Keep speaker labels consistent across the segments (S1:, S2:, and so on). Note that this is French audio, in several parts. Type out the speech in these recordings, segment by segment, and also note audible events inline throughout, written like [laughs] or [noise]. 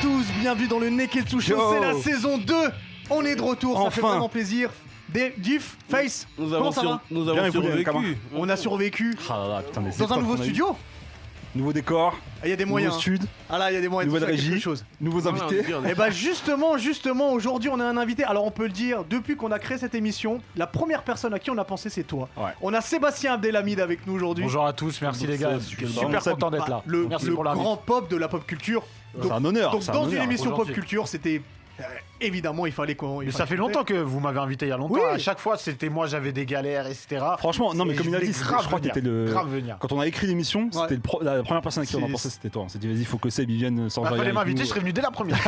S1: tous, bienvenue dans le Neketsu Show,
S2: Yo.
S1: c'est la saison 2 On est de retour, ça fait
S2: Enfin.
S1: vraiment plaisir. Des GIF, Face,
S3: Nous
S1: comment
S3: avons,
S1: ça
S3: sur-
S1: va
S3: nous
S2: Bien,
S3: avons
S2: et vous, les
S3: survécu.
S2: camarades
S1: On a survécu
S4: Ah là là, putain, mais c'est
S1: dans un
S4: quoi
S1: nouveau
S4: qu'on a eu
S1: studio
S2: Nouveau décor,
S1: Ah, Il y a des
S2: nouveau
S1: moyens. hein.
S2: sud,
S1: Ah là, il y a des moyens de
S2: nouvelle
S1: faire quelque
S2: régie,
S1: chose.
S2: nouveaux
S3: Ah,
S2: invités.
S3: on est
S2: [laughs]
S1: Et bah justement, justement, aujourd'hui on a un invité. Alors on peut le dire, depuis qu'on a créé cette émission, la première personne à qui on a pensé c'est toi.
S4: Ouais.
S1: On a Sébastien Abdelhamid avec nous aujourd'hui.
S4: Bonjour à tous, merci les gars. Je suis
S2: Bonjour,
S4: super
S2: Seb.
S4: content d'être
S1: Bah,
S4: là.
S1: Le,
S4: merci
S1: le
S4: pour l'invite.
S1: grand pop de la pop culture.
S2: C'est un honneur.
S1: Donc
S2: c'est un
S1: dans une
S2: honneur.
S1: émission pop
S4: aujourd'hui.
S1: culture, c'était euh, évidemment il fallait qu'on. il
S5: Mais
S1: fallait
S5: ça fait
S1: qu'on
S5: longtemps que vous m'avez invité il y a longtemps.
S1: Oui.
S5: À chaque fois, c'était moi, j'avais des galères, etc.
S2: Franchement, non mais
S5: Et
S2: comme
S5: je
S2: il a
S5: voulais
S2: dit, c'est-
S5: grave
S2: je crois que
S5: venir,
S2: t'étais le.
S5: grave venir. Bah,
S2: Quand on a écrit l'émission,
S1: Ouais.
S2: c'était le pro- la première personne à qui on a
S5: C'est-
S2: pensé c'était toi. On s'est dit vas-y, faut que Seb il vienne sans
S5: Bah, fallait m'inviter, je serais venu dès la première.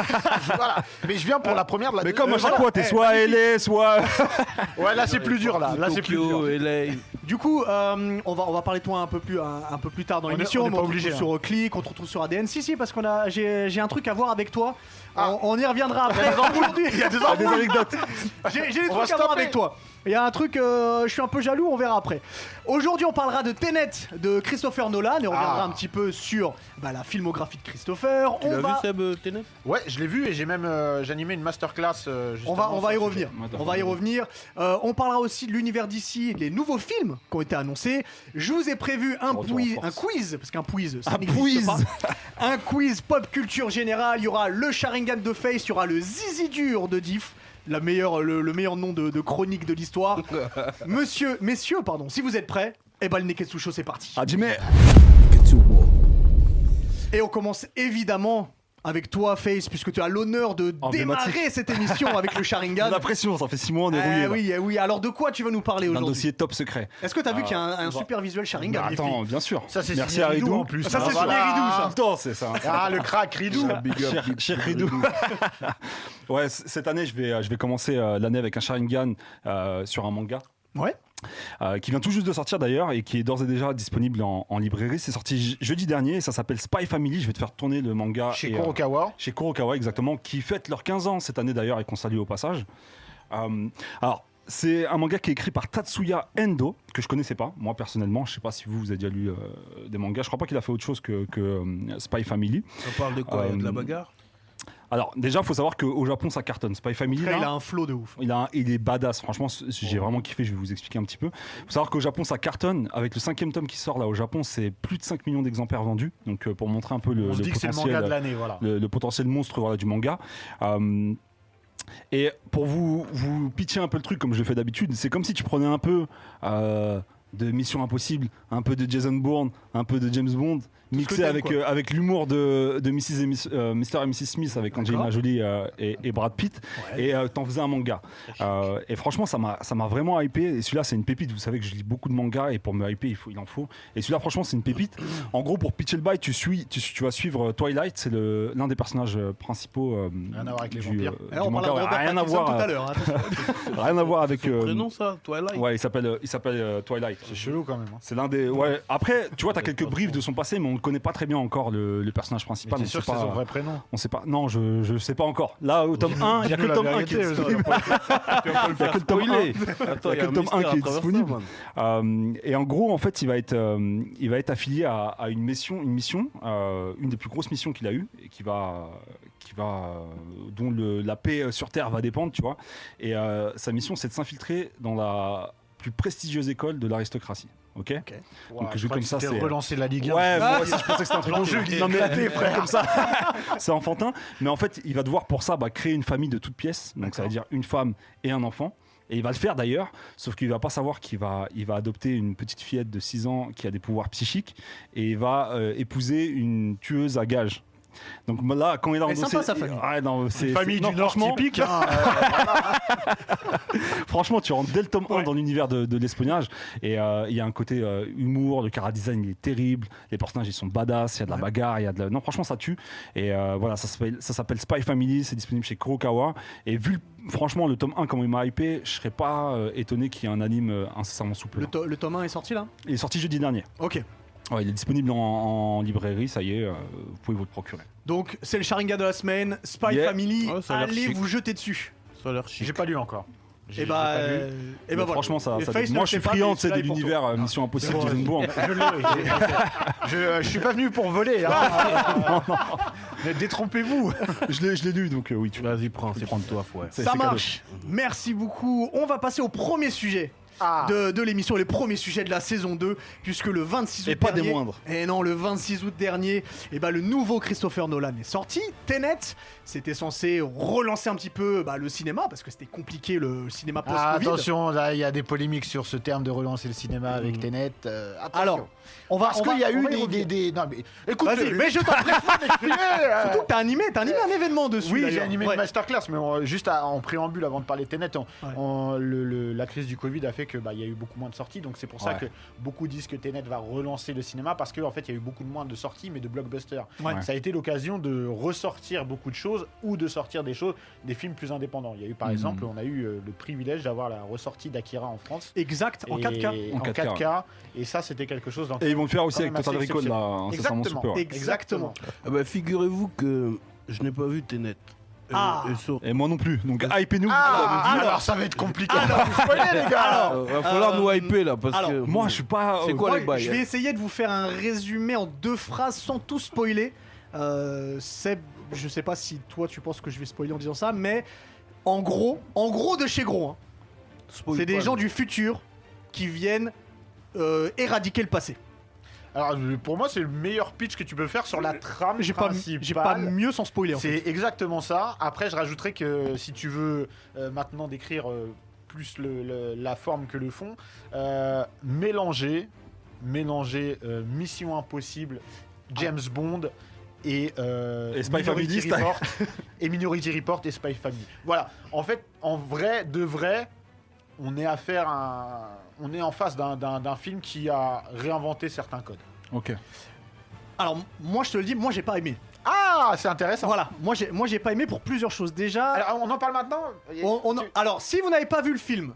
S5: Voilà. Mais je viens pour la première de la
S2: Mais
S5: deux-
S2: comme
S5: euh,
S2: à chaque
S5: voilà.
S2: fois, t'es soit LA, soit.
S5: Ouais, là c'est plus dur là. Là c'est plus
S3: Tokyo,
S5: dur.
S3: LA.
S1: Du coup, euh, on, va, on va parler de toi un peu plus, un, un peu plus tard dans
S5: On est-
S1: l'émission.
S5: on est
S1: mais
S5: pas
S1: te
S5: obligé,
S1: retrouve sur euh, Click, on te retrouve sur ADN. Si, si, parce qu'on a, j'ai, j'ai un truc à voir avec toi. On, on y reviendra après. [laughs] Aujourd'hui, il y a des
S2: Des anecdotes.
S1: J'ai, j'ai des
S5: On va
S1: trucs à voir
S5: stopper.
S1: avec toi. Il y a un truc, euh, je suis un peu jaloux, on verra après. Aujourd'hui, on parlera de Tenet de Christopher Nolan et on reviendra
S5: Ah.
S1: un petit peu sur bah, la filmographie de Christopher.
S3: Tu
S1: on
S3: l'as
S1: va,
S3: vu Seb euh, Tenet
S5: Ouais, je l'ai vu et j'ai même euh, j'animais une masterclass. euh,
S1: on
S5: justement
S1: va, on va y
S5: sur ce
S1: revenir.
S5: sujet.
S2: Moi, t'as
S1: On va y
S2: raison.
S1: revenir. Euh, on parlera aussi de l'univers d'ici, des nouveaux films qui ont été annoncés. Je vous ai prévu un,
S2: Retour en
S1: pui-
S2: force.
S1: un quiz, parce qu'un quiz, ça
S2: Un
S1: n'existe
S2: quiz.
S1: pas. Un quiz pop culture générale. Il y aura le Sharingan de Face, il y aura le Zizi dur de Diff. La meilleure, le, le meilleur nom de, de chronique de
S2: [laughs]
S1: l'histoire. Monsieur, messieurs, pardon, si vous êtes prêts, eh ben le Neketsu Show, c'est parti.
S2: Ah Jimmy,
S1: Et on commence évidemment avec toi, Face, puisque tu as l'honneur de
S2: Emblématique.
S1: démarrer cette émission
S2: [laughs]
S1: avec le Sharingan.
S2: la pression, ça fait 6 mois on est
S1: Eh
S2: rouillé.
S1: oui, eh oui. Alors de quoi tu vas nous parler
S2: Un
S1: aujourd'hui
S2: dossier top secret.
S1: Est-ce que t'as vu qu'il y a un, un super visuel Sharingan
S2: Bah,
S1: magnifique
S2: Attends, bien sûr.
S5: Ça, c'est
S2: Merci
S5: signé
S2: à
S5: Ridou,
S2: Ridou
S5: en plus.
S1: Ça,
S5: Ah,
S1: c'est
S5: voilà.
S1: signé Ridou, ça.
S2: Attends, c'est ça.
S5: Ah le crack Ridou.
S2: Cher- cher Ridou. [laughs] Ouais, c- cette année, je vais, euh, je vais commencer euh, l'année avec un Sharingan euh, sur un manga.
S1: Ouais.
S2: euh, qui vient tout juste de sortir d'ailleurs et qui est d'ores et déjà disponible en, en librairie. C'est sorti je- jeudi dernier et ça s'appelle Spy Family. Je vais te faire tourner le manga.
S5: Chez
S2: et, euh,
S5: Kurokawa.
S2: chez Kurokawa exactement, qui fête leurs 15 ans cette année d'ailleurs et qu'on salue au passage. Euh, alors, c'est un manga qui est écrit par Tatsuya Endo, que je connaissais pas, moi personnellement. Je sais pas si vous, vous avez déjà lu euh, des mangas. Je crois pas qu'il a fait autre chose que, que, euh, Spy Family.
S3: On parle de quoi Il y a de
S2: Euh,
S3: la bagarre
S2: Alors, déjà, faut savoir qu'au Japon, ça cartonne. Spy Family,
S1: Après,
S2: là,
S1: il a un flow de ouf.
S2: il, a un- il est badass, franchement, c- j'ai
S5: Oh.
S2: vraiment kiffé, je vais vous expliquer un petit peu. Faut savoir qu'au Japon, ça cartonne. Avec le cinquième tome qui sort là au Japon, c'est plus de 5 millions d'exemplaires vendus. Donc, euh, pour montrer un peu le,
S5: On se
S2: le
S5: dit que c'est le
S2: potentiel,
S5: manga de l'année voilà.
S2: le, le potentiel monstre voilà, du manga. Euh, et pour vous, vous pitcher un peu le truc, comme je le fais d'habitude, c'est comme si tu prenais un peu euh, de Mission Impossible, un peu de Jason Bourne, un peu de James Bond, mixé
S1: t'aimes,
S2: avec,
S1: quoi.
S2: euh, avec l'humour de, de Mrs. et Miss- euh, Mr. et Mrs. Smith, avec Angelina Jolie euh, et, et Brad Pitt, et euh, t'en faisais un manga. Euh, et franchement, ça m'a ça m'a vraiment hypé. Et celui-là, c'est une pépite. Vous savez que je lis beaucoup de mangas, et pour me hyper, il, faut, il en faut. Et celui-là, franchement, c'est une pépite. En gros, pour pitcher le bail, tu, suis, tu, tu vas suivre euh, Twilight, c'est le- l'un des personnages euh, principaux. euh,
S5: Rien à voir avec les
S2: du,
S5: vampires. Eh,
S2: euh,
S1: Alors, Eh,
S2: du
S1: on
S2: manga,
S1: parlera de
S2: ouais.
S1: Robert
S2: rien à
S1: Pattinson
S2: voir,
S1: tout à
S2: euh,
S1: l'heure. hein.
S2: rien à voir avec. euh,
S3: Prénom ça Twilight
S2: ouais, il s'appelle, euh, il s'appelle euh, Twilight.
S5: C'est chelou quand même. hein.
S2: C'est l'un des. Ouais. Après, tu vois, t'as quelques briefs de son passé, mais on ne connaît pas très bien encore le, le personnage
S5: Mais
S2: principal.
S5: T'es
S2: on
S5: sûr
S2: sait
S5: que c'est
S2: pas-
S5: son vrai prénom
S2: On sait pas. Non, je, je sais pas encore. Là, au
S5: [laughs]
S2: tome 1, il y a que le tome 1 qui est disponible. [laughs] Il y a que le tome 1.
S3: Attends,
S2: Il y a que le tome
S3: mystère
S2: un
S3: à
S2: qui est
S3: travers ça,
S2: disponible.
S3: man.
S2: Euh, et en gros, en fait, il va être, euh, il va être affilié à, à une mission, une mission, euh, une des plus grosses missions qu'il a eues et qui va, qui va, euh, dont le- la paix euh, sur Terre va dépendre, tu vois. Et euh, sa mission, c'est de s'infiltrer dans la plus prestigieuse école de l'aristocratie. Ok.
S5: Ouah,
S2: je
S5: je
S2: comme
S5: crois que
S2: ça,
S5: c'était
S2: c'est-
S5: relancer la Ligue 1.
S2: Ouais, moi aussi, je pensais que c'était un truc
S5: L'enjeu,
S2: de-
S5: il est
S2: Non, mais
S5: éclaté,
S2: frère, comme ça, [laughs] c'est enfantin. Mais en fait, il va devoir pour ça bah, créer une famille de toutes pièces. Donc, ça veut dire une femme et un enfant. Et il va le faire d'ailleurs, sauf qu'il va pas savoir qu'il va, il va adopter une petite fillette de 6 ans qui a des pouvoirs psychiques et il va euh, épouser une tueuse à gages. Donc bah, là, quand il a
S1: Elle est
S2: endossé,
S1: sympa, sa famille.
S2: Ouais, non, c'est-
S5: Une famille
S2: c'est- non,
S5: du Nord
S2: franchement, [laughs]
S5: typique. hein, euh,
S2: Franchement, tu rentres dès le tome 1
S5: Ouais.
S2: dans l'univers de, de l'espionnage et euh, il y a un côté euh, humour, le chara design il est terrible, les personnages ils sont badass, il y a de la bagarre, il y a de la... Non, franchement, ça tue. Et euh, voilà, ça s'appelle ça s'appelle Spy Family, c'est disponible chez Kurokawa. Et vu, le- franchement, le tome 1, comment il m'a hypé, je serais pas euh, étonné qu'il y ait un anime euh, incessamment sous peu.
S1: Le, to- le tome 1 est sorti là
S2: Il est sorti jeudi dernier.
S1: Ok.
S2: Ouais, il est disponible en, en librairie, ça y est, euh, vous pouvez vous le procurer.
S1: Donc, c'est le Sharingan de la semaine, Spy
S2: Yeah.
S1: Family.
S3: Ouais, ça a l'air
S1: Allez
S3: chic.
S1: vous jeter dessus.
S3: Ça a l'air chic.
S5: J'ai pas lu encore.
S1: Et bah, euh, eh ben voilà.
S2: Franchement, ça,
S1: Les
S2: ça-
S1: Face
S2: moi
S1: ne
S2: je suis
S1: le fait pas,
S2: friand
S1: mais
S2: tu sais, de
S1: celui-là est pour toi.
S2: l'univers euh, Mission Impossible,
S1: C'est
S2: Jason Bourne.
S5: Je, euh, je suis pas venu pour voler. hein.
S2: [laughs]
S5: Mais Détrompez-vous.
S2: je l'ai- je l'ai lu donc euh, oui, tu vois.
S3: Vas-y, prends, c'est prendre toi, ouais.
S1: Ça marche. Merci beaucoup. On va passer au premier sujet.
S5: Ah.
S1: de, de l'émission, les premiers sujets de la saison 2, puisque le 26 août
S2: Et pas des
S1: dernier-
S2: moindres.
S1: Et non, le 26 août dernier, et ben le nouveau Christopher Nolan est sorti, Tenet. C'était censé relancer un petit peu bah, le cinéma, parce que c'était compliqué le cinéma
S5: Ah,
S1: post-Covid.
S5: attention, là, il y a des polémiques sur ce terme de relancer le cinéma avec Tenet. euh, attention.
S1: Alors, on va,
S5: parce
S1: on va-
S5: qu'il y a
S1: on
S5: eu
S1: va y
S5: des,
S1: revenir.
S5: des, des- Non, mais écoute,
S1: Vas-y,
S5: euh,
S1: mais je t'en prie.
S5: eh, euh,
S1: Surtout que t'as animé, t'as animé un événement dessus.
S5: Oui, j'ai
S1: d'ailleurs.
S5: animé
S1: Ouais.
S5: une masterclass, mais on- juste à- en préambule avant de parler de Tenet, on-
S1: Ouais.
S5: on- le- le- la crise du Covid a fait que bah, il y a eu beaucoup moins de sorties, donc c'est pour ça
S2: Ouais.
S5: que beaucoup disent que Tenet va relancer le cinéma parce qu'en en fait il y a eu beaucoup de moins de sorties, mais de blockbusters.
S1: Ouais.
S5: Ça a été l'occasion de ressortir beaucoup de choses ou de sortir des choses, des films plus indépendants. Il y a eu par exemple, on a eu euh, le privilège d'avoir la ressortie d'Akira en France.
S1: Exact, en
S5: Et-
S1: 4K.
S5: En
S2: En 4K,
S5: 4K. Et ça, c'était quelque chose dans
S2: Et ils vont le faire aussi
S5: Quand
S2: avec
S5: même
S2: Total
S5: assez
S2: Recall là, incessamment sous peu, ouais.
S1: Exactement.
S3: Ah bah, figurez-vous que je n'ai pas vu Tenet. Euh,
S1: Ah.
S3: et sur-
S2: Et moi non plus. Donc Ah, hypez-nous.
S5: Ah, alors,
S1: alors-
S5: ça va être compliqué. Ah, Vous spoilez, les gars.
S1: Alors,
S3: Euh, va falloir
S1: Euh,
S3: nous hyper là, parce
S1: alors,
S3: que.
S2: Moi je suis pas.
S3: C'est
S2: euh,
S3: quoi
S1: Moi,
S3: les bails
S1: Je vais essayer de vous faire un résumé en deux phrases sans tout spoiler. Euh, Seb, je sais pas si toi tu penses que je vais spoiler en disant ça, mais en gros, en gros de chez gros, hein,
S3: Spoil
S1: c'est des
S3: pas,
S1: gens
S3: mais-
S1: du futur qui viennent euh, éradiquer le passé.
S5: Alors, euh, pour moi, c'est le meilleur pitch que tu peux faire sur la trame
S1: J'ai pas, j'ai pas
S5: principale.
S1: mieux sans spoiler. En fait.
S5: C'est exactement ça. Après, je rajouterais que si tu veux euh, maintenant décrire euh, plus le- le- la forme que le fond, euh, mélanger, mélanger euh, Mission Impossible, James
S1: Ah.
S5: Bond et, euh,
S2: Et Spy
S5: Minority
S2: Family,
S5: Report, et Minority Report et Spy Family. Voilà. En fait, en vrai, de vrai, on est à faire un, on est en face d'un- d'un d'un film qui a réinventé certains codes.
S2: Ok.
S1: Alors moi je te le dis, moi j'ai pas aimé.
S5: Ah, c'est intéressant.
S1: Voilà, moi j'ai, moi j'ai pas aimé pour plusieurs choses. Déjà,
S5: Alors, on en parle maintenant.
S1: on- on-
S5: Tu-
S1: alors si vous n'avez pas vu le film,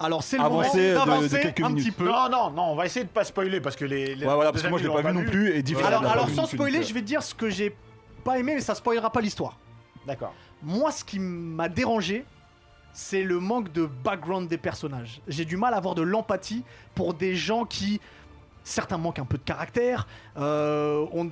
S1: alors c'est le
S2: Avancez de-
S1: moment d'avancer
S2: de quelques
S1: un
S2: minutes.
S1: petit peu.
S5: Non, non, non, on va essayer de pas spoiler parce que les. les
S2: Ouais, voilà, parce
S5: les
S2: que moi je
S5: amis
S2: l'ai pas
S5: l'ont
S2: vu non plus et différent.
S1: Alors,
S2: de la
S1: alors
S2: Barbie
S1: sans
S2: non plus,
S1: spoiler,
S2: donc,
S1: je vais te dire ce que j'ai pas aimé, mais ça spoilera pas l'histoire.
S5: D'accord.
S1: Moi, ce qui m'a dérangé, c'est le manque de background des personnages. J'ai du mal à avoir de l'empathie pour des gens qui, certains manquent un peu de caractère. euh, on...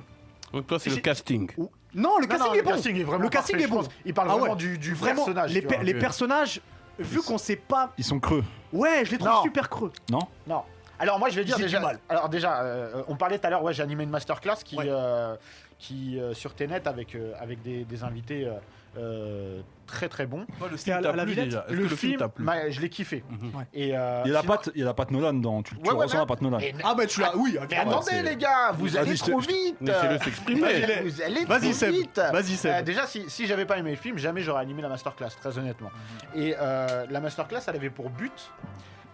S3: Donc, toi, c'est le
S1: J'ai-
S3: casting.
S1: ou- Non, Oh, le casting
S5: Non, non,
S1: est bon.
S5: Le casting est vraiment
S1: Le casting
S5: parfait,
S1: est
S5: je
S1: bon.
S5: pense. Il parle
S1: Ah
S5: vraiment
S1: ouais.
S5: du, du
S1: Vraiment,
S5: personnage.
S1: les,
S5: tu
S1: pe-
S5: vois.
S1: les personnages, vu qu'on sait pas,
S2: Ils sont creux,
S1: Euh, ouais, je les trouve
S5: Non.
S1: super creux.
S2: non
S5: Non. Alors moi je vais dire
S1: J'ai du
S5: déjà.
S1: mal.
S5: Alors déjà, euh, on parlait tout à l'heure. Ouais, j'ai animé une masterclass qui
S1: Ouais.
S5: euh, qui euh, sur Tenet avec euh, avec des, des invités euh, euh, très très bons.
S3: Toi, Ah, le
S1: C'était à
S3: film
S1: la- à
S3: t'a
S1: la
S3: plu
S1: Villette
S3: déjà. Est-ce que le film t'a plu
S5: bah, je l'ai kiffé.
S3: Mhm.
S1: Ouais.
S5: Et euh,
S2: Il y a la
S5: sinon-
S2: patte, il y a la patte Nolan dans. Tu, tu
S5: Ouais, ouais,
S2: ressens
S5: ouais.
S2: la patte Nolan.
S5: Mais-
S1: Ah bah tu l'as, oui.
S5: mais
S1: évidemment.
S5: attendez
S2: c'est-
S5: les gars, vous
S2: Vas-y,
S5: allez
S2: je te-
S5: trop vite.
S3: Laissez-le
S1: Vas-y,
S3: s'exprimer.
S1: les-
S5: Vous allez trop
S1: Vas-y Seb,
S5: vite.
S1: vas-y Seb.
S5: Euh, déjà, si, si j'avais pas aimé le film, jamais j'aurais animé la masterclass, très honnêtement. Et euh, la masterclass, elle avait pour but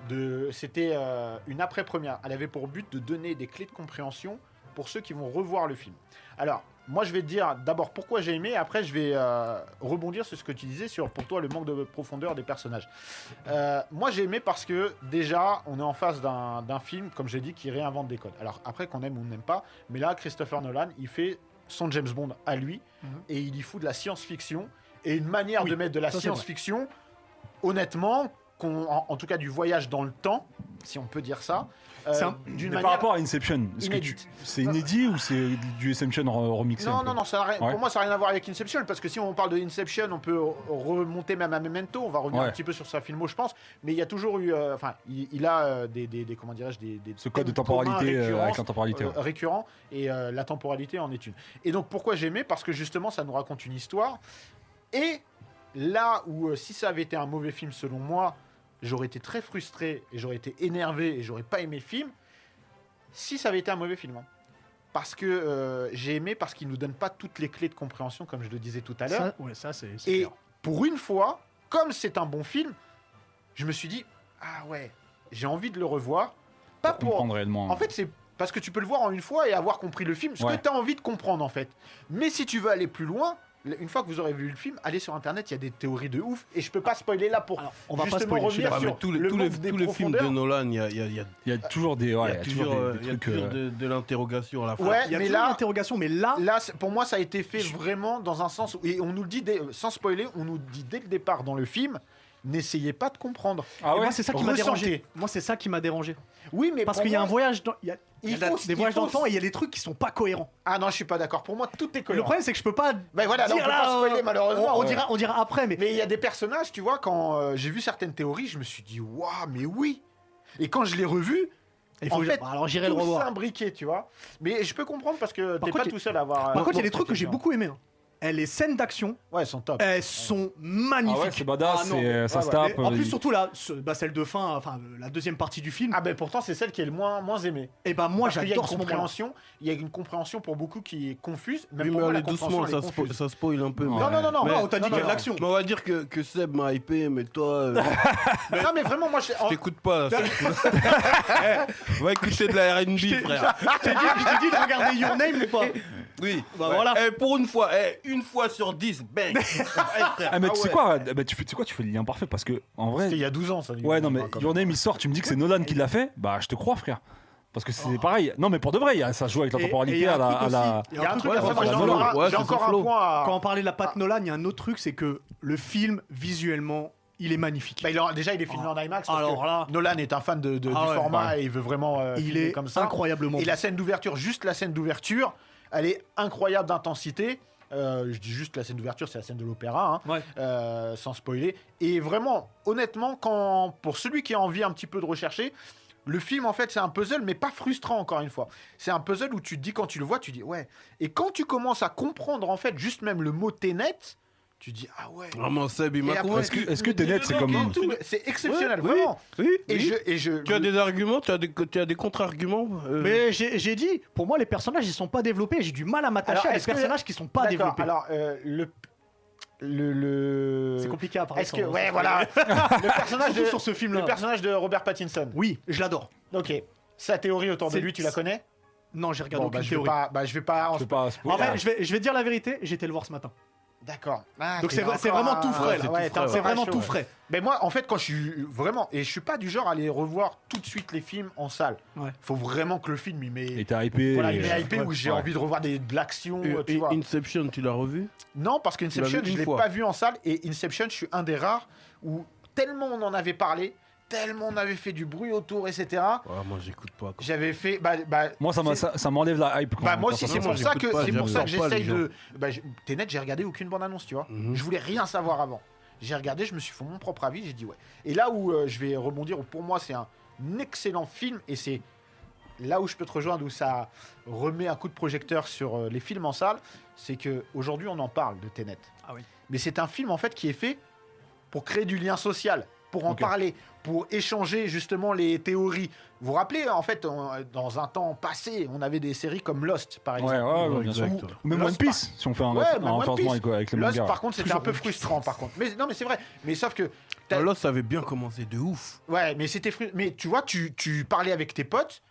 S5: de. C'était euh, une après-première. Elle avait pour but de donner des clés de compréhension pour ceux qui vont revoir le film. Alors, moi, je vais te dire d'abord pourquoi j'ai aimé, et après, je vais euh, rebondir sur ce que tu disais sur pour toi le manque de profondeur des personnages. Euh, moi, j'ai aimé parce que déjà, on est en face d'un d'un film, comme j'ai dit, qui réinvente des codes. Alors, après, qu'on aime ou on n'aime pas, mais là, Christopher Nolan, il fait son James Bond à lui
S1: Mhm.
S5: et il y fout de la science-fiction et une manière
S1: Oui,
S5: de mettre de la
S1: ça, c'est
S5: science-fiction, honnêtement, qu'on, en, en tout cas du voyage dans le temps, si on peut dire ça, euh,
S1: C'est un-
S5: d'une
S2: Mais
S5: manière.
S2: par rapport à Inception, est-ce que tu-
S5: inédite.
S2: c'est inédit ou c'est du Inception re- remixé un
S5: Non,
S2: peu
S5: non, non, ça a rien-
S2: Ouais.
S5: pour moi ça n'a rien à voir avec Inception, parce que si on parle de Inception, on peut re- remonter même à Memento, on va revenir
S2: Ouais.
S5: un petit peu sur sa filmo, je pense, mais il y a toujours eu, euh, enfin, il, il a euh, des, des, des- comment dirais-je, des, des
S2: Ce code de
S5: thèmes communs,
S2: temporalité euh,
S5: récurrents,
S2: avec la temporalité. ouais.
S5: euh, récurrent et euh, la temporalité en est une. Et donc pourquoi j'aimais Parce que justement ça nous raconte une histoire et là où euh, si ça avait été un mauvais film selon moi, j'aurais été très frustré et j'aurais été énervé et j'aurais pas aimé le film si ça avait été un mauvais film. hein. Parce que euh, j'ai aimé parce qu'il nous donne pas toutes les clés de compréhension comme je le disais tout à l'heure.
S1: Ça, ouais, ça c'est. c'est
S5: Et
S1: clair.
S5: pour une fois, comme c'est un bon film, je me suis dit ah ouais, j'ai envie de le revoir, pas
S2: Pour
S5: pour
S2: comprendre réellement.
S5: en fait, c'est parce que tu peux le voir en une fois et avoir compris le film, ce
S2: Ouais.
S5: que tu as envie de comprendre en fait. Mais si tu veux aller plus loin, l- une fois que vous aurez vu le film, allez sur internet, il y a des théories de ouf et je
S2: Ah.
S5: peux pas spoiler là pour.
S1: Alors, on va pas
S5: justement
S1: spoiler. je suis d'accord.
S5: revenir sur-
S3: Ouais, mais tous les,
S5: le
S3: tous les,
S5: monde des
S3: tous les films de
S5: profondeurs.
S3: Nolan, il y a, il y a- il y a-
S2: il y a toujours des, ouais,
S3: il y a toujours,
S2: des-
S3: euh,
S2: des
S3: il y a
S2: trucs.
S3: toujours
S2: euh,
S3: de, de l'interrogation à la fin.
S5: Ouais,
S1: Il y a
S5: mais
S1: toujours
S5: là,
S1: l'interrogation, mais là,
S2: ah.
S5: là, c'est- pour moi, ça a été fait vraiment dans un sens où- et on nous le dit dès- sans spoiler, on nous dit dès le départ dans le film, n'essayez pas de comprendre.
S2: Ah
S1: Et
S2: ouais
S1: moi, c'est ça qui m'a
S5: Ressentez.
S1: dérangé. Moi, c'est ça qui m'a dérangé.
S5: Oui, mais
S1: Parce
S5: pour
S1: qu'il y a un
S5: moi,
S1: voyage dans. Il y a, il y a
S5: Il faut-
S1: des
S5: il
S1: voyages
S5: faut-
S1: dans le temps et il y a des trucs qui sont pas cohérents.
S5: Ah non, je suis pas d'accord. Pour moi, tout est
S1: Le
S5: cohérent.
S1: problème, c'est que je peux pas.
S5: Ben voilà, là, on
S1: dire,
S5: peut pas
S1: euh,
S5: spoiler, malheureusement.
S1: On, on
S5: Ouais.
S1: dira, on dira après, mais.
S5: Mais il y a des personnages, tu vois, quand euh, j'ai vu certaines théories, je me suis dit, waouh, mais oui Et quand je l'ai revu,
S1: il faut
S5: en
S1: que je-
S5: fait,
S1: Bah, alors j'irai le
S5: tout
S1: revoir.
S5: s'imbriquait, tu vois. Mais je peux comprendre parce que t'es
S1: contre,
S5: pas
S1: il-
S5: tout seul à avoir. euh,
S1: Par contre, il y a des trucs que j'ai beaucoup Euh, aimé. hein. Eh, Les scènes d'action,
S5: Ouais, elles sont top.
S1: elles sont
S2: Ah
S1: magnifiques.
S2: ouais, c'est badass,
S1: Ah non.
S2: et, euh, ça
S5: Ouais,
S2: se
S5: ouais.
S2: tape.
S1: Mais en
S2: euh,
S1: plus,
S2: il-
S1: surtout la, ce- bah, celle de fin, enfin euh, la deuxième partie du film,
S5: Ah ben pourtant, c'est celle qui est le moins, moins aimée.
S1: et bah moi
S5: Parce qu'il y a une
S1: j'adore ce moment.
S5: compréhension, il y a une compréhension pour beaucoup qui est confuse, même
S3: Oui,
S5: pour
S3: mais
S5: moi,
S3: allez
S5: la compréhension
S3: doucement,
S5: elle est
S3: ça, spo-
S5: confuse.
S3: ça spoil un peu. mais-
S5: Non, non, non, non,
S3: Mais-
S1: Non, on t'a dit
S5: Non,
S1: qu'il y a de
S5: non,
S1: l'action.
S3: Mais on va dire que, que Seb m'a hypé, mais toi, euh,
S5: non. Non, mais vraiment, moi, j'ai- en-
S3: t'écoutes pas. Seb. [laughs] Eh, va écouter de la RB, frère.
S1: J'ai dit, je t'ai dit de regarder Your Name ou
S5: [laughs]
S1: pas
S3: Oui.
S1: Bah voilà.
S3: Eh, pour une fois, eh, une fois sur dix, bang. Eh, frère,
S2: Ah, mais
S3: ah
S2: tu sais
S3: ouais.
S2: quoi eh ben, tu, fais- tu sais quoi, tu fais le lien parfait parce que en vrai.
S5: c'était il y a 12 ans, ça.
S2: Ouais, non, mais
S5: quand même.
S2: Your Name il sort, tu me dis que c'est Nolan qui l'a fait, bah je te crois, frère. Parce que
S5: Oh.
S2: c'est pareil. Non, mais pour de vrai, il y a- ça joue avec la
S1: Et- et il y
S2: temporalité
S1: a
S2: à
S1: un
S2: la.
S1: truc
S2: à la-
S1: aussi- il
S5: Il y a un truc
S3: Ouais,
S5: à
S3: ça,
S5: savoir,
S3: ça
S5: j'ai
S3: se
S5: encore
S3: voit.
S5: un-
S3: Ouais,
S5: j'ai
S3: ça se
S5: encore un
S3: flow.
S5: point à.
S1: Quand on parlait de la
S5: Ah.
S1: patte Nolan, il y a un autre truc, c'est que le film, visuellement, il est magnifique.
S5: Bah, il aura- déjà, il est filmé
S1: Ah.
S5: en IMAX. parce
S1: Alors
S5: que
S1: là.
S5: [laughs] Nolan est un fan de, de-
S1: Ah
S5: du
S1: ouais.
S5: format et il veut vraiment. euh,
S1: il
S5: filmer
S1: est
S5: comme ça.
S1: incroyablement
S5: Et
S1: beau.
S5: la scène d'ouverture, juste la scène d'ouverture, elle est incroyable d'intensité. Euh, je dis juste la scène d'ouverture, c'est la scène de l'opéra, hein,
S1: Ouais.
S5: euh, sans spoiler. Et vraiment, honnêtement, quand, pour celui qui a envie un petit peu de rechercher, le film, en fait, c'est un puzzle, mais pas frustrant, encore une fois. C'est un puzzle où tu te dis, quand tu le vois, tu dis, ouais. Et quand tu commences à comprendre, en fait, juste même le mot Ténet, tu dis, ah ouais.
S3: Vraiment, Seb, il
S5: Et
S3: m'a
S5: après,
S3: convaincu.
S2: Est-ce que, est-ce que t'es net, c'est comme.
S5: Et tout, C'est exceptionnel,
S3: Ouais, oui,
S5: vraiment.
S3: Oui,
S5: Et
S3: oui.
S5: je. Et je
S3: Tu as des arguments, tu as des, tu as des contre-arguments euh,
S1: Mais j'ai j'ai dit, pour moi, les personnages, ils sont pas développés. J'ai du mal à m'attacher
S5: Alors,
S1: à des
S5: est-ce que-
S1: personnages qui sont pas
S5: D'accord,
S1: développés.
S5: Alors, euh, le. Le. le-
S1: C'est compliqué à parler.
S5: Est-ce
S1: sans-
S5: que.
S1: sans
S5: Ouais,
S1: spoiler. [laughs]
S5: voilà. le personnage
S1: Surtout
S5: de.
S1: sur ce film-là.
S5: Le personnage de Robert Pattinson.
S1: Oui, je l'adore.
S5: Ok. Sa théorie autour de
S1: C'est-
S5: lui, tu la connais
S1: Non, j'ai regardé
S5: Bon,
S1: aucune
S5: bah, je vais
S1: théorie.
S5: pas. Bah, je vais pas. en-
S2: Je sais pas,
S1: En
S2: spoiler.
S1: fait, je vais, je vais dire la vérité, j'étais le voir ce matin.
S5: D'accord. Ah,
S1: Donc
S5: t'es
S1: c'est vrai- c'est
S5: encore
S1: vraiment
S5: un-
S1: tout frais,
S5: Ouais,
S1: là.
S5: ouais,
S3: C'est tout
S5: t'es un
S3: frais,
S1: C'est
S5: peu
S1: vraiment
S5: chaud,
S1: tout
S5: ouais.
S1: frais.
S5: Mais moi, en fait, quand je suis vraiment, et je suis pas du genre à aller revoir tout de suite les films en salle.
S1: Ouais.
S5: Faut vraiment que le film, il
S2: Et
S5: m'ait,
S2: t'es hypé.
S5: voilà,
S2: et-
S5: il
S1: euh,
S5: m'ait hypé
S2: Ouais.
S5: où j'ai
S2: Ouais.
S5: envie de revoir des de l'action,
S3: euh,
S5: tu
S3: In-
S5: vois.
S3: Inception, tu l'as revu
S5: Non, parce qu'Inception,
S2: Bah,
S3: Tu l'as vu
S5: je
S3: une
S5: l'ai
S3: fois.
S5: pas vu en salle. Et Inception, je suis un des rares où tellement on en avait parlé, tellement on avait fait du bruit autour, etc.
S3: Ah, Moi, j'écoute pas. quoi.
S5: J'avais fait. Bah, bah,
S2: Moi, ça m'a-
S5: c'est-
S2: ça ça m'enlève la hype. quand-
S5: Bah, moi
S2: quand
S5: aussi,
S2: ça
S5: c'est
S2: sort.
S5: pour
S3: moi,
S5: ça
S3: j'écoute
S5: que
S3: pas,
S5: c'est pour ça que
S3: j'adore pas les
S5: j'essaye de. Bah, je- t'es net, j'ai regardé aucune bande annonce, tu vois.
S3: Mhm.
S5: Je voulais rien savoir avant. J'ai regardé, je me suis fait mon propre avis, j'ai dit ouais. Et là où euh, je vais rebondir, où pour moi c'est un excellent film et c'est là où je peux te rejoindre, où ça remet un coup de projecteur sur euh, les films en salle, c'est que aujourd'hui on en parle de Tenet.
S1: Ah oui.
S5: Mais c'est un film en fait qui est fait pour créer du lien social, pour en
S2: Ok.
S5: parler, pour échanger justement les théories. Vous vous rappelez en fait on- euh, dans un temps passé, on avait des séries comme Lost par exemple.
S2: Ouais, ouais, ouais, bien sûr.
S3: Exact, ouais.
S2: Ou Même
S5: Lost,
S2: One Piece, si on fait un
S5: Ouais,
S2: un
S5: même One
S2: renforcement
S5: Piece.
S2: avec avec le
S5: Lost,
S2: manga.
S5: par contre, c'était un peu frustrant, par contre. Mais non, mais c'est vrai. Mais sauf que, T'as-
S3: Ah, Là, ça avait bien commencé de ouf.
S5: ouais, mais c'était fru- Mais tu vois, tu, tu parlais avec tes potes,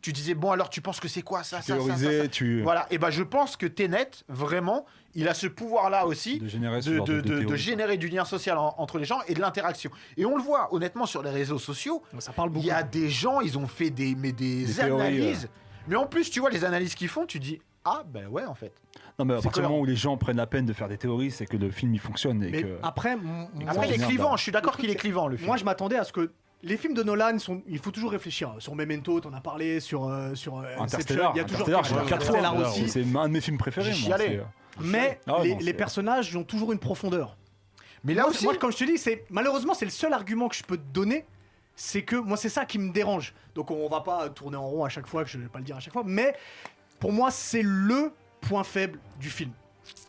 S5: tu disais bon alors tu penses que c'est quoi ça, ça, ça, ça, ça
S2: Théorisé, tu.
S5: Voilà. Et ben je pense que Tenet, vraiment, il a ce pouvoir-là aussi
S2: De générer ce
S5: de,
S2: genre
S5: de-
S2: de-
S5: de- de
S2: théorie.
S5: générer du lien social en- entre les gens et de l'interaction. Et on le voit honnêtement sur les réseaux sociaux.
S1: Ça parle
S5: Il
S1: beaucoup.
S5: y a des gens, ils ont fait des mais des,
S2: Des théories,
S5: analyses. Mais en plus, tu vois les analyses qu'ils font, tu dis ah ben ouais en fait.
S2: Non, mais à
S5: C'est
S2: partir du moment
S5: cohérent.
S2: où les gens prennent la peine de faire des théories, c'est que le film il fonctionne. Et
S1: Mais
S2: que...
S1: après, m- moi,
S5: Après il est
S2: génial,
S5: clivant.
S2: bah.
S5: Je suis d'accord qu'il est clivant le film.
S1: moi, je m'attendais à ce que. Les films de Nolan, sont, il faut toujours réfléchir. Sur Memento, t'en as parlé, sur, euh, sur euh, Inception,
S2: Interstellar,
S1: il y a toujours quelque
S2: Interstellar, je l'ai
S1: chose.
S2: regardé quatre
S1: Interstellar
S2: fois.
S1: aussi.
S2: C'est un de mes films préférés.
S5: J'y
S2: moi,
S5: allais.
S2: c'est- euh,
S1: Mais
S2: Ah ouais,
S1: les,
S2: non,
S1: les
S2: c'est-
S1: personnages ont toujours une profondeur.
S5: mais là
S1: moi,
S5: aussi,
S1: moi, comme je te dis, c'est malheureusement c'est le seul argument que je peux te donner, c'est que moi c'est ça qui me dérange. Donc on va pas tourner en rond à chaque fois, que je vais pas le dire à chaque fois, mais pour moi c'est le point faible du film.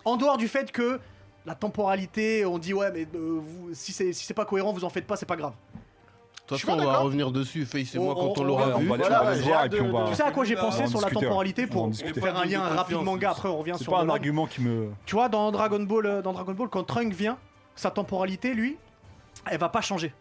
S1: En dehors du fait que la temporalité, on dit ouais mais euh, vous- si c'est si c'est pas cohérent, vous en faites pas, c'est pas grave.
S3: De toute
S5: Je suis pas
S3: façon, on va
S5: d'accord.
S3: revenir dessus, Face et
S1: On-
S3: moi, quand
S1: on-
S3: on,
S1: on-
S3: l'aura
S2: on
S3: vu.
S2: va-
S5: Voilà,
S2: on va
S5: ouais,
S2: le
S5: j'ai
S2: voir et
S5: hâte
S2: puis Ah. on
S5: de-
S2: va.
S5: de-
S1: Tu sais à quoi j'ai pensé
S2: en
S1: sur la
S2: discuter,
S1: temporalité
S2: ouais. On va en
S1: pour
S2: discuter.
S1: faire un lien
S3: Pas de
S1: rapide
S3: confiance,
S1: manga.
S3: c'est
S1: Après on revient
S2: C'est
S1: sur
S2: pas un
S1: Nolan.
S2: argument qui me.
S1: Tu vois, dans Dragon Ball, euh, dans Dragon Ball, quand Trunk vient, sa temporalité, lui, elle va pas changer.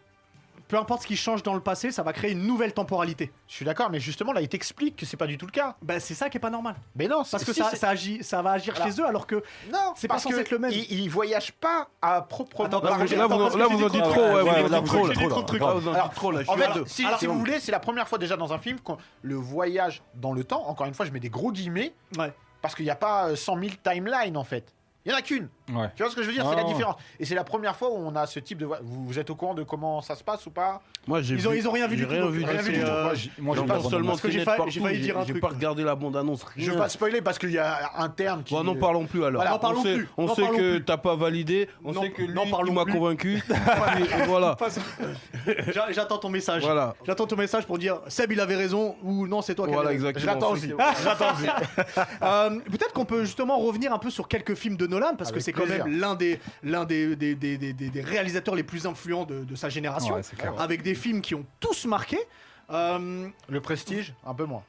S1: Peu importe ce qui change dans le passé, ça va créer une nouvelle temporalité.
S5: je suis d'accord. Mais justement là, il t'explique que c'est pas du tout le cas.
S1: Ben, c'est ça qui est pas normal.
S5: Mais non,
S1: Parce
S5: c'est-
S1: que
S5: si,
S1: ça,
S5: c'est-
S1: ça, agit, ça va agir
S5: Alors-
S1: chez eux, alors que.
S5: non,
S1: c'est pas
S5: parce
S1: censé
S5: que
S1: être le même.
S5: Il, il voyage pas à proprement
S1: Attends, parce
S5: parler.
S1: que
S3: Là, vous,
S1: parce que
S3: là,
S1: j'ai
S3: vous en
S1: dit
S3: dites
S1: trop,
S3: trop,
S1: ouais,
S3: ouais,
S1: ouais,
S3: vous
S1: là,
S3: en dites
S1: vous
S3: trop,
S1: en
S3: là.
S1: dites trop de trucs,
S3: Ah, vous en dites trop, là, je
S5: En
S3: suis
S5: fait,
S3: à deux.
S5: si,
S1: Alors-
S5: si vous voulez, c'est la première fois déjà dans un film qu'on le voyage dans le temps. Encore une fois, je mets des gros guillemets
S1: Ouais.
S5: parce qu'il n'y a pas euh, 100 000 timelines en fait. Il y en a qu'une.
S2: Ouais.
S5: Tu vois ce que je veux dire
S2: Ah
S5: C'est la
S2: ouais.
S5: différence. Et c'est la première fois où on a ce type de. voix. Vous, vous êtes au courant de comment ça se passe ou pas
S3: Moi, j'ai
S1: Ils ont-
S3: vu-
S1: ils ont rien vu
S3: j'ai
S1: du tout,
S3: Rien
S1: donc,
S3: vu
S1: rien
S3: du
S1: vu
S3: tout. [laughs]
S1: du tout.
S2: Euh, j- moi, j'ai
S3: J'entends
S2: pas
S3: seulement
S1: Parce que j'ai
S3: Skynet
S1: failli-
S3: partout,
S1: j'ai failli
S3: j'ai-
S1: dire un
S3: J'ai
S1: truc.
S3: pas regardé la bande-annonce.
S5: Je
S3: rien.
S5: veux pas spoiler parce qu'il y a un terme qui.
S3: Bon, n'en parlons plus alors.
S1: Voilà, n'en
S3: on
S1: parlons
S3: sait,
S1: plus,
S3: on
S1: n'en
S3: sait
S1: parlons
S3: que
S1: plus.
S3: t'as pas validé. On
S1: N'en-
S3: sait que lui,
S1: n'en parlons
S3: il m'a
S1: plus.
S3: convaincu. Et voilà.
S1: Pas- J'a- J'attends ton message.
S3: Voilà.
S1: J'attends ton message pour dire Seb il avait raison ou non c'est toi qui
S3: Voilà,
S1: avais raison.
S3: exactement.
S5: J'attends aussi.
S1: Euh, Peut-être qu'on peut justement revenir un peu sur quelques films de Nolan parce que
S5: Avec
S1: c'est quand
S5: plaisir.
S1: même l'un des, l'un des, des, des- des- des- des réalisateurs les plus influents de, de sa génération,
S2: Ouais, c'est clair.
S1: avec des films qui ont tous marqué. Euh,
S5: Le prestige, un peu moins.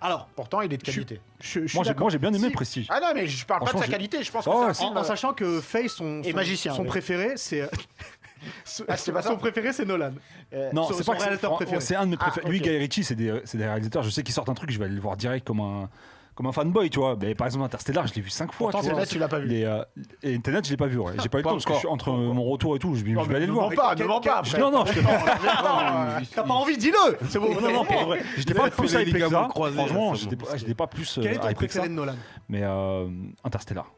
S1: alors,
S5: Pourtant, il est de
S1: Je suis-
S5: qualité.
S1: je, je suis
S2: Moi, j'ai-
S1: d'accord.
S2: moi, j'ai bien aimé
S1: Si-
S2: Prestige.
S5: Ah non, mais je parle pas de sa
S2: Franchement,
S5: qualité. Je pense que
S2: Oh,
S5: c'est un
S2: si,
S5: film,
S1: En, en
S5: euh,
S1: sachant que Faye, son,
S5: Et
S1: son-
S5: magicien,
S1: son
S5: oui.
S1: préféré, c'est.
S5: [laughs]
S1: son-
S5: Ah, c'était pas ça
S1: son préféré, c'est Nolan.
S5: euh,
S2: Non,
S1: Son-
S2: c'est
S1: son
S2: pas que c'est-
S1: réalisateur
S2: fran-
S1: préféré.
S2: C'est un de mes
S5: Ah,
S2: préférés. Lui,
S5: ok.
S2: Guy Ritchie, c'est des, c'est des réalisateurs. Je sais qu'ils sortent un truc, je vais aller le voir direct comme un, comme un fanboy, tu vois. Mais par exemple, Interstellar, je l'ai vu cinq fois.
S5: Pourtant,
S2: tu vois.
S5: celle-là, tu l'as pas vu.
S2: Les, euh, et Internet, je l'ai pas vu. Ouais. J'ai pas eu le
S3: Pas
S2: temps parce que
S3: encore.
S2: je suis entre euh, mon retour et tout. Je, je vais aller le voir.
S5: Ne mens pas, ne mens pas.
S2: Je-
S5: après.
S2: Non, non, je te
S5: Ah,
S1: T'as pas envie, dis-le C'est bon,
S2: Non, non, pour vrai. J'étais pas
S3: Il a fait
S2: plus
S3: les
S2: hype que ça.
S3: ligaments croisés,
S2: Franchement,
S3: là, c'est
S2: j'étais
S3: bon.
S2: pas- j'étais pas plus euh,
S1: Quel est ton
S2: hype que ça.
S1: préféré de Nolan
S2: Mais euh, Interstellar.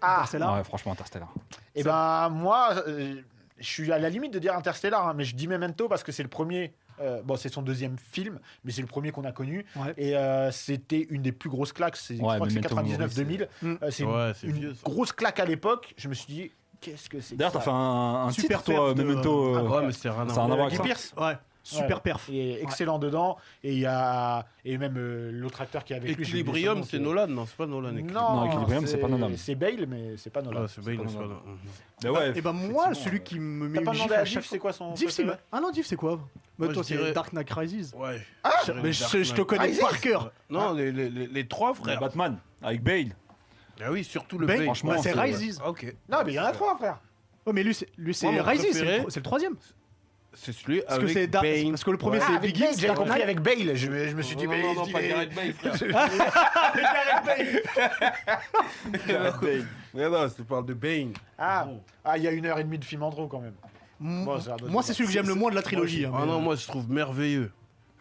S5: Ah,
S1: Interstellar
S2: Ouais, franchement, Interstellar.
S5: Et ben moi, euh, je suis à la limite de dire Interstellar, hein, mais je dis Memento parce que c'est le premier. euh, bon, c'est son deuxième film, mais c'est le premier qu'on a connu.
S1: Ouais.
S5: Et euh, c'était une des plus grosses claques. C'est,
S2: Ouais,
S5: je crois que c'est
S2: Memento Mori,
S5: 99-2000.
S1: Mm.
S5: Euh, c'est une-
S3: Ouais, c'est
S5: une,
S3: vieux, ça.
S5: grosse claque à l'époque. Je me suis dit, qu'est-ce que c'est que
S2: D'ailleurs, t'as
S5: ça
S2: fait un, un
S1: Super
S2: titre, toi,
S1: perf de-
S2: Memento. euh,
S3: Ouais, mais c'est rien
S2: Ça a un
S3: à voir.
S2: avoir
S5: Guy
S2: avec ça.
S5: Pearce
S1: Ouais, super
S5: Ouais.
S1: perf.
S5: il est excellent dedans. Et il y a et même euh, l'autre acteur qui est avec lui, j'ai oublié son
S3: Equilibrium,
S5: nom,
S3: c'est Nolan. Non, c'est pas Nolan.
S5: Non,
S2: Non, Equilibrium, c'est pas Nolan.
S5: C'est Bale, mais c'est pas Nolan.
S3: Ah, c'est Bale,
S2: pas
S3: c'est pas
S2: Nolan.
S3: Nolan.
S2: bah ouais,
S1: Et ben moi,
S5: effectivement,
S1: celui
S5: euh,
S1: qui me met
S5: T'as pas
S1: une
S5: demandé
S1: gifle
S5: à
S1: à
S5: Div,
S1: chaque
S5: c'est quoi son
S1: Div, c'est
S5: préféré
S1: ah non, Div, c'est quoi Bah,
S3: Moi,
S1: Toi,
S3: je
S1: c'est
S3: dirais-
S1: Dark Knight Rises.
S3: Ouais. Je dirais
S1: mais
S3: Dark
S1: je, je te
S3: Knight.
S1: connais
S5: Ah. Rises
S1: par cœur.
S3: Non, les, les, les, les trois frères.
S2: Batman avec Bale.
S3: Ah oui, surtout le
S1: Ben,
S3: Bale.
S2: franchement,
S1: bah, c'est
S2: c'est-
S1: Rises.
S3: Ah, ok.
S5: Non, mais il y en a trois, frère.
S1: Ouais, Oh, mais lui, c'est lui, c'est
S3: Moi, mon
S1: Rises, c'est le
S3: préféré-
S1: tro- c'est le troisième.
S3: C'est celui
S1: Parce que
S3: avec
S1: c'est Dark.
S3: Bane.
S1: Parce que le premier,
S5: Ah,
S1: c'est
S5: avec
S1: Biggie.
S5: Bale, j'ai
S1: Dark
S5: compris
S1: Knight.
S5: avec Bale. Je, je me suis dit, mais il est-
S3: Bale, frère.
S1: [laughs]
S2: Bale.
S3: Mais non, je te parle de Bane.
S5: Ah, ah, il y a une heure et demie de film en trop quand même.
S1: Mm.
S5: Bon, c'est un autre
S1: Moi, c'est
S5: débat.
S1: celui que j'aime le moins de la trilogie.
S3: Ah
S1: hein, mais-
S3: non, moi je trouve merveilleux.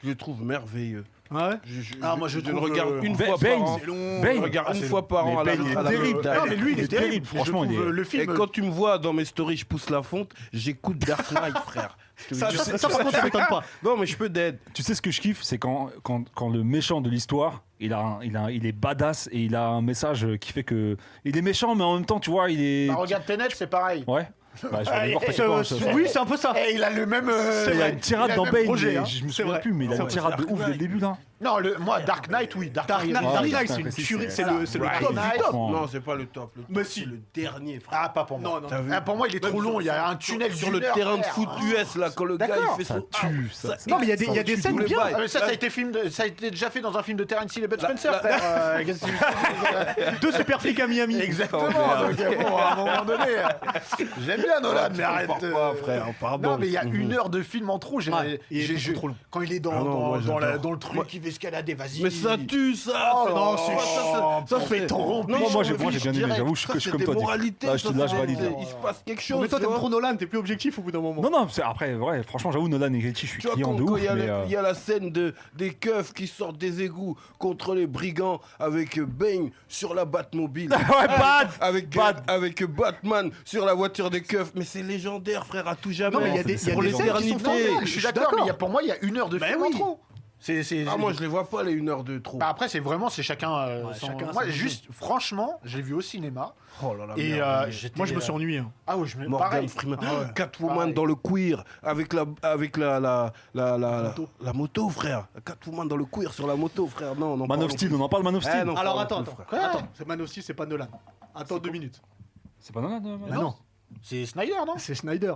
S3: Je le trouve merveilleux.
S1: Ah ouais
S3: Je, je-
S5: Ah, moi, je
S3: le
S5: trouve
S3: regarde
S5: le-
S3: une
S2: Ba-
S3: fois
S2: Bane,
S3: par an.
S2: c'est
S1: long.
S3: Je
S2: Bane.
S3: le regarde
S5: Ah,
S3: une
S5: c'est
S3: fois par an à la
S2: Mais Bane, il est
S3: à la-
S2: terrible.
S3: à la-
S1: Non, mais lui, il est terrible.
S2: Franchement, il
S1: Je
S2: est.
S1: trouve, euh, Le
S3: Et
S1: film.
S3: quand tu me vois dans mes stories, je pousse la fonte, j'écoute Dark Knight, frère. Je te
S1: Ça,
S3: jure.
S1: ça, ça, par contre, ça m'étonne pas.
S3: Non, mais je peux d'aide.
S2: Tu sais ce que je kiffe, c'est quand, quand, quand le méchant de l'histoire, il, a un- il, a un- il est badass et il a un message qui fait que. Il est méchant, mais en même temps, tu vois, il est.
S5: Bah, regarde Tenet, c'est pareil.
S2: Ouais. Bah, je vais aller voir parce que
S1: Ça,
S2: pas,
S1: euh,
S2: ça-
S1: Oui, c'est un peu ça.
S5: Eh, il a le même. euh,
S2: Il y a une
S5: il
S2: tirade
S5: a
S2: dans
S5: le même
S2: Bane,
S5: projet,
S2: mais
S5: hein.
S2: je me
S1: C'est
S2: souviens
S1: vrai.
S2: plus, mais il a
S1: C'est
S2: une
S1: vrai.
S2: tirade de
S3: Dark
S2: ouf dès le
S3: Knight.
S2: début là.
S5: Non, le, moi, Dark Knight, oui. Dark
S1: Dark
S5: Knight.
S1: Knight,
S2: Ouais,
S1: Dark
S2: Ah, putain,
S1: Knight, c'est une
S2: c'est-
S1: tuerie.
S2: c'est-
S1: C'est le c'est le
S3: Right.
S1: top du top.
S2: Franchement.
S3: Non, c'est pas le top. Le top,
S1: Mais si.
S3: c'est le dernier, frère.
S5: Ah, pas pour moi.
S1: Non, non.
S3: T'as vu
S5: Ah, pour moi, il est trop long. Il y a un tunnel
S3: sur
S5: d'une
S3: le
S5: heure,
S3: terrain de
S5: frère.
S3: foot US là quand le gars
S5: D'accord.
S3: il fait
S2: Ça
S3: son
S2: tue, ça-
S1: Non, mais il y a des- il y a des
S3: tue
S1: scènes
S3: le
S1: bien.
S3: bail.
S5: Ah, mais ça, ça a, été film de- ça a été déjà fait dans un film de Terence Hill et Bud Spencer,
S3: la-
S5: frère. Euh, qu'est-ce que tu veux dire
S1: Deux super flics à Miami.
S5: Exactement. donc, bon, à un moment donné, euh, j'aime bien Nolan, mais arrête.
S3: Pardon,
S5: euh,
S3: frère, pardon. Mhm.
S5: Non, mais il y a une heure de film en trop. J'ai,
S1: Ouais, il est
S5: j'ai-
S1: beaucoup
S5: j'ai-
S1: trop long.
S5: Quand il est dans,
S3: Ah non,
S5: dans,
S3: moi,
S5: dans la-
S3: j'adore.
S5: dans le truc, il va escalader, vas-y.
S3: Mais ça tue ça.
S5: Oh
S3: ça-
S5: non,
S3: ça-
S5: c'est
S3: ça-
S5: chiant.
S3: Ça ça
S5: On fait
S3: fait
S5: trop
S3: Non,
S2: Moi, moi, j'ai
S3: je-
S2: moi, j'ai bien aimé,
S3: direct.
S2: j'avoue, je
S3: Ça,
S2: je suis
S3: c'est
S2: comme
S3: des
S2: toi. Dick.
S3: moralités,
S2: Là, je
S3: ça,
S2: te- là, je
S3: c'est des-
S2: valide.
S3: Il se passe quelque chose.
S1: Mais toi,
S3: tu
S1: t'aimes
S3: vois.
S1: trop Nolan, t'es plus objectif au bout d'un moment.
S2: Non, non, c'est- après, ouais, franchement, j'avoue, Nolan et Gritchy, je suis
S3: Tu vois,
S2: client
S3: quand
S2: de
S3: quand
S2: ouf.
S3: il y, a
S2: mais,
S3: la-
S2: euh,
S3: il y a la scène de, des keufs qui sortent des égouts contre les brigands avec euh, Bane sur la Batmobile.
S2: Ouais, Bat
S3: Avec, euh,
S2: Bat.
S3: avec euh, Batman sur la voiture des keufs. Mais c'est légendaire, frère, à tout jamais.
S1: Non, mais il y a
S2: c'est
S1: des, il y a
S2: pour
S1: des
S2: les
S1: scènes qui sont
S3: éternités.
S1: formidables,
S5: Je suis d'accord, mais il y a- pour moi, il y a une heure de
S1: Ben
S5: film
S1: oui.
S5: en trop. C'est, c'est,
S3: Ah, moi, je les vois pas, les 1h de trop.
S5: Bah, après, c'est vraiment, c'est chacun. euh,
S1: Ouais,
S5: son-
S1: chacun
S5: moi,
S1: sa
S5: juste, franchement, j'ai vu au cinéma.
S3: Oh là là,
S5: et
S3: merde,
S5: euh,
S3: merde.
S5: j'étais,
S1: Moi, je me suis
S5: euh,
S1: ennuyé. hein.
S5: Ah oui, je me.
S3: Morgan
S5: pareil.
S3: Freeman.
S5: Ah ouais.
S3: Catwoman
S5: Pareil.
S3: dans le cuir avec la avec la la la la, la-
S1: Moto.
S3: la moto frère. Catwoman dans le cuir sur la moto frère. Non, non.
S2: Man of Steel, on en parle Man
S1: Eh,
S2: of Steel.
S3: non.
S1: Alors
S3: pardon,
S1: attends,
S3: plus,
S1: attends, attends, c'est Man of Steel, c'est pas Nolan. Attends deux minutes.
S2: C'est pas Nolan, euh, Man
S5: Bah
S2: of-
S5: non. C'est Snyder, non
S1: C'est Snyder.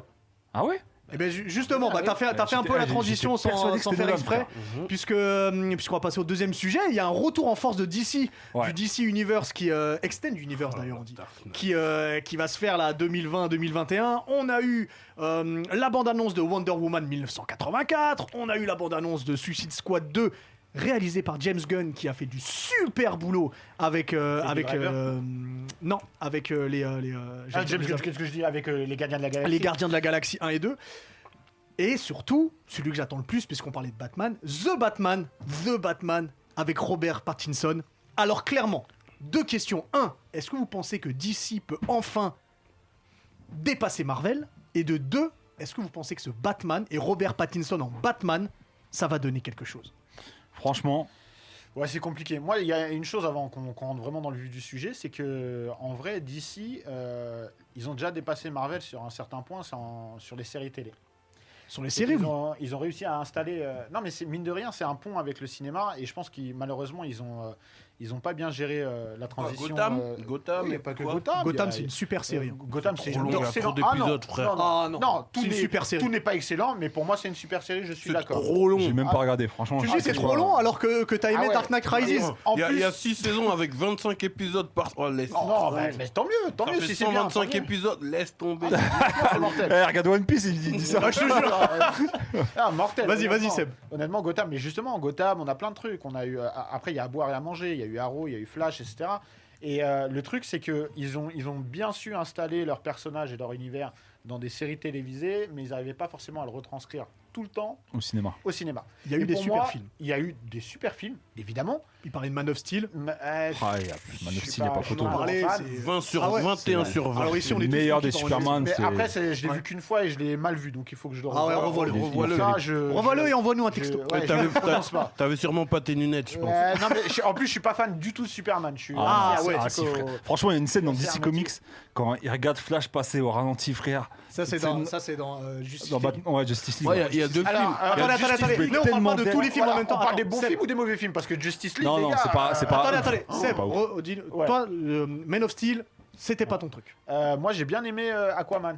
S2: Ah ouais
S1: Et bien justement, bah, t'as fait, t'as
S2: Ouais,
S1: fait un
S2: j'étais-
S1: peu la
S2: j'étais
S1: transition sans,
S2: persuadé que
S1: sans
S2: c'était
S1: faire
S2: Nolan,
S1: exprès,
S3: Mhm.
S1: puisque euh, puisqu'on va passer au deuxième sujet, il y a un retour en force de DC,
S2: Ouais.
S1: du DC Universe qui euh, Extend Universe d'ailleurs on dit,
S5: Ah,
S1: qui euh, qui va se faire là 2020-2021. On a eu euh, la bande annonce de Wonder Woman 1984, on a eu la bande annonce de Suicide Squad 2 réalisé par James Gunn qui a fait du super boulot avec euh,
S5: Baby
S1: avec
S5: Driver
S1: euh, non avec euh, les euh, les euh,
S5: Ah,
S1: j'allais dire
S5: James
S1: les
S5: Gunn, qu'est-ce que je dis avec euh, les gardiens de la galaxie
S1: Ah, les Gardiens de la Galaxie 1 et 2. Et surtout, celui que j'attends le plus, puisqu'on parlait de Batman, The Batman, The Batman, avec Robert Pattinson. Alors clairement, Deux questions. Un, est-ce que vous pensez que DC peut enfin dépasser Marvel Et de deux, est-ce que vous pensez que ce Batman et Robert Pattinson en Batman, ça va donner quelque chose
S2: Franchement,
S5: Ouais, c'est compliqué. Moi, il y a une chose avant qu'on qu'on rentre vraiment dans le vif du sujet, c'est que en vrai, d'ici, ils ont déjà dépassé Marvel sur un certain point, c'est en- sur les séries télé.
S1: Sur les séries,
S5: ils
S1: oui.
S5: ont, ils ont réussi à installer. euh, Non, mais c'est- mine de rien, c'est un pont avec le cinéma, et je pense qu'ils malheureusement, ils ont, euh, ils ont pas bien géré euh, la
S3: Quoi,
S5: transition.
S3: Gotham
S5: euh,
S3: Gotham
S5: il n'y a
S3: et
S5: pas que
S3: quoi
S5: Gotham. il y
S1: Gotham,
S5: a-
S1: c'est une super série.
S5: euh,
S1: hein.
S5: Gotham, c'est
S3: trop long,
S5: une
S3: il y a
S5: excellente-
S3: trop
S5: Ah, non,
S3: d'épisodes, frère.
S5: Non,
S1: Ah, non.
S5: non, non, tout
S1: C'est une
S5: n'est-
S1: super série.
S5: Tout n'est pas excellent, mais pour moi, c'est une super série. Je suis
S3: C'est
S5: d'accord.
S3: trop long.
S2: j'ai même
S5: Ah.
S2: pas regardé. Franchement,
S1: Tu
S2: je-
S1: dis c'est trop long alors que, que t'as aimé
S5: Ah ouais.
S1: Dark Knight Rises
S5: En
S3: Il y a-
S5: plus-
S3: il y a 6 saisons avec 25 épisodes par. Oh, laisse
S5: Non,
S3: tomber.
S5: mais, mais tant mieux, tant
S3: Ça
S5: mieux
S3: fait
S5: si c'est bien.
S3: 125
S5: tant mieux.
S3: épisodes, laisse tomber.
S5: Ah, c'est mortel.
S2: Eh, regarde One Piece, il dit, il dit ça.
S1: Ah, [laughs] je te jure
S5: Ah, mortel.
S1: Vas-y, vas-y,
S5: honnêtement.
S1: Seb.
S5: Honnêtement, Gotham, mais justement, Gotham, on a plein de trucs. On a eu, euh, après, il y a à boire et à manger. Il y a eu Arrow, il y a eu Flash, etc. Et euh, le truc, c'est que ils ont, ils ont bien su installer leurs personnages et leur univers dans des séries télévisées, mais ils n'arrivaient pas forcément à le retranscrire tout le temps
S2: Au cinéma.
S5: au cinéma.
S1: Il y a eu
S5: Et
S1: des
S5: pour
S1: super
S5: moi,
S1: films.
S5: Il y a eu des super films, évidemment.
S1: Il parlait de Man of Steel.
S5: mais, euh,
S2: Ah, il y a Man
S5: je
S2: of
S5: suis
S2: Steel, il n'y a pas
S5: je suis
S2: photo.
S1: On en
S5: un
S1: parlait,
S5: grand fan.
S1: c'est-
S3: 20 sur
S1: Ah ouais,
S3: 21
S2: c'est
S3: sur 20.
S1: Alors ici, on est
S2: Le
S1: tous
S2: meilleur
S1: ceux
S2: des
S1: qui parlent en anglais.
S2: Superman, c'est.
S5: Mais après, c'est- je l'ai
S1: Ouais.
S5: vu qu'une fois et je l'ai mal vu, donc il faut que je le
S1: Ah ouais,
S5: revoie.
S1: revois-le.
S2: Il est- il est
S5: Revois-le.
S2: terrible.
S5: Ça, je-
S1: Revois-le et envoie-nous un
S5: je-
S1: texto.
S5: ouais, je
S3: T'avais-
S5: le prononce pas.
S3: T'avais sûrement pas tes lunettes, je pense.
S5: Euh, non, mais je- en plus, je suis pas fan du tout de Superman. Je suis
S1: Ah, ouais,
S5: c'est
S2: si,
S5: qu'au-
S2: frère. Franchement, il y a une scène dans
S5: C'est
S2: DC
S5: un
S2: Comics quand il regarde Flash passer au ralenti, frère.
S1: Ça, c'est
S2: C'est
S1: dans,
S2: une-
S1: ça, c'est dans euh, Justice
S2: Dans
S1: League.
S2: Batman. Ouais, Justice League.
S3: Ouais, il y a- il y, a deux
S5: Alors,
S3: films.
S5: euh,
S3: Il y a
S1: Attendez,
S3: Justice
S1: attendez, attendez.
S2: League
S1: Nous, on parle pas
S2: tellement
S1: de tous les
S2: derrière.
S1: films en même temps.
S5: On parle des
S1: Attends,
S5: bons
S1: Seb.
S5: films ou des mauvais films Parce que Justice League.
S2: Non,
S5: les
S2: non,
S5: gars,
S2: c'est pas-
S5: euh,
S2: c'est pas-
S1: Attendez, attendez.
S2: c'est
S1: Seb,
S2: pas ouf.
S1: re- dis-
S5: Ouais.
S1: toi, euh, Man of Steel, c'était pas ton truc.
S5: euh, moi, j'ai bien aimé euh, Aquaman.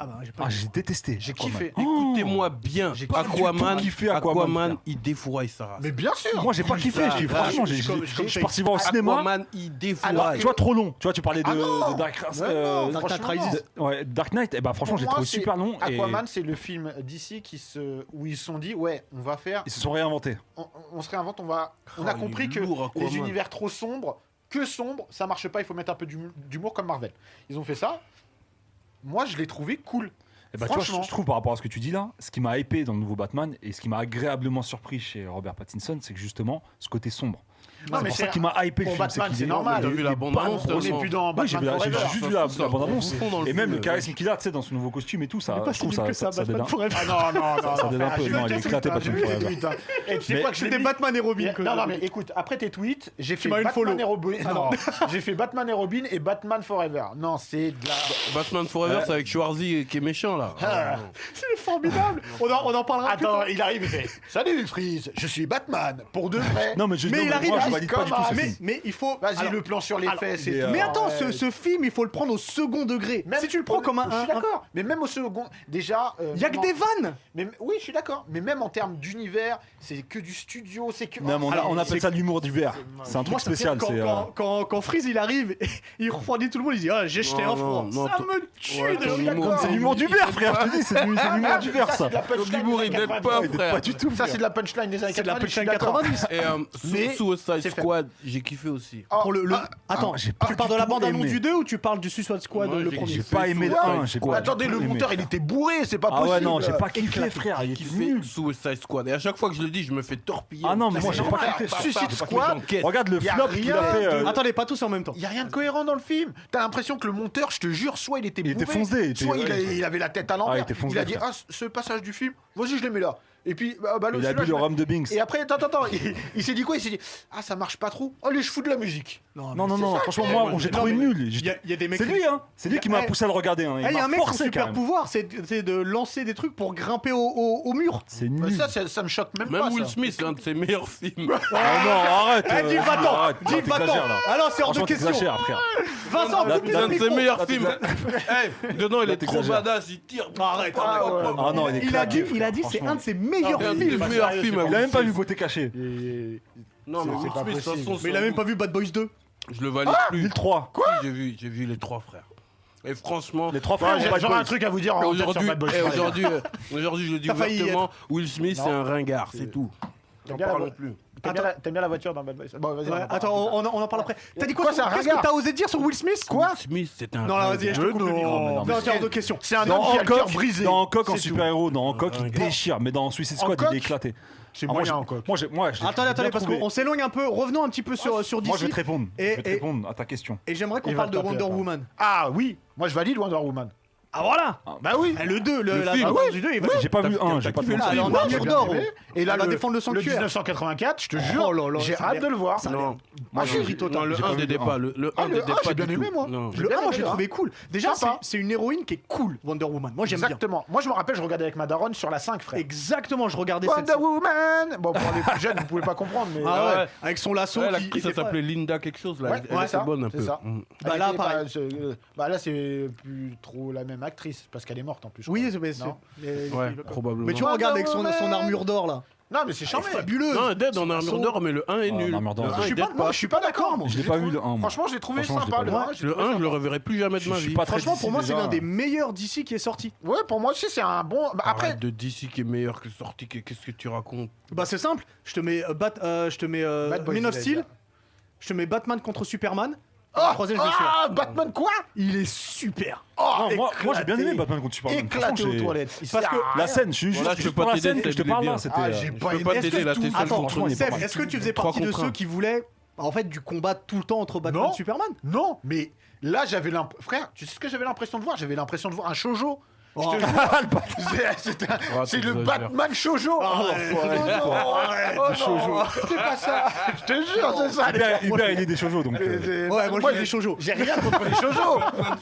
S1: Ah bah, j'ai pas.
S2: Ah, j'ai détesté.
S5: J'ai
S2: Aquaman.
S5: kiffé.
S3: Écoutez-moi bien.
S5: J'ai pas du tout
S3: Aquaman,
S2: kiffé Aquaman,
S3: Aquaman,
S2: frère.
S3: il défouraille Sarah.
S5: Mais bien sûr
S2: Moi, j'ai pas kiffé. j'ai-
S3: vache,
S2: Franchement,
S1: je
S2: j'ai-
S1: suis comme- je
S2: j'ai-
S1: suis comme
S2: je suis
S1: Faye.
S2: parti voir au cinéma.
S3: Aquaman, il
S5: Alors,
S3: défouraille.
S2: Tu vois, trop long. Tu vois, tu parlais de,
S5: Ah non
S2: de Dark,
S5: non,
S2: euh,
S5: Dark Knight
S1: franchement,
S5: Rises.
S1: non.
S2: de- ouais, Dark Knight. Et bah, franchement,
S5: Pour
S2: j'ai
S5: moi,
S2: trouvé
S5: c'est-
S2: super long. Et
S5: Aquaman, c'est le film d'ici qui se... où ils se sont dit ouais, on va faire.
S2: ils se sont réinventés.
S5: On, on se réinvente, on va. On a
S3: Oh, il est
S5: compris que
S3: lourd, Aquaman.
S5: les univers trop sombres, que sombres, ça marche pas, il faut mettre un peu d'hum- d'humour comme Marvel. Ils ont fait ça. Moi, je l'ai trouvé cool.
S2: Et bah, tu vois, je,
S5: Franchement.
S2: je trouve par rapport à ce que tu dis là, ce qui m'a hypé dans le nouveau Batman et ce qui m'a agréablement surpris chez Robert Pattinson, c'est que justement ce côté sombre.
S5: Non,
S2: c'est
S5: mais
S2: pour
S5: c'est-
S2: ça qui m'a hypé le
S5: Bon,
S2: film.
S5: Batman,
S2: qu'il
S5: c'est
S2: est-
S5: normal.
S2: il
S3: T'as
S2: est-
S3: vu
S2: il
S3: la
S2: est
S3: bande annonce,
S2: balance-
S5: On n'est
S3: Seulement.
S5: plus dans
S2: Ouais, j'ai
S5: Batman
S2: vu la- j'ai
S5: Forever.
S2: juste
S3: Ça
S2: vu la,
S3: sort,
S2: la
S3: ça
S2: bande annonce.
S3: sort dans le euh,
S2: Et même
S3: film,
S2: le charisme qu'il a, tu sais, dans son nouveau costume et tout,
S1: Il est
S2: ça,
S1: pas
S2: je
S1: si
S2: trouve
S1: nul
S2: ça,
S1: que ça,
S2: ça, ça
S1: Batman
S2: déteint.
S1: Forever.
S5: Ah non, non, non.
S2: Ça donne un
S5: frère,
S2: peu-
S5: j'ai
S2: non,
S5: vu
S2: il est
S5: tes
S2: éclaté, Patrick
S5: tweets, hein, j'ai vu
S2: Poivre.
S5: tes tweets, hein. Et tu sais
S2: Mais-
S5: quoi que je l'ai
S1: C'était
S5: mis
S1: Batman et Robin. que-
S5: Non, non, mais écoute, après tes tweets, j'ai fait
S1: m'as
S5: Batman
S1: unfollow.
S5: et Robin.
S1: Ah
S5: non, [laughs] j'ai fait Batman et Robin et Batman Forever. Non, c'est de la.
S3: euh, Batman
S2: Hein
S3: Forever, c'est avec Schwarzy qui est méchant là.
S5: Ah.
S1: C'est formidable. On en, on en parlera plus
S5: Attends,
S1: tard.
S5: il arrive. il fait, Salut Freeze, je suis Batman pour de vrai.
S2: Non, mais je
S1: Mais
S2: non,
S1: il
S2: mais
S1: arrive
S2: moi, je
S1: juste
S2: valide pas du tout
S5: comme
S2: ce
S5: un-
S1: mais,
S2: film.
S1: mais il faut.
S5: Vas-y,
S1: alors-
S5: le plan sur les
S1: alors,
S5: fesses.
S2: il
S5: et
S2: est,
S5: tout.
S2: euh,
S1: Mais attends, ce,
S5: Ouais.
S1: ce film, il faut le prendre au second degré.
S5: Même
S1: si tu le prends comme un.
S5: Je suis
S1: un- un-
S5: d'accord, mais même au second. Déjà. euh,
S1: Il y a que
S5: non.
S1: des vannes.
S5: Mais oui, je suis d'accord. Mais même en termes d'univers, c'est que du studio, c'est que.
S2: Non, mais on, a-
S1: Alors,
S2: on appelle
S1: c'est-
S2: ça de l'humour du verre. C'est un truc
S1: Moi, ça me fait
S2: spécial.
S1: Quand,
S2: c'est, euh,
S1: quand, quand, quand Freeze il arrive, [laughs] il refroidit tout le monde, il dit Ah, j'ai jeté
S3: Non,
S1: un froid.
S3: non, non,
S1: ça
S3: ton-
S1: me tue
S3: ouais,
S1: de
S3: ton
S1: je suis
S3: humour,
S1: d'accord.
S2: C'est
S3: il-
S2: l'humour du
S3: il-
S2: verre, frère, je te dis, c'est du- c'est l'humour du verre, ça.
S5: c'est de la punchline
S3: L'humour,
S5: des
S3: il
S5: années
S3: date
S5: 90.
S3: pas, frère.
S2: Pas du tout.
S5: Ça, c'est de la punchline des années
S1: C'est de la
S5: 90. je
S1: punchline
S5: suis
S1: 90.
S5: d'accord.
S3: Et euh, Su-
S5: Mais-
S3: Suicide
S5: c'est fait.
S3: Squad, j'ai kiffé aussi.
S5: Oh,
S1: Pour le, le-
S5: ah,
S1: Attends,
S2: ah, j'ai pas
S1: tu parles
S2: du
S1: de la
S2: tout
S1: bande annonce
S2: aimé.
S1: du 2 ou tu parles du Suicide Squad,
S3: Moi,
S1: le
S3: j'ai-
S1: premier
S2: J'ai pas aimé le
S3: Ouais,
S2: 1, j'ai
S3: mais
S2: euh, pas
S5: Attendez,
S2: j'ai
S5: le
S2: pas aimé.
S5: monteur, il était bourré, c'est pas
S2: Ah
S5: possible.
S2: ouais, non, j'ai pas kiffé, frère, il
S3: J'ai
S2: était
S3: kiffé
S2: nul.
S3: Suicide Squad. Et à chaque fois que je le dis, je me fais torpiller.
S2: Ah non, mais moi,
S3: C'est
S2: j'ai pas
S3: normal.
S2: kiffé.
S3: Paf, paf,
S5: Suicide
S3: paf,
S5: Squad,
S3: j'encaisse.
S2: Regarde le
S5: Y a
S2: flop qu'il a
S5: rien
S2: fait. euh,
S1: Attendez, pas tous en même temps.
S5: Il y a rien de cohérent dans le film. T'as l'impression que le monteur, je te jure, soit il était
S2: Il était
S5: bourré,
S2: foncé, il était-
S5: soit il, a-
S2: ouais.
S5: il avait la tête à l'envers.
S2: Ah, il était foncé,
S5: a dit
S2: frère.
S5: ah, ce- ce passage du film, vas-y, je les mets là. Et puis bah, bah,
S2: Il a
S5: celui-là,
S2: bu
S5: je
S2: le
S5: l'ai-
S2: rhum de Binks.
S5: Et après, attends, attends, attends, il, il s'est dit quoi Il s'est dit ah ça marche pas trop. Oh les chevaux de la musique.
S2: Non, non, non, franchement, moi, j'ai trouvé
S1: mais
S2: nul.
S1: Il y,
S2: J'ai-
S1: a- il y a des mecs.
S2: C'est
S1: qui-
S2: lui, hein. C'est lui qui m'a
S1: Eh,
S2: poussé à le regarder. hein.
S1: Eh, Il y a
S2: m'a
S1: un mec son
S2: forcé,
S1: super
S2: carrément.
S1: pouvoir, c'est c'est de lancer des trucs pour grimper au, au- au mur.
S2: C'est
S5: Bah,
S2: nul.
S5: ça, ça, ça me choque même, pas.
S3: Même Will
S5: ça.
S3: Smith, l'un de ses
S2: [laughs]
S3: meilleurs films.
S2: Ah non, arrête.
S1: Eh,
S2: euh,
S1: dis va-t'en,
S2: arrête,
S1: dis
S2: t'exagères, là.
S1: va-t'en. Alors, c'est hors de
S2: Franchement,
S1: question.
S2: t'exagères, frère.
S1: Vincent,
S2: Là,
S1: coupe
S2: là,
S1: le
S3: L'un de ses
S1: micro.
S3: meilleurs
S2: Là, t'es-
S3: films. Eh, dedans, il
S2: Là,
S3: est trop
S2: t'exagères.
S3: badass, il tire.
S1: Arrête,
S3: Ah,
S1: arrête.
S3: ouais.
S2: Ah non, il est
S1: Il a dit,
S2: claqué,
S1: il a
S2: frère,
S1: dit, c'est
S2: franchement.
S1: un de ses meilleurs
S3: L'un
S1: films.
S3: des meilleurs films. à
S2: Il a même pas
S3: Will
S2: vu côté caché.
S3: Non, mais Will Smith, de toute façon,
S1: Mais il a
S3: son-
S1: même pas vu Bad Boys 2.
S3: Je le valide plus.
S2: 1003.
S3: Oui, j'ai vu, j'ai vu les trois frères. Et franchement,
S2: Les trois frères,
S5: J'ai-
S2: ont pas de
S5: J'aurais
S2: boys.
S5: un truc à vous dire en retard sur
S3: aujourd'hui,
S5: Bad Boys.
S3: eh, aujourd'hui, euh, aujourd'hui, je le dis
S1: T'as failli y
S3: ouvertement, Will Smith,
S5: Non.
S3: c'est un ringard, c'est tout. J'en
S5: J'en parle
S3: parle plus.
S5: T'aimes bien,
S1: Attends.
S5: la- t'aimes bien la voiture dans Bad Boys Euh, Bon, vas-y. on en
S1: Ouais,
S5: parle.
S1: attends, on, on en- on en parle après. T'as dit quoi,
S5: Quoi,
S1: sur-
S5: c'est un
S1: Qu'est-ce que
S5: ringard
S1: t'as osé dire sur Will Smith
S5: Quoi
S3: Smith, c'est un.
S1: Non, là, vas-y, je te coupe le micro.
S2: mais non,
S1: Non,
S2: mais
S1: c'est hors de question.
S5: C'est un
S2: Dans
S5: homme qui a le cœur
S2: Hancock,
S5: brisé.
S2: dans Hancock en
S5: C'est tout.
S2: super-héros, dans Hancock, il
S3: Hancock.
S2: déchire, mais dans Suicide Squad, il
S5: Hancock
S2: est éclaté. Ah,
S5: C'est
S2: moi,
S5: moyen
S2: j'ai-
S5: encore.
S2: moi, j'ai- moi, je l'ai- je
S1: Attendez,
S2: l'ai
S1: attendez,
S2: bien
S1: parce
S2: trouvé.
S1: qu'on s'éloigne un peu. Revenons un petit peu sur, sur DC.
S2: Moi, je vais te répondre.
S1: Et-
S2: je vais te
S1: et-
S2: répondre à ta question.
S1: Et j'aimerais qu'on
S5: Il
S1: parle
S5: va
S1: de
S5: taper,
S1: Wonder
S5: attends.
S1: Woman.
S5: Ah oui, moi je valide Wonder Woman.
S1: Ah voilà
S5: Bah oui.
S1: Eh, Le 2, le,
S3: Le
S1: la
S3: film.
S1: bande du 2, il va.
S2: J'ai pas vu un, j'ai pas
S1: vu
S2: vu
S1: là,
S2: un.
S1: alors,
S5: Moi,
S1: en
S5: j'ai
S1: armure
S5: bien
S1: d'or.
S5: aimé. Et là,
S1: Elle va
S5: le,
S1: défendre le sanctuaire.
S5: 1984, je te
S1: Oh là là,
S5: jure, j'ai
S1: ça a
S5: hâte
S1: l'air-
S5: de le voir.
S1: ça a l'air-
S3: Non,
S1: Moi, j'ai-
S3: non, le
S2: j'ai pas
S3: 1
S2: vu le
S3: n'était
S2: un.
S3: pas. Le le
S5: Ah,
S3: 1
S5: le
S3: n'était
S5: un,
S3: pas.
S5: j'ai bien
S3: du
S5: aimé,
S3: tout.
S5: moi.
S3: Non.
S5: Je l'ai
S1: Le
S5: bien
S1: 1, moi, j'ai
S5: aimé,
S1: trouvé cool. Déjà, c'est
S5: Sympa.
S1: c'est une héroïne qui est cool, Wonder Woman. Moi, j'aime bien.
S5: Exactement. Moi je me rappelle, je regardais avec ma daronne sur la 5, frère.
S1: Exactement, je regardais
S5: Wonder
S1: cette
S5: Woman Bon, pour les plus jeunes, vous pouvez pas comprendre, mais.
S1: Ah ouais,
S3: ouais.
S1: avec son lasso
S3: Ouais,
S1: qui
S3: l'actrice, ça
S1: était pas-
S3: s'appelait Linda quelque chose, là.
S5: Ouais,
S3: Elle
S5: ouais,
S3: était
S5: ça,
S3: bonne un
S5: c'est
S3: peu.
S5: ça.
S3: Mm.
S1: Bah
S5: Elle
S1: là,
S5: était
S1: pareil.
S5: pas- ce- bah là, c'est plus trop la même actrice parce qu'elle est morte en plus. je
S1: Oui,
S5: crois.
S1: mais c'est-
S5: non.
S1: mais-
S3: Ouais, probablement.
S1: Mais tu vois,
S5: Wonder
S1: regarde avec son,
S5: Woman.
S1: son armure d'or là.
S5: non,
S1: Ah,
S5: mais c'est
S1: Elle est
S5: charmé.
S1: fabuleuse.
S3: Non, Dead, on a un mur
S1: Son-
S3: d'or, mais le 1 est
S2: Ah,
S3: nul.
S2: Armure d'or,
S3: Le
S2: ouais.
S3: un,
S1: Je suis
S3: il
S1: pas,
S3: date
S1: moi, je suis pas d'accord. moi.
S2: Je l'ai pas vu le 1.
S5: Franchement, je l'ai trouvé
S2: Franchement, je l'ai
S5: sympa.
S2: pas
S5: Le
S2: vu.
S5: 1, je l'ai
S3: Le
S5: trouvé
S3: 1, je le reverrai plus jamais de
S2: Je
S3: ma
S2: suis
S3: vie.
S2: pas très hein.
S1: Franchement, pour moi, c'est
S2: d'ici
S1: l'un des
S2: déjà.
S1: meilleurs d'ici qui est sorti.
S5: sympa. Ouais, pour moi aussi, c'est un bon. bah,
S3: Après.
S5: après,
S3: Arrête de DC qui est meilleur que sorti, que- qu'est-ce que tu racontes
S1: Bah c'est simple. Je te mets, euh, Bat, euh, je te mets euh,
S5: Bad Boys,
S1: Man of
S5: il a
S1: Steel.
S5: dit.
S1: Je te mets Batman contre Superman.
S5: Oh,
S1: Le troisième, je le suis.
S5: ah, Batman quoi
S1: Il est super.
S5: oh,
S2: Non, Ah, moi, moi, j'ai bien aimé
S5: éclaté.
S2: Batman contre Superman.
S5: Éclaté
S2: Franchement,
S5: aux
S2: j'ai-
S5: toilettes. Il
S1: Parce
S5: sert
S1: que
S5: à
S2: La
S5: rien.
S2: scène, je suis juste
S3: Voilà, je peux
S2: pour
S3: pas
S2: la scène
S3: t'aider,
S2: que je te
S3: t'as dit
S2: parle
S3: bien.
S2: là, c'était.
S5: Ah,
S2: euh,
S5: j'ai
S3: Je
S5: pas
S3: peux pas
S5: aimé.
S1: Est-ce
S3: t'aider
S1: que
S3: là,
S1: tout-
S3: t'es seul
S1: Attends,
S3: contre
S1: franchement,
S3: nous.
S1: Seb, est-ce que tu faisais
S3: Trois
S1: partie de
S3: contre
S1: ceux
S3: un.
S1: qui voulaient, bah, en fait, du combat tout le temps entre Batman
S5: Non.
S1: et Superman
S5: Non, mais là, j'avais l'impression. Frère, tu sais ce que j'avais l'impression de voir J'avais l'impression de voir un shoujo. [laughs] Je te
S1: Oh.
S5: jure. C'est- c'est un-
S2: Oh,
S3: Ah,
S5: C'est le
S3: t'exagères.
S5: Batman shoujo.
S1: Ah,
S5: Oh,
S1: ouais.
S5: non, non, oh, non, C'est pas ça. Je te jure, c'est ça. les gars.
S2: Hubert, Hubert, il est des shoujo donc. euh,
S5: C'est-
S1: Ouais, moi, je fais
S5: j'ai-
S1: des shoujo.
S2: [laughs]
S5: J'ai rien contre les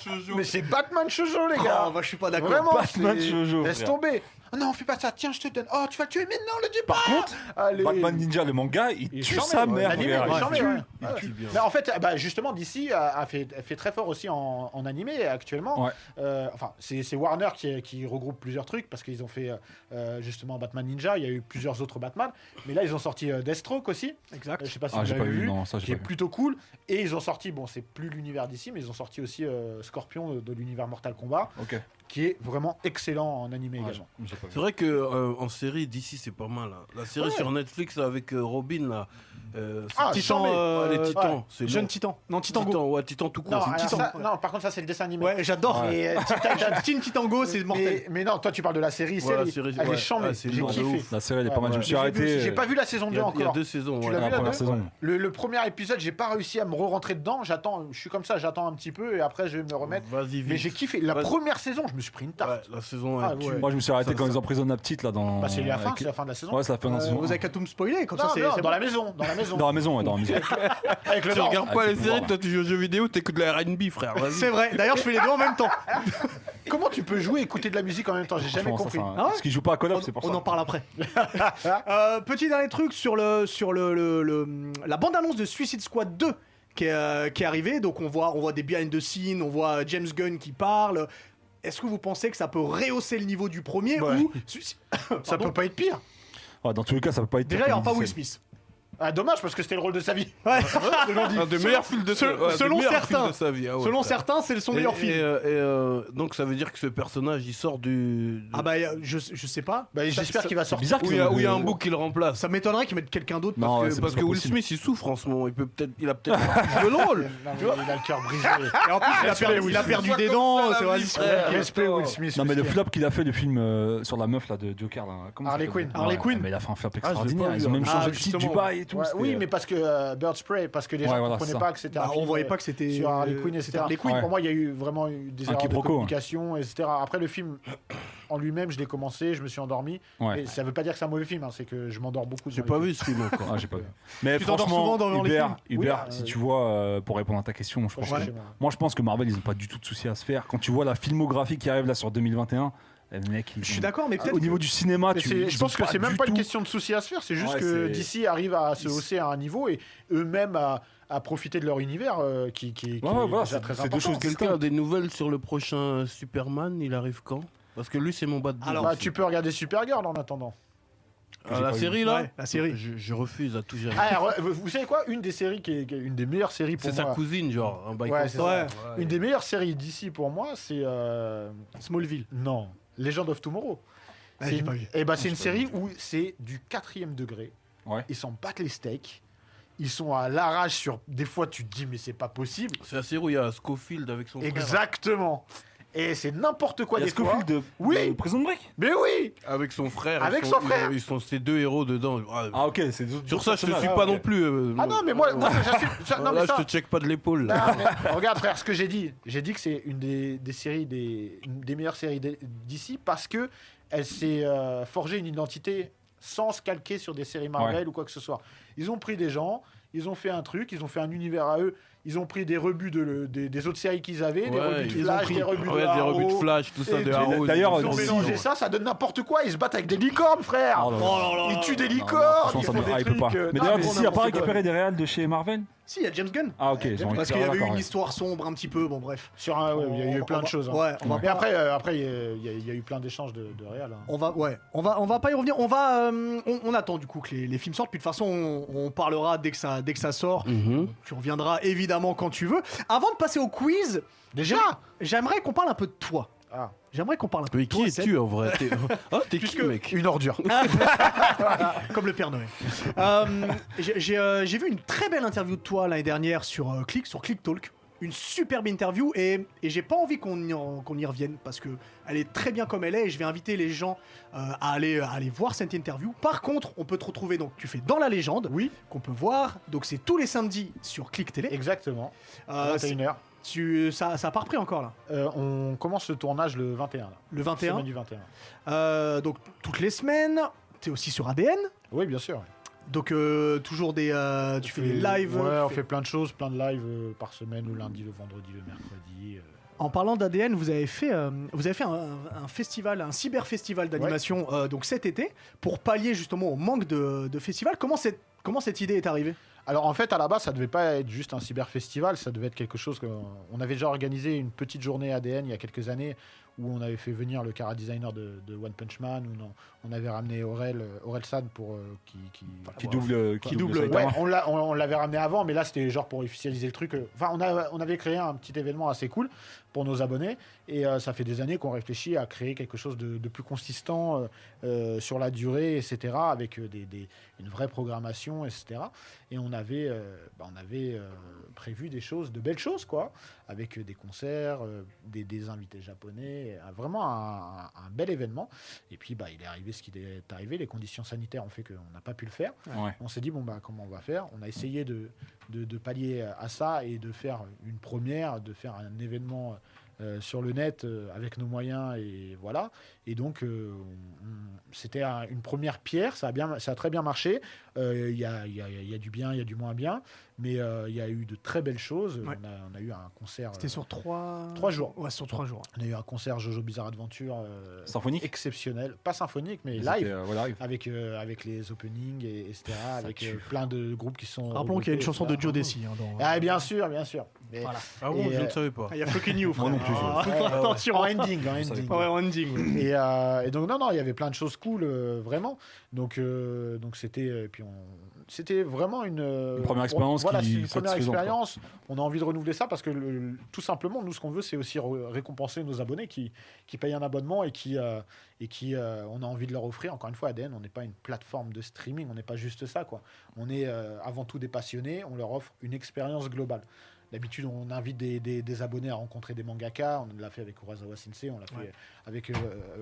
S5: shoujo. Mais c'est Batman shoujo, les gars.
S1: Oh, bah, je suis pas d'accord.
S5: Vraiment,
S2: Batman
S5: c'est-
S2: shoujo,
S5: Laisse
S2: frère.
S5: tomber. Ah non, fais pas ça. Tiens, je te donne. Oh, tu vas le tuer. Mais non, le dis pas.
S2: Par contre,
S5: Allez.
S2: Batman Ninja, le manga, il
S5: Il est
S2: tue
S5: charmé,
S2: sa
S5: ouais.
S2: mère.
S5: L'animé,
S2: frère,
S5: il est
S2: il
S5: charmé,
S2: tue.
S5: ouais.
S2: Il tue bien.
S5: Mais en fait, euh, bah, justement, DC a, a fait, a fait très fort aussi en, en animé actuellement.
S2: Ouais.
S5: Euh, enfin, c'est c'est Warner qui, qui regroupe plusieurs trucs parce qu'ils ont fait euh, euh, justement Batman Ninja. Il y a eu plusieurs autres Batman, mais là ils ont sorti euh, Deathstroke aussi. Euh,
S1: Exact.
S5: je sais pas si
S2: Ah,
S5: vous
S2: j'ai
S5: l'avez
S2: pas
S5: vu,
S2: vu, non, ça,
S5: qui
S2: j'ai
S5: est
S2: pas vu.
S5: plutôt cool. Et ils ont sorti, bon, c'est plus l'univers d'ici, mais ils ont sorti aussi euh, Scorpion euh, de l'univers Mortal Kombat,
S2: Ok.
S5: qui est vraiment excellent en animé
S2: Ouais,
S5: également.
S2: j'ai- j'ai pas vu.
S3: C'est vrai que euh, en série d'ici c'est pas mal. hein. La série
S5: Ouais.
S3: sur Netflix là, avec euh, Robin là, euh,
S5: Ah,
S3: c'est-
S5: Titan,
S3: euh,
S5: euh,
S3: les Titans, c'est
S1: Jeune
S3: long.
S1: Titan. Non, Titan Go.
S3: Titan, ouais, Titan tout
S5: Non,
S3: court.
S5: alors
S1: Titan,
S5: ça-
S1: ouais.
S5: non, par contre, ça c'est le dessin animé.
S1: Ouais, j'adore.
S5: Mais, euh, Titan-
S1: Et Teen Titan Go, c'est mortel.
S5: [laughs] mais, mais non, toi tu parles de la série,
S3: Ouais, la
S5: série.
S3: série,
S5: elle
S3: ouais.
S5: est chambée,
S3: Ah, c'est
S5: j'ai
S3: lourd de
S5: kiffé.
S3: ouf.
S2: La série, elle est
S5: Ouais,
S2: pas mal. Je
S5: ouais.
S2: me suis
S5: J'ai vu-
S2: arrêté. euh,
S5: J'ai pas vu la saison
S3: Il
S5: 2
S3: y, a, il y a
S5: encore.
S3: deux saisons.
S5: Tu
S3: ouais.
S5: l'as
S2: la
S5: vu la
S2: première
S5: deux
S2: saison.
S5: Le, le premier épisode, j'ai pas réussi à me re-rentrer dedans. J'attends, je suis comme ça, j'attends un petit peu et après je vais me remettre.
S3: Vas-y vite.
S5: Mais j'ai kiffé. La
S3: Vas-y.
S5: première saison, je me suis pris une
S3: Ouais,
S5: tarte.
S3: la saison
S5: Ah,
S3: elle tue.
S5: ouais.
S2: euh, Moi, je me suis arrêté
S3: Ça-
S2: quand
S3: ça-
S2: ils ont pris la petite là dans.
S5: Bah, c'est la fin,
S2: avec-
S5: c'est la fin de la saison.
S2: Ouais, c'est la fin de la
S1: Euh,
S2: saison.
S1: vous avez qu'à tout me spoiler comme
S5: non,
S1: ça, c'est
S5: non,
S1: c'est
S5: dans
S1: bon.
S5: la maison, dans la maison.
S2: Dans la maison, ouais, dans la maison.
S5: Avec le
S3: Tu
S5: nord.
S3: regardes
S2: Ah,
S3: pas
S2: c'est
S3: les
S2: pour
S3: séries,
S2: voir.
S3: toi tu joues aux jeux vidéo, t'écoutes de la RB frère.
S1: C'est
S3: Vas-y.
S1: vrai. D'ailleurs, je fais les deux en même temps.
S5: Comment tu peux jouer, écouter de la musique en même temps J'ai jamais
S2: Franchement, ça,
S5: compris.
S2: c'est un-
S1: Ah ouais
S2: Parce qu'ils jouent pas à Call
S1: On,
S2: of, c'est pour
S1: on
S2: ça.
S1: en parle après. [laughs] Euh, petit dernier truc sur le sur le, le- le- la bande annonce de Suicide Squad 2 qui est, euh, qui est arrivée. Donc on voit on voit des behind the scenes, on voit euh, James Gunn qui parle. Est-ce que vous pensez que ça peut rehausser le niveau du premier
S5: Ouais.
S1: ou Suicide-
S5: Ça
S1: Pardon
S5: peut pas être pire.
S2: Ouais, Dans tous les cas, ça peut pas être.
S1: Déjà, il n'y aura pas Will Smith.
S5: Ah, dommage parce que c'était le rôle de sa vie.
S1: Ouais.
S3: Un des meilleurs films de
S1: Selon-
S3: ouais, un des
S1: selon
S3: meilleurs films
S1: certains.
S3: de sa vie. ah ouais,
S1: Selon
S3: frère.
S1: certains, c'est son
S3: Et-
S1: meilleur
S3: et,
S1: film.
S3: euh, et, euh, donc ça veut dire que ce personnage il sort du. du-
S1: Ah bah euh, je, je sais pas.
S5: Bah, J'espère qu'il va
S2: C'est
S5: sortir.
S2: bizarre
S3: où
S2: qu'ils
S3: il y a,
S2: ont-
S3: où il y a un bout qui le remplace.
S1: Ça m'étonnerait qu'ils mettent quelqu'un d'autre.
S2: Non, ouais,
S3: parce
S2: c'est
S3: que, parce
S2: pas
S3: que Will
S2: possible.
S3: Smith il souffre en ce moment. Il peut peut-être, il a peut-être
S1: [laughs]
S3: joué le rôle.
S5: Non, mais Il a le cœur [laughs] brisé.
S1: Et en plus,
S3: [laughs]
S1: il a perdu, il a perdu des dents. c'est vrai, c'est-
S3: frère.
S5: Respect Will Smith.
S2: Non, mais le
S5: monsieur.
S2: flop qu'il a fait du film euh, sur la meuf là de Joker. Là. Comment ça
S5: Harley
S2: s'appelle
S5: Quinn.
S2: Ouais,
S1: Harley Quinn.
S2: Mais il a fait un flop
S3: pas
S2: extraordinaire.
S3: vu,
S2: Ils ont même
S1: ah,
S2: changé le titre du
S1: justement.
S2: bail et tout.
S5: Ouais,
S2: c'était-
S5: oui, mais parce que euh, Bird Spray, parce que les
S2: Ouais,
S5: gens ne
S2: voilà,
S5: comprenaient
S2: ça.
S5: pas que c'était
S1: Bah,
S5: un
S1: on
S5: film,
S1: voyait
S5: euh,
S1: pas que c'était
S5: sur Harley Quinn,
S1: c'était
S5: etc.
S1: Harley Quinn.
S2: Ouais.
S5: Pour moi, il y a eu vraiment eu des
S2: Un
S5: erreurs de
S2: quiproquo, hein.
S5: communication, etc. Après, le film en lui-même, je l'ai commencé, je me suis endormi.
S2: Ouais.
S5: Et ça veut pas dire que c'est un mauvais film, hein, c'est que je m'endors beaucoup.
S3: J'ai
S5: devant
S3: pas
S5: les
S3: vu ce film encore.
S2: Ah, j'ai pas vu. Mais
S1: Tu t'endors souvent
S2: franchement,
S1: dans- dans les
S2: Hubert,
S1: films
S2: Hubert,
S5: Oui,
S2: si
S5: euh,
S2: tu vois, euh, pour répondre à ta question, je pense
S5: films.
S2: que-
S5: Ouais.
S2: moi je pense que Marvel, ils ont pas du tout de souci à se faire. Quand tu vois la filmographie qui arrive là sur 2021, les mecs, ils
S1: Je suis
S2: ont-
S1: d'accord,
S5: Ah,
S1: mais peut-être.
S2: Au niveau du cinéma,
S5: Mais
S2: Ah, tu
S5: c'est-
S2: ils
S5: je
S2: ont
S5: pense que c'est
S2: du
S5: même pas une
S2: tout-
S5: question de souci à se faire, c'est juste
S2: Ouais,
S5: que
S2: c'est-
S5: DC arrive à
S2: Ils-
S5: se hausser à un niveau et eux-mêmes à, à profiter de leur univers euh, qui, qui, qui
S2: Ouais, ouais,
S5: est
S2: voilà,
S5: déjà
S2: c'est-
S5: très
S2: c'est deux
S5: important.
S2: choses
S3: Quelqu'un a des nouvelles sur le prochain Superman Il arrive quand Parce que lui c'est mon bad boy.
S1: Alors,
S5: Bah,
S3: aussi.
S5: tu peux regarder Supergirl en attendant.
S3: Ah,
S2: j'ai
S3: la
S2: pas vu.
S3: série là
S1: Ouais, la série.
S3: je, je refuse à tout gérer.
S5: Ah, re- vous vous savez quoi Une des séries qui est, qui est une des meilleures séries pour
S3: c'est sa
S5: moi.
S3: cousine genre un bail
S5: Ouais,
S3: comme
S5: c'est
S3: ça.
S1: Ouais.
S3: Ouais.
S5: Une des meilleures séries d'ici pour moi, c'est euh,
S1: Smallville.
S5: non, Legend of Tomorrow.
S1: Ah,
S5: C'est
S1: j'ai
S5: une-
S1: pas vu.
S5: Eh ben, c'est une série où c'est du quatrième degré.
S2: Ouais.
S5: Ils s'en battent les steaks. Ils sont à l'arrache sur. Des fois, tu te dis, mais c'est pas possible.
S3: C'est assez où il y a Scofield avec son frère.
S5: Exactement. Et c'est n'importe quoi
S2: Il y a
S5: des fois.
S2: Scofield de,
S5: Oui.
S2: de Prison Break
S5: Mais oui
S3: Avec son frère.
S5: Avec
S3: ils
S5: son
S3: sont-
S5: frère.
S3: Ils, ils sont ces deux héros dedans. Ah,
S2: Ah, ok, c'est deux-
S3: Sur
S2: deux
S3: ça, je te
S2: personnages.
S3: suis
S2: Ah,
S3: pas
S2: ok.
S3: non plus. euh,
S5: Ah non, mais moi,
S3: [laughs]
S5: moi, ça, j'assume. ça-
S3: Là,
S5: non, mais ça- Ah,
S3: je te check pas de l'épaule. là.
S5: Non, mais regarde, frère, ce que j'ai dit. J'ai dit que c'est une des, des séries, des, une des meilleures séries d- d'ici parce que elle s'est euh, forgée une identité sans se calquer sur des séries Marvel ou quoi que ce soit. Ils ont pris des gens, ils ont fait un truc, ils ont fait un univers à eux, ils ont pris des rebuts de le- des, des autres séries qu'ils avaient, des
S3: Ouais,
S5: rebuts de
S3: ils ont
S5: Flash,
S3: pris-
S5: des rebuts
S3: ouais,
S5: de
S3: des rebuts de
S5: Arrow.
S3: Flash, tout ça,
S5: Et
S3: de
S5: tout.
S3: Arrow.
S2: D'ailleurs,
S5: Ils ont
S2: Dans-
S5: mélangé ça, ça donne n'importe quoi. Ils se battent avec des licornes, frère.
S3: Ah,
S2: Oh là là.
S1: là
S5: Ils tuent des
S2: Non, non,
S5: licornes.
S2: franchement,
S5: ils
S2: ça
S5: font
S2: me
S5: des
S2: hype
S5: trucs,
S2: pas.
S5: euh,
S2: Mais
S5: non,
S2: d'ailleurs,
S5: mais
S2: d'ici, il
S5: on
S2: a pas
S5: n'importe quoi.
S2: récupéré des réals de chez Marvel
S1: Si, il y a James Gunn.
S2: Ah, ok, ils ont
S1: Parce
S2: récupéré,
S1: qu'il y avait
S2: d'accord,
S1: une
S2: ouais.
S1: histoire sombre un petit peu, bon bref.
S5: Sur un, ouais, il y a eu
S1: On-
S5: plein
S1: on
S5: de
S1: va-
S5: choses. hein.
S1: Ouais, on va
S5: Mais après, euh, après, il y a- il y, a- il y a eu plein d'échanges de, de réel. hein.
S1: On va, ouais, on va, on va pas y revenir. On va, euh, on, on attend du coup que les, les films sortent. Puis de toute façon, on, on parlera dès que ça, dès que ça
S5: Mm.
S1: sort.
S3: Mhm.
S1: Tu reviendras évidemment quand tu veux. Avant de passer au quiz,
S5: Déjà
S1: j'aimerais qu'on parle un peu de toi.
S5: Ah.
S1: J'aimerais qu'on parle un peu
S3: Mais
S1: de toi.
S3: qui
S1: Seb,
S3: es-tu en vrai
S5: [laughs]
S3: T'es- Ah, t'es qui,
S1: Puisque-
S3: mec Ah.
S5: Une ordure.
S1: [laughs] Comme le Père Noël.
S3: Hum,
S1: Euh, j'ai- J'ai euh, j'ai vu une très belle interview de toi l'année dernière sur euh, Click, sur Click Talk. Une superbe interview et, et j'ai pas envie qu'on y, en- qu'on y revienne parce que elle est très bien comme elle est et je vais inviter les gens euh, à, aller, à aller voir cette interview. Par contre, on peut te retrouver donc tu fais dans la légende.
S5: Oui,
S1: qu'on peut voir. Donc c'est tous les samedis sur Click Télé.
S5: exactement.
S1: Euh, c'est-
S5: 21h.
S1: tu, ça, ça a pas repris encore là.
S5: Euh, on commence le tournage le 21. Là.
S1: Le 21.
S5: Semaine du 21.
S1: Euh, donc toutes les semaines. T'es aussi sur ADN.
S5: Oui, bien sûr.
S1: Donc euh, toujours des. euh, tu fais des lives.
S5: Ouais,
S1: tu
S5: on
S1: fais-
S5: fait plein de choses, plein de lives euh, par semaine, le lundi, le vendredi, le mercredi. euh.
S1: En parlant d'ADN, vous avez fait, euh, vous avez fait un, un festival, un cyber festival d'animation euh, donc cet été pour pallier justement au manque de, de festivals. Comment cette, comment cette idée est arrivée
S5: Alors en fait, à la base, ça devait pas être juste un cyberfestival, ça devait être quelque chose que euh, on avait déjà organisé une petite journée ADN il y a quelques années où on avait fait venir le cara designer de, de One Punch Man, où on, on avait ramené Aurel, euh, Aurel San pour euh, qui, qui-
S2: Qui double, euh, qui
S1: Qui
S2: double,
S1: double,
S5: Ouais,
S2: Saitama.
S5: on l'a- on on l'avait ramené avant, mais là c'était genre pour officialiser le truc. euh, Enfin, on, a- on avait créé un petit événement assez cool pour nos abonnés, et euh, ça fait des années qu'on réfléchit à créer quelque chose de, de plus consistant euh, euh, sur la durée, etc., avec euh, des, des- une vraie programmation, etc. Et on avait, euh, bah, on avait euh, prévu des choses, de belles choses, quoi, avec euh, des concerts, euh, des, des invités japonais, euh, vraiment un, un- un bel événement. Et puis, bah, il est arrivé ce qui est arrivé, les conditions sanitaires ont fait qu'on n'a pas pu le faire.
S2: Ouais.
S5: On s'est dit, bon, bah, comment on va faire On a essayé de, de, de pallier à ça et de faire une première, de faire un événement euh, sur le net euh, avec nos moyens et voilà. Et donc, euh, on- on- c'était un- une première pierre, ça a, bien, ça a très bien marché. Euh, Il y, a, il y a- il y a du bien, il y a du moins bien, mais euh, il y a eu de très belles choses.
S1: Ouais.
S5: On, a, on a eu un concert.
S1: C'était
S5: euh,
S1: sur trois.
S5: trois jours.
S1: Ouais, sur trois jours.
S5: On a eu un concert Jojo Bizarre Adventure euh,
S2: Symphonique
S5: exceptionnel. Pas symphonique, mais
S2: C'était,
S5: live
S2: euh, voilà, live.
S5: avec, euh, avec les openings, et, etc., avec euh, plein de groupes qui sont.
S1: Rappelons qu'il y a une
S5: regroupés,
S1: chanson de
S5: etc..
S1: Joe Desi. hein, dans-
S5: Ah, bien sûr, bien sûr. Mais-
S1: Voilà.
S3: Ah
S5: bon,
S3: bon,
S5: je
S3: je
S5: euh,
S3: ne
S5: ne
S3: savais pas.
S1: Ah, Il y a fucking you, frère.
S2: non plus, j'ai-
S1: Ah,
S5: Ouais, ouais, ouais.
S1: attention.
S5: [laughs] En ending, en ending.
S1: Ouais, en ending. ouais.
S5: Et, euh, et donc non non, il y avait plein de choses cool euh, vraiment. Donc euh, donc c'était euh, puis on c'était vraiment une, euh,
S2: Une première
S5: on-
S2: expérience
S5: Voilà,
S2: qui-
S5: c'est une première
S2: satisfaisante, quoi.
S5: expérience. On a envie de renouveler ça parce que le- le- tout simplement nous ce qu'on veut c'est aussi re- récompenser nos abonnés qui qui payent un abonnement et qui euh, et qui euh, on a envie de leur offrir encore une fois ADN, on n'est pas une plateforme de streaming, on n'est pas juste ça quoi. On est euh, avant tout des passionnés, on leur offre une expérience globale. D'habitude, on invite des, des- des abonnés à rencontrer des mangaka. On l'a fait avec Urasawa Sensei, on l'a fait
S1: Ouais.
S5: avec euh,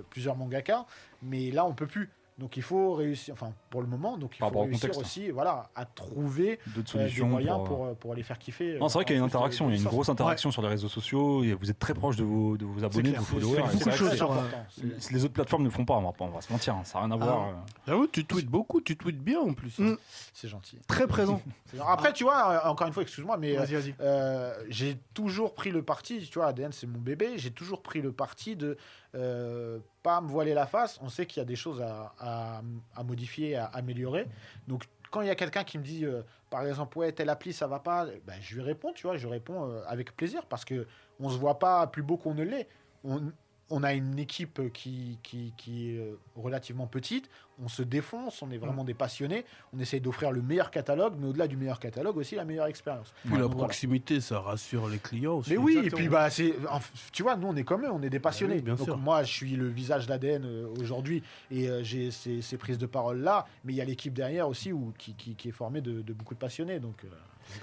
S5: plusieurs mangaka, mais là on peut plus. Donc il faut réussir, enfin pour le moment, donc il
S2: Par
S5: faut
S2: rapport au
S5: réussir
S2: contexte.
S5: aussi, voilà, à trouver
S2: D'autres
S5: euh, des
S2: solutions.
S5: moyens
S2: pour, euh,
S5: pour, euh, pour les faire kiffer.
S2: Non, c'est vrai
S5: euh,
S2: qu'il y a une
S5: en plus de-
S2: interaction, il y a
S5: de
S2: une
S5: ça.
S2: grosse interaction sur les réseaux sociaux, et vous êtes très proche de vos, de vos abonnés, de
S1: clair.
S2: vos
S1: C'est-
S2: followers.
S1: c'est
S2: et
S1: beaucoup de
S2: c'est vrai que
S1: choses. sur, euh,
S5: important.
S2: c'est- c'est- Les autres plateformes ne le font pas, on va pas, on va se mentir, hein, ça n'a rien à
S1: Ah,
S2: voir. euh.
S3: J'avoue, tu tweets beaucoup, tu tweets bien en plus.
S1: Mm.
S5: C'est gentil.
S1: Très présent.
S5: C'est gentil. Après, tu vois, euh, encore une fois, excuse-moi, mais euh,
S1: Vas-y, vas-y.
S5: euh, j'ai toujours pris le parti, tu vois, ADN c'est mon bébé, j'ai toujours pris le parti de euh, pas me voiler la face. On sait qu'il y a des choses à, à- à modifier, à améliorer. Donc quand il y a quelqu'un qui me dit, euh, par exemple, ouais, telle appli ça va pas, ben, je lui réponds, tu vois, je réponds euh, avec plaisir parce que on se voit pas plus beau qu'on ne l'est. On, on a une équipe qui, qui, qui est euh, relativement petite, on se défonce, on est vraiment des passionnés, on essaye d'offrir le meilleur catalogue, mais au-delà du meilleur catalogue aussi la meilleure expérience.
S3: Puis la
S5: Donc, voilà.
S3: proximité, ça rassure les clients aussi.
S5: Mais oui, et
S1: Exactement.
S5: puis bah c'est, enf- tu vois, nous on est comme eux, on est des passionnés.
S3: oui, bien
S5: Donc
S3: sûr.
S5: moi je suis le visage d'ADN euh, aujourd'hui et euh, j'ai ces, ces prises de parole là, mais il y a l'équipe derrière aussi où, qui, qui- qui est formée de, de beaucoup de passionnés. Donc euh,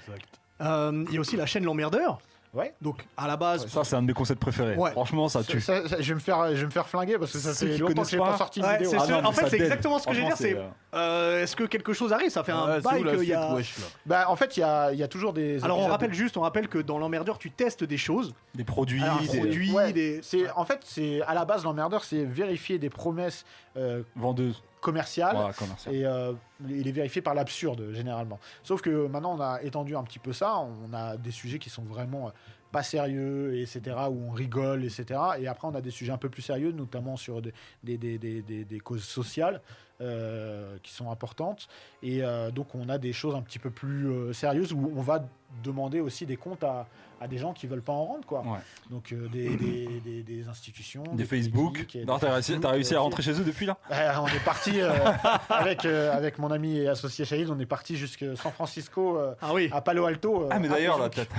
S3: Exact.
S1: Euh, Il y a aussi la chaîne L'Emmerdeur.
S5: Ouais.
S1: Donc, à la base.
S2: euh. Ça, c'est un de mes concepts préférés.
S1: Ouais.
S2: Franchement, ça
S5: ça-
S2: tue.
S5: ça- ça- je vais me faire, je vais me faire flinguer parce que ça
S2: Ceux
S5: fait
S2: qui
S5: longtemps que j'ai
S2: connaissent
S5: pas
S2: pas.
S5: sorti une
S1: Ouais,
S5: vidéo.
S1: c'est
S2: Ah
S1: ce-
S2: non,
S1: en
S2: mais
S1: fait,
S2: ça
S1: c'est
S2: dead.
S1: exactement ce que je veux dire.
S2: Franchement,
S1: C'est
S2: c'est, euh,
S1: euh, est-ce que quelque chose arrive Ça fait un bail qu'il y a.
S5: Bah, en fait, il y a, il y a toujours des.
S1: Alors, on
S5: épisodes
S1: rappelle juste, on rappelle que dans l'emmerdeur, tu testes des choses.
S2: Des produits,
S5: Alors,
S1: des
S5: c'est-
S2: des
S1: produits,
S5: ouais,
S1: des-
S5: c'est- en fait, c'est à la base l'emmerdeur, c'est vérifier des promesses euh,
S2: vendeuses.
S5: commerciales
S1: Ah,
S2: Voilà, commercial.
S5: et euh, il est vérifié par l'absurde généralement. Sauf que euh, maintenant, on a étendu un petit peu ça. On a des sujets qui sont vraiment euh, pas sérieux, etc. Où on rigole, etc. Et après, on a des sujets un peu plus sérieux, notamment sur des, des, des- des- des- des causes sociales euh, qui sont importantes. Et euh, donc, on a des choses un petit peu plus euh, sérieuses où on va demander aussi des comptes à, à des gens qui veulent pas en rendre, quoi.
S2: Ouais.
S5: Donc, euh, des, des- des- des institutions,
S2: Des Facebook.
S5: politiques et
S2: Non,
S5: des
S2: T'as réussi,
S5: Facebook,
S2: t'as réussi à
S5: euh,
S2: rentrer chez eux depuis là
S5: euh, on est parti euh, [laughs] avec, euh, avec mon ami et associé Shahid, on est parti jusqu'à San Francisco, euh,
S1: Ah oui.
S5: à Palo Alto. euh,
S2: Ah, mais d'ailleurs,
S5: à
S2: là,
S5: Facebook.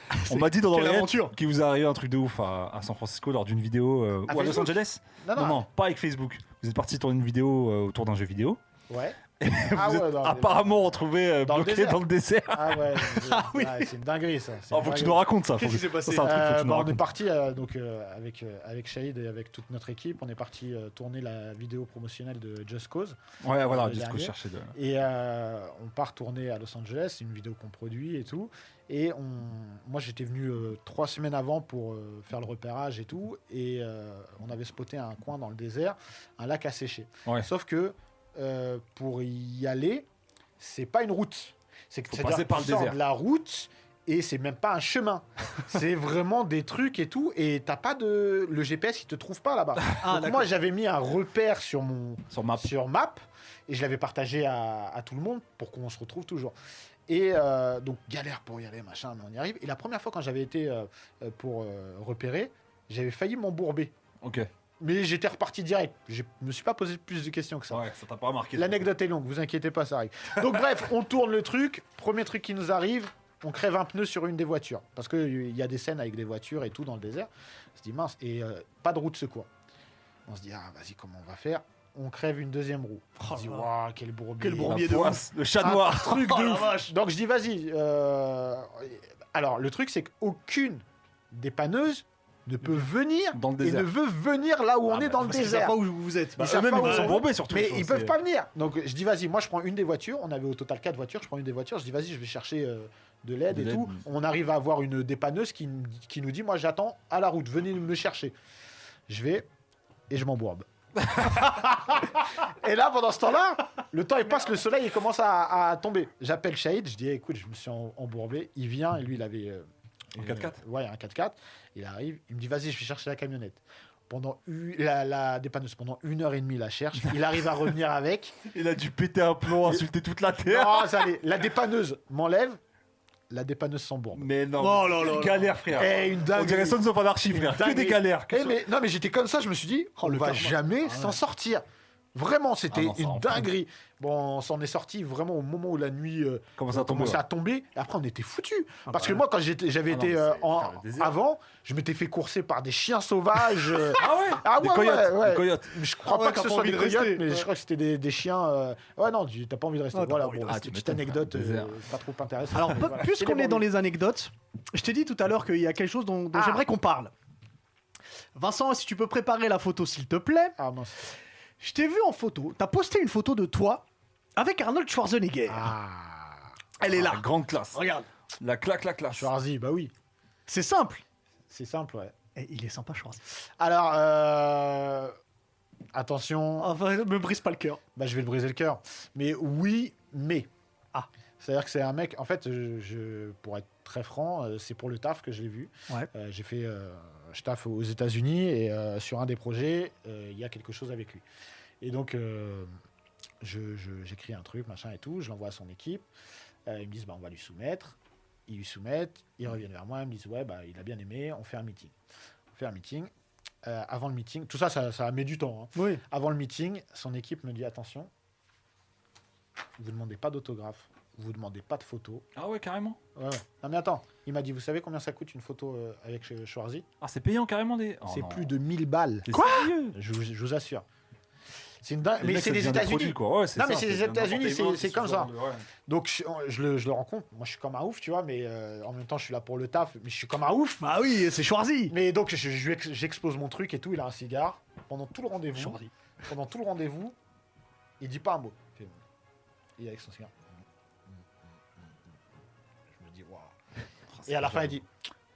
S1: [laughs]
S2: t'as- on m'a dit dans
S1: Quelle
S2: l'oreillette
S1: aventure
S2: qu'il vous est arrivé un truc de ouf à, à San Francisco lors d'une vidéo euh,
S5: À
S2: ou à Los
S5: Facebook
S2: Angeles.
S5: Non,
S2: Non,
S5: non.
S2: non, pas avec Facebook. Vous êtes parti tourner une vidéo euh, autour d'un jeu vidéo. [laughs]
S5: Ouais.
S2: Vous
S5: Ah ouais,
S2: êtes
S5: non, mais-
S2: apparemment retrouvé euh,
S5: Dans le
S2: bloqué
S5: désert.
S2: dans le désert.
S5: Ah
S2: [laughs]
S5: ouais,
S1: oui.
S5: ouais, c'est une dinguerie ça. c'est
S2: Ah,
S5: une
S2: faut que tu
S5: dinguerie.
S2: nous racontes ça. faut
S1: Qu'est-ce
S2: que-
S1: qui s'est passé
S2: ça, c'est un truc, faut que
S5: Euh,
S2: tu nous
S5: bah, on est
S2: racontes.
S5: parti euh, donc euh, avec euh, avec Shahid et avec toute notre équipe, on est parti euh, tourner la vidéo promotionnelle de Just Cause
S2: Ouais, voilà,
S5: le
S2: juste que
S5: dernier.
S2: je cherchais de.
S5: et euh, on part tourner à Los Angeles, c'est une vidéo qu'on produit et tout. Et on, moi j'étais venu euh, trois semaines avant pour euh, faire le repérage et tout, et euh, on avait spoté un coin dans le désert, un lac asséché.
S2: Ouais.
S5: Sauf que euh, pour y aller, c'est pas une route. C'est que
S2: Faut
S5: c'est-à-dire
S2: passer par
S5: que tu
S2: le
S5: sors
S2: désert.
S5: de la route et c'est même pas un chemin. [laughs] c'est vraiment des trucs et tout. Et t'as pas de. Le GPS il te trouve pas là-bas.
S1: Ah,
S5: Donc
S1: d'accord.
S5: moi j'avais mis un repère sur mon
S2: Sur map.
S5: sur map et je l'avais partagé à, à tout le monde pour qu'on se retrouve toujours. Et euh, donc galère pour y aller, machin, mais on y arrive. Et la première fois quand j'avais été euh, euh, pour euh, repérer, j'avais failli m'embourber.
S2: Ok.
S5: Mais j'étais reparti direct. Je me suis pas posé plus de questions que ça.
S2: Ouais, ça t'a pas marqué.
S5: [laughs] L'anecdote est longue, vous inquiétez pas, ça arrive. Donc bref, on tourne le truc. Premier truc qui nous arrive, on crève un pneu sur une des voitures. Parce qu'il y a des scènes avec des voitures et tout dans le désert. On se dit mince, et euh, pas de roue de secours. On se dit, ah vas-y, comment on va faire On crève une deuxième roue. On
S1: Oh
S5: se dit,
S1: là là.
S5: waouh, quel bourbier.
S1: Quel
S2: La
S1: bourbier de
S2: poisse, le chat
S5: Ah,
S2: noir.
S1: truc
S5: Oh,
S1: de
S5: la
S1: ouf.
S5: Donc je dis, vas-y. euh, Alors le truc, c'est qu'aucune des panneuses ne peut venir
S2: Dans le
S5: Ah, et ne
S2: désert. Bah,
S5: veut venir là où
S2: Ah
S5: on est
S2: bah,
S5: dans le
S1: Parce qu'ils savent
S5: désert.
S1: pas où vous êtes.
S5: Bah,
S1: Ils savent
S5: eux-mêmes,
S1: pas où
S5: ils
S1: ils
S5: sont
S1: sont.
S5: bourrés.
S2: bombés surtout.
S5: Mais
S2: ça,
S5: ils peuvent
S2: c'est-
S5: pas venir. Donc je dis vas-y, moi je prends une des voitures. On avait au total quatre voitures. Je prends une des voitures. Je dis vas-y, je vais chercher euh, de l'aide
S2: De
S5: et
S2: l'aide,
S5: tout.
S2: oui.
S5: On arrive à avoir une dépanneuse qui, n- qui nous dit moi j'attends à la route. Venez me chercher. Je vais et je m'embourbe. [laughs] et là, pendant ce temps-là, le temps il passe, le soleil il commence à, à tomber. J'appelle Shahid, je dis écoute, je me suis em- embourbé. Il vient et lui il avait euh,
S2: Un
S5: euh,
S2: 4x4?
S5: ouais, un 4x4. Il arrive, il me dit vas-y, je vais chercher la camionnette pendant une- la, la dépanneuse pendant une heure et demie la cherche. Il arrive à
S2: [laughs]
S5: revenir avec.
S2: Il a dû péter un plomb, insulter toute la terre.
S5: Non, ça allait. La dépanneuse m'enlève. La dépanneuse s'embourbe.
S2: Mais non.
S1: Oh là là là.
S2: Galère, frère.
S5: Eh, une
S2: On
S5: dingue.
S2: dirait Sons of Anarchy, frère. Que
S5: dinguerie.
S2: des galères. que-
S5: mais, non, mais j'étais comme ça, je me suis dit,
S2: Oh,
S5: on
S1: le
S5: va
S1: karma.
S5: jamais s'en sortir. Vraiment, c'était
S2: Ah non, ça en
S5: une
S2: fout.
S5: dinguerie. Bon, on s'en est sorti vraiment au moment où la nuit euh,
S2: Comment ça tombe
S5: commençait à tomber. Et après, on était foutus. Parce
S1: bah
S5: que
S1: ouais.
S5: moi, quand j'étais- j'avais
S2: Ah non,
S5: été
S2: mais
S5: euh,
S2: c'est-
S5: en-
S2: frère, le désert.
S5: avant, je m'étais fait courser par des chiens
S2: [laughs]
S5: sauvages. euh,
S2: Ah ouais
S5: Ah
S2: Des
S5: ouais,
S2: coyotes,
S5: ouais, ouais.
S2: des coyotes.
S5: Mais Je crois
S1: Ah ouais,
S5: pas que
S1: t'as
S5: ce
S1: pas
S5: soit
S1: envie
S5: des
S1: de rester,
S5: coyotes, mais
S1: ouais.
S5: je crois que c'était des, des chiens. euh, Ouais, non, tu- t'as pas envie de rester.
S1: Ouais, t'as
S5: voilà,
S1: pas envie de
S5: bon,
S2: rester.
S5: c'était
S2: Ah,
S5: une
S2: tu
S5: petite
S2: m'étonnes,
S5: anecdote
S2: un désert.
S5: euh, pas trop intéressante.
S1: Alors,
S5: Voilà,
S1: puisqu'on
S5: c'était
S1: est dans
S5: bon.
S1: bah, les anecdotes, je t'ai dit tout à l'heure qu'il y a quelque chose dont, dont
S5: Ah.
S1: j'aimerais qu'on parle. Vincent, si tu peux préparer la photo, s'il te plaît.
S5: Ah mince.
S1: Je t'ai vu en photo. T'as posté une photo de toi avec Arnold Schwarzenegger.
S5: Ah,
S1: Elle est
S2: Ah,
S1: là.
S2: la grande classe.
S1: Regarde.
S2: La claque, la classe.
S5: Schwarzy, bah oui,
S1: C'est simple.
S5: c'est simple, ouais.
S1: Et il est sympa, Schwarzy.
S5: Alors, euh, attention,
S1: Enfin, me brise pas le cœur.
S5: bah, je vais te briser le cœur. Mais oui, mais.
S1: Ah.
S5: C'est-à-dire que c'est un mec, en fait, je, je- pour être très franc, euh, c'est pour le taf que je l'ai vu.
S1: Ouais.
S5: Euh, j'ai fait, euh, je taffe aux États-Unis et euh, sur un des projets, euh, il y a quelque chose avec lui. Et donc, euh, je- je- j'écris un truc, machin et tout, je l'envoie à son équipe. Euh, ils me disent, bah, on va lui soumettre. Ils lui soumettent, ils reviennent vers moi, ils me disent, ouais, bah, il a bien aimé, on fait un meeting. On fait un meeting. euh, avant le meeting. Tout ça, ça, ça met du temps. hein.
S1: Oui.
S5: Avant le meeting, son équipe me dit attention, vous demandez pas d'autographe, vous demandez pas de photo.
S2: Ah ouais, carrément.
S5: Ouais, ouais. Non mais attends, il m'a dit vous savez combien ça coûte une photo euh, avec Ch- Schwarzy
S2: Ah, c'est payant carrément des. Oh,
S5: C'est
S2: non.
S5: plus de 1000 balles.
S2: T'es sérieux
S5: Je vous, je vous assure. C'est une dingue-
S2: Les
S5: Mais
S2: mecs,
S5: c'est
S2: ça
S5: les
S2: devient des
S5: États-Unis.
S2: produits, quoi. Ouais, c'est
S5: Non,
S2: ça,
S5: mais c'est les
S2: n'importe
S5: États-Unis,
S2: comment,
S5: c'est- c'est
S2: ce
S5: comme
S2: genre
S5: ça.
S2: de- ouais.
S5: Donc je, je le, je le rencontre. Moi, je suis comme un ouf, tu vois, mais euh, en même temps, je suis là pour le taf. Mais je suis comme un ouf.
S1: Bah oui, c'est Schwarzy.
S5: Mais donc, je- je lui ex- j'expose mon truc et tout. Il a un cigare. Pendant tout le rendez-vous,
S1: Schwarzy.
S5: pendant tout le rendez-vous, il dit pas un mot. Il fait- Il est avec son Mm, cigare. mm. Je me dis, waouh.
S1: Oh,
S5: Et à la fin, il dit.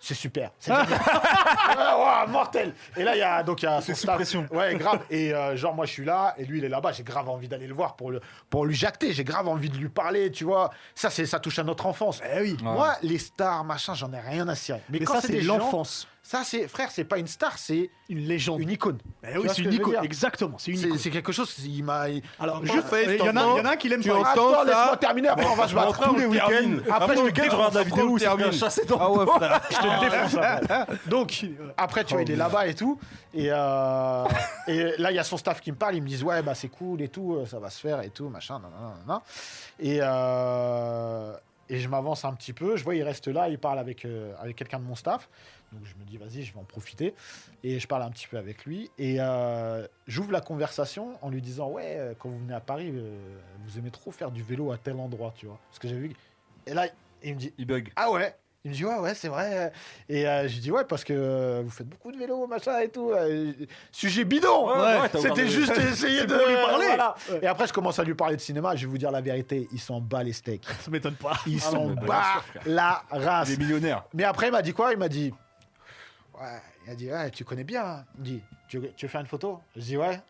S5: C'est super.
S1: [laughs]
S5: C'est génial. Ah, waouh, mortel. Et là, il y a donc il y a son
S2: sous
S5: staff.
S2: pression.
S5: Ouais, grave. Et euh, genre moi, je suis là et lui, il est là-bas. J'ai grave envie d'aller le voir pour le pour lui jacter. J'ai grave envie de lui parler. Tu vois, ça c'est ça touche à notre enfance.
S1: Eh oui.
S2: Ouais.
S5: Moi, les stars, machin, j'en ai rien à cirer. Mais,
S1: Mais
S5: quand
S1: ça,
S5: c'est
S1: c'est
S5: des
S1: de
S5: gens,
S1: l'enfance.
S5: ça c'est frère, c'est pas une star, c'est
S1: Une légende.
S5: une icône.
S1: Eh
S5: Tu
S1: oui, c'est
S5: vois ce que
S1: une
S5: je veux
S1: icône.
S5: dire
S1: Exactement, c'est une
S5: C'est
S1: icône.
S5: c'est quelque chose. Il m'a.
S1: Alors,
S3: T'entends
S1: je-
S3: Face,
S1: il y, en a-
S3: t'entends
S1: il y en a un qui l'aime
S3: Tu
S1: pas.
S3: entends
S5: Attends,
S3: ça
S5: laisse-moi terminer. Après, on va se battre.
S2: Tous les week-ends, après
S5: Après,
S2: le
S5: je
S2: week-end, je
S5: défonce,
S2: regarde la vidéo où c'est
S3: termine.
S2: bien chassé dans
S3: Ah ouais, frère.
S5: je te défonce après. Donc,
S1: euh,
S5: après, tu vois, il est là-bas et tout. Et, euh, et là, il y a son staff qui me parle. Ils me disent, ouais, bah, c'est cool et tout, euh, ça va se faire et tout, machin, nanana, nanana. Et, euh, et je m'avance un petit peu. Je vois, il reste là, il parle avec, euh, avec quelqu'un de mon staff. Donc, je me dis, vas-y, je vais en profiter. Et je parle un petit peu avec lui. Et euh, j'ouvre la conversation en lui disant, ouais, euh, quand vous venez à Paris, euh, vous aimez trop faire du vélo à tel endroit, tu vois. Parce que j'avais vu. Et là, il me dit,
S2: Il bug.
S5: ah ouais Il me dit, ouais, ouais, c'est vrai. Et euh, je lui dis, ouais, parce que euh, vous faites beaucoup de vélo, machin et tout. Euh, sujet bidon
S2: Ouais, ouais, t'as ouvert
S5: C'était
S2: le- [laughs]
S5: juste essayer de
S1: pour lui parler.
S5: voilà.
S1: Ouais.
S5: Et après, je commence à lui parler de cinéma. Je vais vous dire la vérité, il s'en bat les steaks.
S1: Ça m'étonne
S5: [laughs]
S1: pas.
S5: Il s'en
S2: Ah mais bien
S5: bat
S2: sûr, frère.
S5: la race.
S2: Il est millionnaire.
S5: Mais après, il m'a dit quoi Il m'a dit, ouais, il a dit, ouais, tu connais bien. hein. Il me dit, tu veux, tu veux faire une photo Je dis, ouais.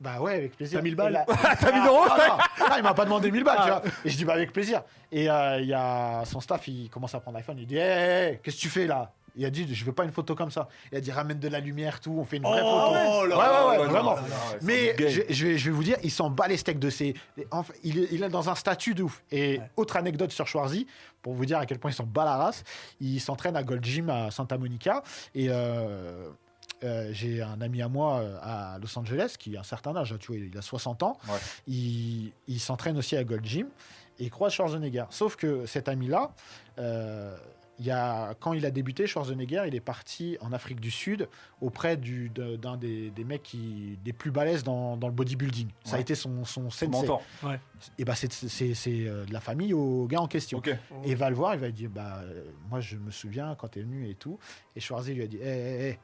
S5: Bah ouais, avec plaisir.
S1: T'as 1000
S5: Et
S1: balles
S5: là-
S2: T'as mis
S5: ah,
S2: l'euro,
S5: ah, non. Ah, il m'a pas demandé 1000 balles, tu vois. Et je dis, bah, avec plaisir. Et euh, il y a son staff, il commence à prendre l'iPhone. Il dit, hé, hé, hé, qu'est-ce que tu fais là Il a dit, je veux pas une photo comme ça. Il a dit, ramène de la lumière, tout, on fait une vraie
S1: Oh
S5: photo.
S1: là
S5: ouais,
S1: là
S5: ouais, ouais,
S2: là
S5: vraiment.
S2: là là, ouais, c'est
S5: Mais
S2: un big
S5: je, je vais, je vais vous dire, il s'en bat les steaks de ses. en fait, il, est, il est dans un statut de ouf. Et autre anecdote sur Schwarzy, pour vous dire à quel point il s'en bat la race, il s'entraîne à Gold Gym à Santa Monica. Et. euh, euh, j'ai un ami à moi euh, à Los Angeles qui a un certain âge, hein, tu vois, il a 60 ans.
S2: Ouais.
S5: Il, il s'entraîne aussi à Gold Gym et il croise Schwarzenegger. Sauf que cet ami-là, euh, il y a, quand il a débuté, Schwarzenegger, il est parti en Afrique du Sud auprès du- de- d'un des, des mecs qui, des plus balèzes dans, dans le bodybuilding. Ça a
S2: Ouais.
S5: été son, son sensei.
S2: Mentor.
S5: Et bah, c'est c'est- c'est, euh, de la famille au gars en question.
S2: Ok.
S5: Et il va le voir, il va lui dire bah, euh, Moi, je me souviens quand t'es venu et tout. Et Schwarzy lui a dit Hé, hé, hé,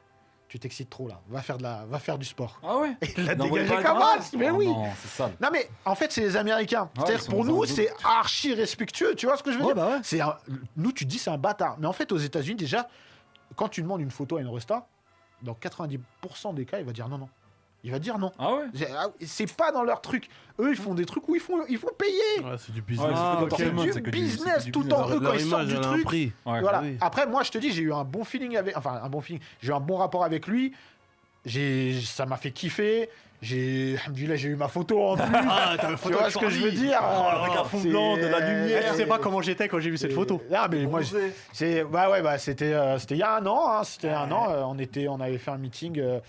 S5: tu t'excites trop là, va faire, de la, va faire du sport. [laughs]
S2: Ah ouais
S5: Il l'a
S2: Non, vous
S5: dégagé
S2: voulez pas
S5: comme
S2: le
S5: as, mais
S2: Oh
S5: oui
S2: Non, c'est sale.
S5: Non, mais en fait, c'est les Américains.
S2: Ouais, ils
S5: C'est-à-dire,
S2: sont
S5: pour
S2: dans
S5: nous,
S2: un doute.
S5: c'est archi respectueux, tu vois ce que je veux
S1: Ouais,
S5: dire
S1: bah ouais.
S5: c'est un- Nous, tu te dis c'est un bâtard. Mais en fait, aux États-Unis, déjà, quand tu demandes une photo à une resta, dans 90% des cas, il va dire non, non. Il va dire non.
S2: Ah ouais
S5: C'est- ah, C'est pas dans leur truc. Eux, ils font des trucs où ils font, ils font payer.
S3: Ouais, c'est du
S2: Ouais,
S3: business.
S1: Ah,
S2: c'est
S1: ok.
S2: que de l'entertainment,
S5: Du
S2: c'est que
S5: business
S2: c'est que
S5: tout
S2: business.
S5: en eux. quand
S3: Leur
S5: ils sortent
S3: image,
S5: du
S3: elle a un
S5: truc.
S3: prix.
S2: Ouais.
S5: Voilà.
S3: oui.
S5: Après, moi, je te dis, j'ai eu un bon feeling avec. Enfin, un bon feeling. J'ai eu un bon rapport avec lui. J'ai, ça m'a fait kiffer. J'ai, Alhamdoulilah, j'ai eu ma photo en plus.
S1: Ah, t'as la
S5: tu
S1: photo
S5: vois
S1: avec
S5: ce que je veux
S1: Schwarzy.
S5: dire
S1: Oh, Avec un fond
S5: C'est-
S1: blanc, de la lumière.
S5: Ah,
S1: Je sais pas comment j'étais quand j'ai vu cette photo.
S5: Ah mais moi, je- c'est bah ouais bah c'était euh, c'était il y a un an, hein, c'était un an. euh, on était, on avait fait un meeting. euh,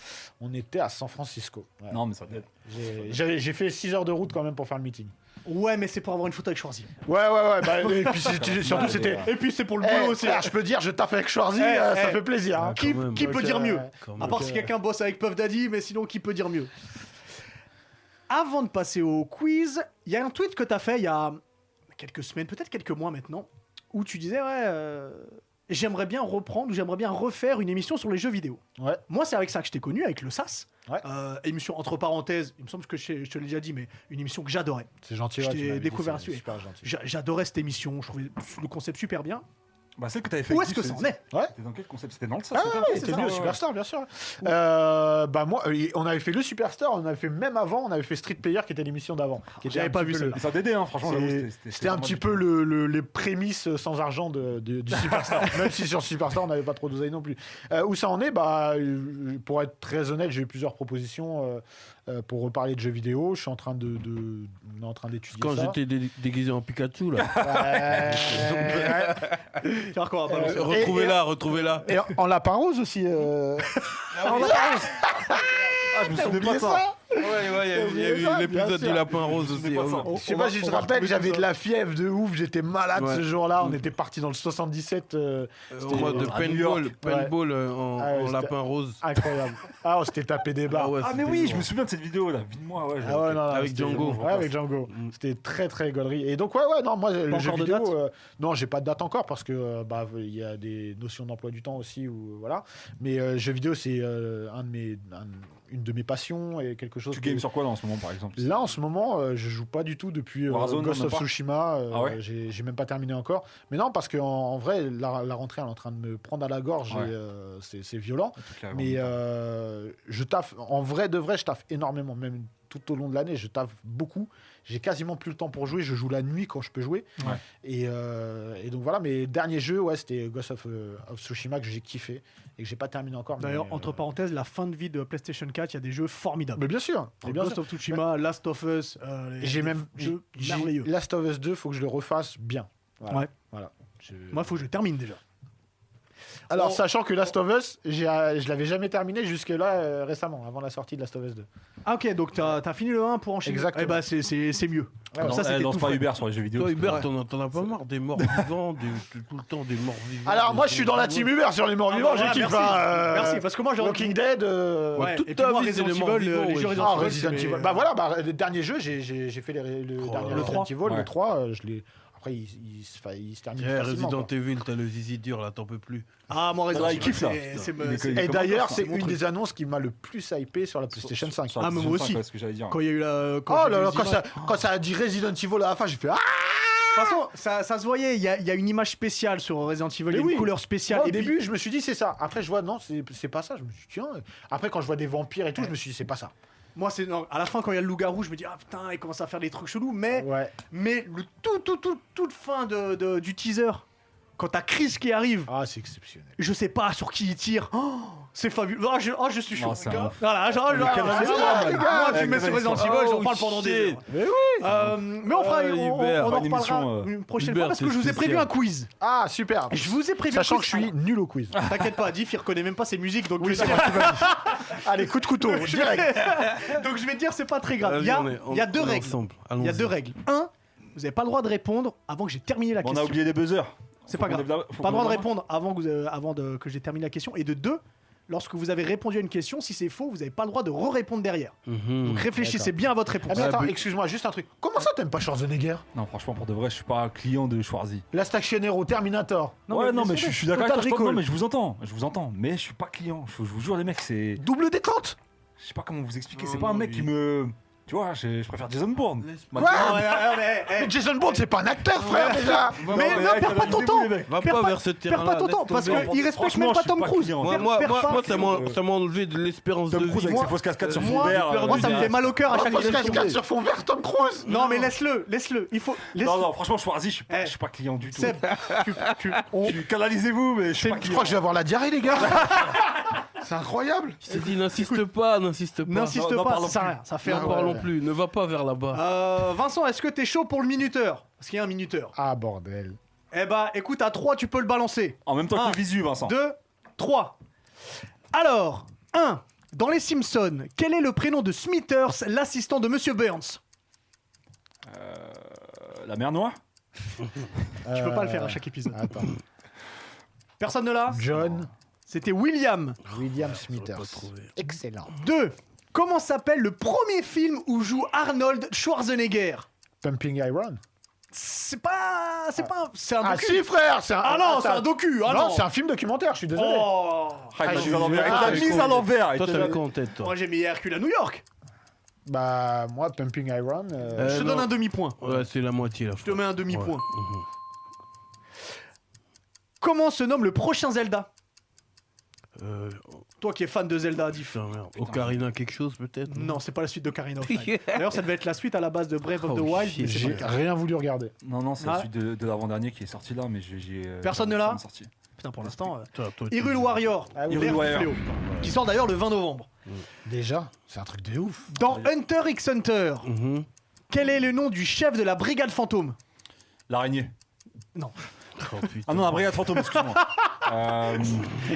S5: on était à San Francisco. Ouais.
S2: Non, mais ça doit être.
S5: J'ai- J'ai j'ai fait 6 heures de route quand même pour faire le meeting.
S1: Ouais, mais c'est pour avoir une photo avec Schwarzy.
S5: Ouais ouais ouais. bah, et puis [laughs] c'était- surtout
S2: Ouais,
S5: c'était.
S2: ouais.
S1: Et puis c'est pour le
S5: Eh,
S1: boulot aussi.
S5: frère, je peux dire, je taffe avec Schwarzy,
S1: Eh,
S5: euh,
S1: eh.
S5: ça fait plaisir. hein.
S3: Ouais,
S1: Qui,
S3: Ah, quand même.
S1: qui peut
S5: Donc,
S1: dire
S5: euh,
S1: mieux
S3: Quand
S1: À part
S3: même.
S5: Donc,
S1: si
S5: euh,
S1: quelqu'un bosse avec Puff Daddy, mais sinon qui peut dire mieux Avant de passer au quiz, il y a un tweet que t'as fait il y a quelques semaines, peut-être quelques mois maintenant, où tu disais ouais, euh, j'aimerais bien reprendre ou j'aimerais bien refaire une émission sur les jeux vidéo.
S5: Ouais.
S1: Moi, c'est avec ça que je t'ai connu, avec le SAS.
S5: Ouais.
S1: Euh, émission entre parenthèses, il me semble que je, je te l'ai déjà dit, mais une émission que j'adorais.
S5: C'est gentil.
S1: Je
S5: ouais,
S1: t'ai
S5: tu m'avais dit,
S1: découvert
S5: c'est
S1: celui-
S5: Super gentil.
S1: J'a- J'adorais cette émission, je trouvais le concept super bien.
S2: Bah, c'est que t'avais fait.
S1: Où
S2: avec
S1: est-ce que
S2: lui,
S1: ça en
S2: c'est-
S1: est
S2: C'était dans quel concept C'était dans le
S5: Ah
S2: sas
S5: ouais,
S2: c'est
S5: c'était
S2: ça,
S5: venu au
S2: ouais.
S5: Superstar, bien sûr. Euh, bah moi, euh, on avait fait le Superstar, on avait fait même avant, on avait fait Street Player qui était l'émission d'avant. qui était
S1: J'avais
S5: un
S1: pas
S5: petit
S1: vu
S5: peu le-
S1: celle-là.
S2: Et ça t'aidait, hein, franchement. j'avoue,
S5: c'est- C'était un
S2: vraiment
S5: petit
S2: du-
S5: peu le- le- les prémices sans argent de, de- [laughs] du Superstar. Même si sur Superstar, on n'avait pas trop d'oseille non plus. Euh, où ça en est bah, euh, Pour être très honnête, j'ai eu plusieurs propositions euh, euh, pour reparler de jeux vidéo. Je suis en train de, de- on est en train d'étudier
S3: Quand
S5: ça. [laughs]
S3: j'étais dé- déguisé en Pikachu, là.
S5: Ouais.
S1: C'est-à-dire qu'on va
S5: Euh,
S1: pas le faire.
S3: Retrouvez-la, retrouvez-la.
S5: Et en- en lapin rose aussi. euh,
S1: Ah, je me souviens pas de ça.
S3: Ouais, ouais, il y a- il y a
S5: oublié ça,
S3: eu
S5: bien
S3: l'épisode
S5: sûr.
S3: du lapin rose aussi. hein.
S2: pas
S3: ouais.
S2: ça.
S5: Je sais pas si je te rappelle, j'avais de la fièvre de ouf, j'étais malade
S3: Ouais.
S5: ce jour-là. On était parti dans le 77. euh,
S3: Euh,
S5: C'était
S3: On va de
S5: à New
S3: paintball,
S5: York.
S3: paintball euh, en,
S5: Ah ouais,
S3: en
S5: c'était-
S3: lapin rose.
S5: [laughs] Incroyable. Ah, on s'était tapé des barres.
S3: ouais,
S2: Ah, mais
S3: c'était
S2: oui,
S3: lourd.
S2: je me souviens de cette vidéo là. Vite-moi, ouais. je-
S5: Ah ouais, non, non,
S3: Avec
S5: c'était-
S3: Django.
S5: Ouais, avec Django. C'était très très gaulerie. Et donc, ouais, ouais, non, moi, le
S1: Pas
S5: jeu
S1: encore de
S5: vidéo.
S1: date
S5: euh, non, j'ai pas de date encore parce que euh, bah, il y a des notions d'emploi du temps aussi. Ou, voilà. Mais euh, jeu vidéo, c'est euh, un de mes, un- une de mes passions et quelque chose.
S2: Tu
S5: que-
S2: games sur quoi là en ce moment par exemple
S5: Là en ce moment, euh, je joue pas du tout depuis euh,
S2: Warzone,
S5: Ghost
S2: même
S5: of
S2: pas
S5: Tsushima. euh,
S2: Ah ouais
S5: j'ai, j'ai même pas terminé encore. Mais non, parce que en, en vrai, la, la rentrée elle est en train de me prendre à la gorge
S2: Ouais.
S5: et euh, c'est, c'est violent.
S2: Toute la-
S5: Mais euh, je taffe, en vrai de vrai, je taffe énormément, même tout au long de l'année, je taffe beaucoup. J'ai quasiment plus le temps pour jouer, je joue la nuit quand je peux jouer.
S2: Ouais.
S5: Et, euh, et donc voilà, mes derniers jeux, ouais, c'était Ghost of, euh, of Tsushima que j'ai kiffé et que j'ai pas terminé encore. mais,
S1: D'ailleurs, entre
S5: euh,
S1: parenthèses, la fin de vie de PlayStation 4, il y a des jeux formidables.
S5: Mais bien sûr, mais bien
S1: Ghost
S5: sûr.
S1: of Tsushima, Last of Us, euh, les-
S5: J'ai
S1: des
S5: même
S1: jeux
S5: j'ai-
S1: merveilleux.
S5: Last of Us 2, faut que je le refasse bien. Voilà.
S1: Ouais.
S5: Voilà. Je-
S1: Moi, faut que je termine déjà.
S5: Alors,
S1: on-
S5: sachant que Last of Us, j'ai, euh, je l'avais jamais terminé jusque-là euh, récemment, avant la sortie de Last of Us 2.
S1: Ah, ok, donc t'as as fini le 1 pour enchaîner.
S5: Exactement.
S1: Eh bah, c'est- c'est c'est mieux. Comme
S5: ouais.
S1: ça,
S2: Eh,
S1: c'était
S2: lance
S1: tout
S2: pas
S1: frais.
S2: Uber sur les jeux vidéo.
S3: Toi,
S2: parce que-
S3: Hubert, t'en t'en as pas marre des morts vivants, des- tout- tout le temps des morts vivants.
S5: Alors,
S3: des
S5: moi, je suis
S3: zombies.
S5: dans la team Uber sur les morts
S1: Ah,
S5: vivants,
S1: bah, voilà,
S5: je kiffe.
S1: merci.
S5: hein, euh,
S1: Merci, parce que moi, j'ai
S5: Walking Dead. euh,
S1: Ouais,
S3: toute
S1: et puis
S3: ta
S1: moi,
S3: vie, c'est
S1: Resident
S3: les morts
S1: Evil, euh,
S3: vivants,
S1: les
S3: ouais.
S1: jeux Resident
S5: Ah,
S1: Evil,
S5: Resident
S1: c'est-
S5: Evil. Bah voilà, bah, le dernier jeu, j'ai- j'ai j'ai fait les- le
S3: Oh,
S5: dernier
S3: le
S1: 3.
S5: Resident Evil,
S2: Ouais.
S5: le 3, euh, je l'ai. Après, il, il se- enfin, il se termine.
S3: Eh,
S5: facilement,
S3: Resident
S5: quoi.
S3: Evil, t'as le zizi dur là, t'en peux plus.
S1: Ah, moi, Resident
S2: Ah, il
S1: Evil,
S2: kiffe, là.
S1: c'est- c'est-
S2: Il est-
S1: c'est-
S2: il est
S5: Et
S2: comment
S5: d'ailleurs,
S2: ça,
S5: c'est
S2: mon
S5: une
S2: truc.
S5: des annonces qui m'a le plus hypé sur la PlayStation 5.
S2: Sur la
S1: Ah, mais moi
S2: PlayStation cinq,
S1: aussi.
S2: ouais, c'est ce que j'allais dire.
S1: Quand il y a eu la. quand
S5: Oh
S1: j'ai
S5: là
S1: vu
S5: là,
S1: les
S5: quand
S1: images.
S5: ça, quand ça a dit Resident Evil à la fin, j'ai fait Ah
S1: De toute façon, ça, ça se voyait, il y, a- il y a une image spéciale sur Resident Evil, il y a
S5: Mais
S1: une
S5: oui.
S1: couleur spéciale.
S5: Moi, au
S1: et puis-
S5: début, je me suis dit c'est ça. Après, je vois non, c'est c'est pas ça. Je me suis dit tiens. Après, quand je vois des vampires et tout, je me suis dit c'est pas ça.
S1: moi, c'est non, à la fin, quand il y a le loup-garou, je me dis, ah putain, il commence à faire des trucs chelous, mais,
S5: Ouais.
S1: mais le tout, tout, tout, toute fin de, de- du teaser, quand t'as Chris qui arrive,
S5: Ah, c'est exceptionnel.
S1: je sais pas sur qui il tire, oh, c'est fabuleux. Oh, je, oh, je suis chaud.
S2: Non, c'est un-
S1: voilà, genre, genre,
S2: quel
S1: voilà,
S2: film,
S1: voilà,
S2: man.
S1: moi,
S2: Ouais,
S1: tu me mets
S2: quel
S1: sur Resident
S2: film.
S1: Evil, j'en
S3: Oh,
S1: parle pendant des
S3: shit.
S1: heures.
S5: Mais oui.
S1: Euh, mais on fera,
S3: Oh,
S1: on- on,
S3: Hubert,
S1: on en
S2: une
S1: reparlera
S2: émission, euh,
S1: une prochaine
S3: Hubert,
S1: fois parce que
S3: c'est
S1: je vous ai prévu
S3: spécial.
S1: un quiz.
S5: Ah super.
S1: Je vous ai prévu un
S5: Sachant que
S1: quiz.
S5: je suis nul au quiz.
S1: Ah, T'inquiète pas, Diff, il reconnaît même pas ses musiques, donc
S5: Oui,
S1: je vais
S5: ça
S1: dire-
S5: va, tu m'as
S1: [laughs]
S5: dit. Allez, coup de couteau,
S1: Je
S5: direct.
S1: vais- Donc je vais te dire, c'est pas très grave.
S3: Allez,
S1: Il y a,
S3: on est- on-
S1: il y a deux
S3: on est
S1: règles.
S3: ensemble.
S1: Il y a
S3: Allons-y.
S1: deux règles. Un, vous n'avez pas le droit de répondre avant que j'ai terminé la
S2: Bon, On a
S1: question.
S2: oublié les buzzers.
S1: C'est
S2: Faut
S1: pas
S2: qu'on
S1: grave.
S2: lève la- faut
S1: Pas le
S2: qu'on
S1: droit de
S2: lève la main.
S1: répondre avant, que vous- euh, avant de- que j'ai terminé la question. Et de deux, lorsque vous avez répondu à une question, si c'est faux, vous n'avez pas le droit de re-répondre derrière.
S3: Mhm. Hmm,
S1: Donc réfléchissez bien à votre
S5: Ah,
S1: réponse.
S5: mais attends,
S3: but-
S5: excuse-moi, juste un truc. Comment ça t'aimes pas Schwarzenegger
S2: Non, franchement, pour de vrai, je suis pas client de Schwarzy.
S5: Last Action Hero, Terminator.
S1: Non,
S2: ouais,
S1: mais
S2: non,
S1: laisse
S2: mais je,
S1: tomber.
S2: je suis d'accord
S1: Total
S2: avec toi. je
S1: Recall.
S2: pense- Non, mais je vous entends. Je vous entends. Mais je suis pas client. Je, je vous jure, les mecs, c'est.
S5: Double détente
S2: Je sais pas comment vous expliquer.
S3: Non,
S2: C'est pas un
S3: non,
S2: mec
S3: il-
S2: qui me. Tu vois, je, je préfère Jason Bourne.
S3: Laisse-moi.
S5: Quoi
S1: Non, mais- [laughs] non, mais- eh,
S5: Mais Jason Bourne, c'est pas un acteur, frère, déjà
S1: Mais non, perds pas ton temps
S3: Va
S1: Perds
S3: pas
S1: pas-
S3: vers ce
S1: Perds
S3: terrain-là.
S1: pas ton temps,
S3: laisse
S1: parce
S3: tomber.
S2: tomber.
S1: qu'il respecte
S2: Franchement,
S1: même pas
S2: je suis
S1: Tom
S2: pas
S1: Cruise.
S2: client.
S3: Moi,
S1: Perds-
S3: moi,
S1: perds
S3: moi,
S1: pas-
S3: moi, ça m'a
S2: Euh,
S3: ça m'a enlevé de l'espérance de
S2: Tom Cruise
S3: vie.
S2: avec
S1: moi-
S2: ses fausses cascades sur son
S1: moi,
S2: verre. euh,
S1: moi, ça me
S2: derrière.
S1: fait mal au cœur à chaque
S5: Moi,
S1: fois.
S5: je cascade sur fond vert, Tom Cruise
S1: Non, mais laisse-le, laisse-le. Il faut. laisse-
S2: Non, non, franchement, Schwarzy, je suis pas,
S1: Eh.
S2: je suis pas client du tout.
S1: Seb, tu- tu- on-
S2: Tu- Canalisez-vous, mais je suis pas
S5: Je crois
S2: client.
S5: que je vais avoir la diarrhée, les gars [laughs] C'est incroyable
S3: Il s'est dit, n'insiste pas, n'insiste pas.
S1: N'insiste
S2: Non, non,
S1: pas, ça
S2: parlons
S1: sert à
S2: plus.
S1: rien. Ça fait
S3: N'en
S1: un
S3: parlons plus, ne va pas vers là-bas.
S1: Euh, Vincent, est-ce que t'es chaud pour le minuteur Parce qu'il y a un minuteur.
S5: Ah, bordel.
S1: Eh bah, écoute, à 3, tu peux le balancer.
S2: En même temps
S1: Un,
S2: que le visu, Vincent.
S1: 2, 3. Alors, 1. Dans Les Simpsons, quel est le prénom de Smithers, l'assistant de Monsieur Burns
S2: Euh, La mer noire
S1: Je peux pas le faire à chaque épisode.
S5: Euh, Attends. Euh.
S1: Personne ne l'a
S5: John
S1: C'était William. Ah,
S5: William Smithers.
S3: trouvé.
S5: Excellent.
S1: 2. Comment s'appelle le premier film où joue Arnold Schwarzenegger
S5: Pumping Iron
S1: C'est pas. C'est pas. un- C'est un
S5: Ah
S1: docu.
S5: si, frère c'est un,
S1: ah non, c'est
S5: ça-
S1: un docu Ah
S5: non,
S1: non,
S5: c'est un film documentaire, je suis désolé.
S1: Oh
S2: Ah, il
S5: je
S2: l'a
S5: suis
S2: mise à l'envers.
S5: désolé.
S2: Il l'a mise à l'envers. Il
S3: Toi,
S2: était
S3: t'avais
S2: là-
S3: quoi en tête, toi
S1: Moi j'ai mis Hercule à New York
S5: Bah, moi, Pumping Iron... euh,
S3: Euh,
S1: Je te
S3: non.
S1: donne un demi-point.
S3: Ouais, c'est la moitié là.
S1: Je te mets un demi-point.
S3: Mhm.
S1: Comment se nomme le prochain Zelda
S3: Euh,
S1: Toi qui es fan de Zelda, diff.
S3: putain, merde. Ocarina, quelque chose peut-être
S1: Non, c'est pas la suite de Karina of Time. D'ailleurs, ça devait être la suite à la base de Brave of the
S3: Oh,
S1: Wild.
S3: shit.
S1: mais c'est
S5: J'ai
S1: pas-
S5: rien voulu regarder.
S2: Non, non, c'est
S1: Ah.
S2: la suite de, de l'avant-dernier qui est sorti là, mais j'ai- j'ai. euh,
S1: Personne
S2: j'ai
S1: ne l'a
S2: pas sorti.
S1: Putain, pour l'instant. euh,
S3: Toi, toi, tu-
S1: Hyrule Warrior,
S5: Ah oui.
S1: l'ère du
S2: Hyrule Warrior.
S1: fléau, qui sort d'ailleurs le 20 novembre.
S5: Déjà, c'est un truc de ouf.
S1: Dans Hunter x Hunter,
S3: Mhm.
S1: quel est le nom du chef de la brigade fantôme
S2: L'araignée.
S1: Non.
S3: Oh,
S2: Ah non, la brigade fantôme, excuse-moi. Euh,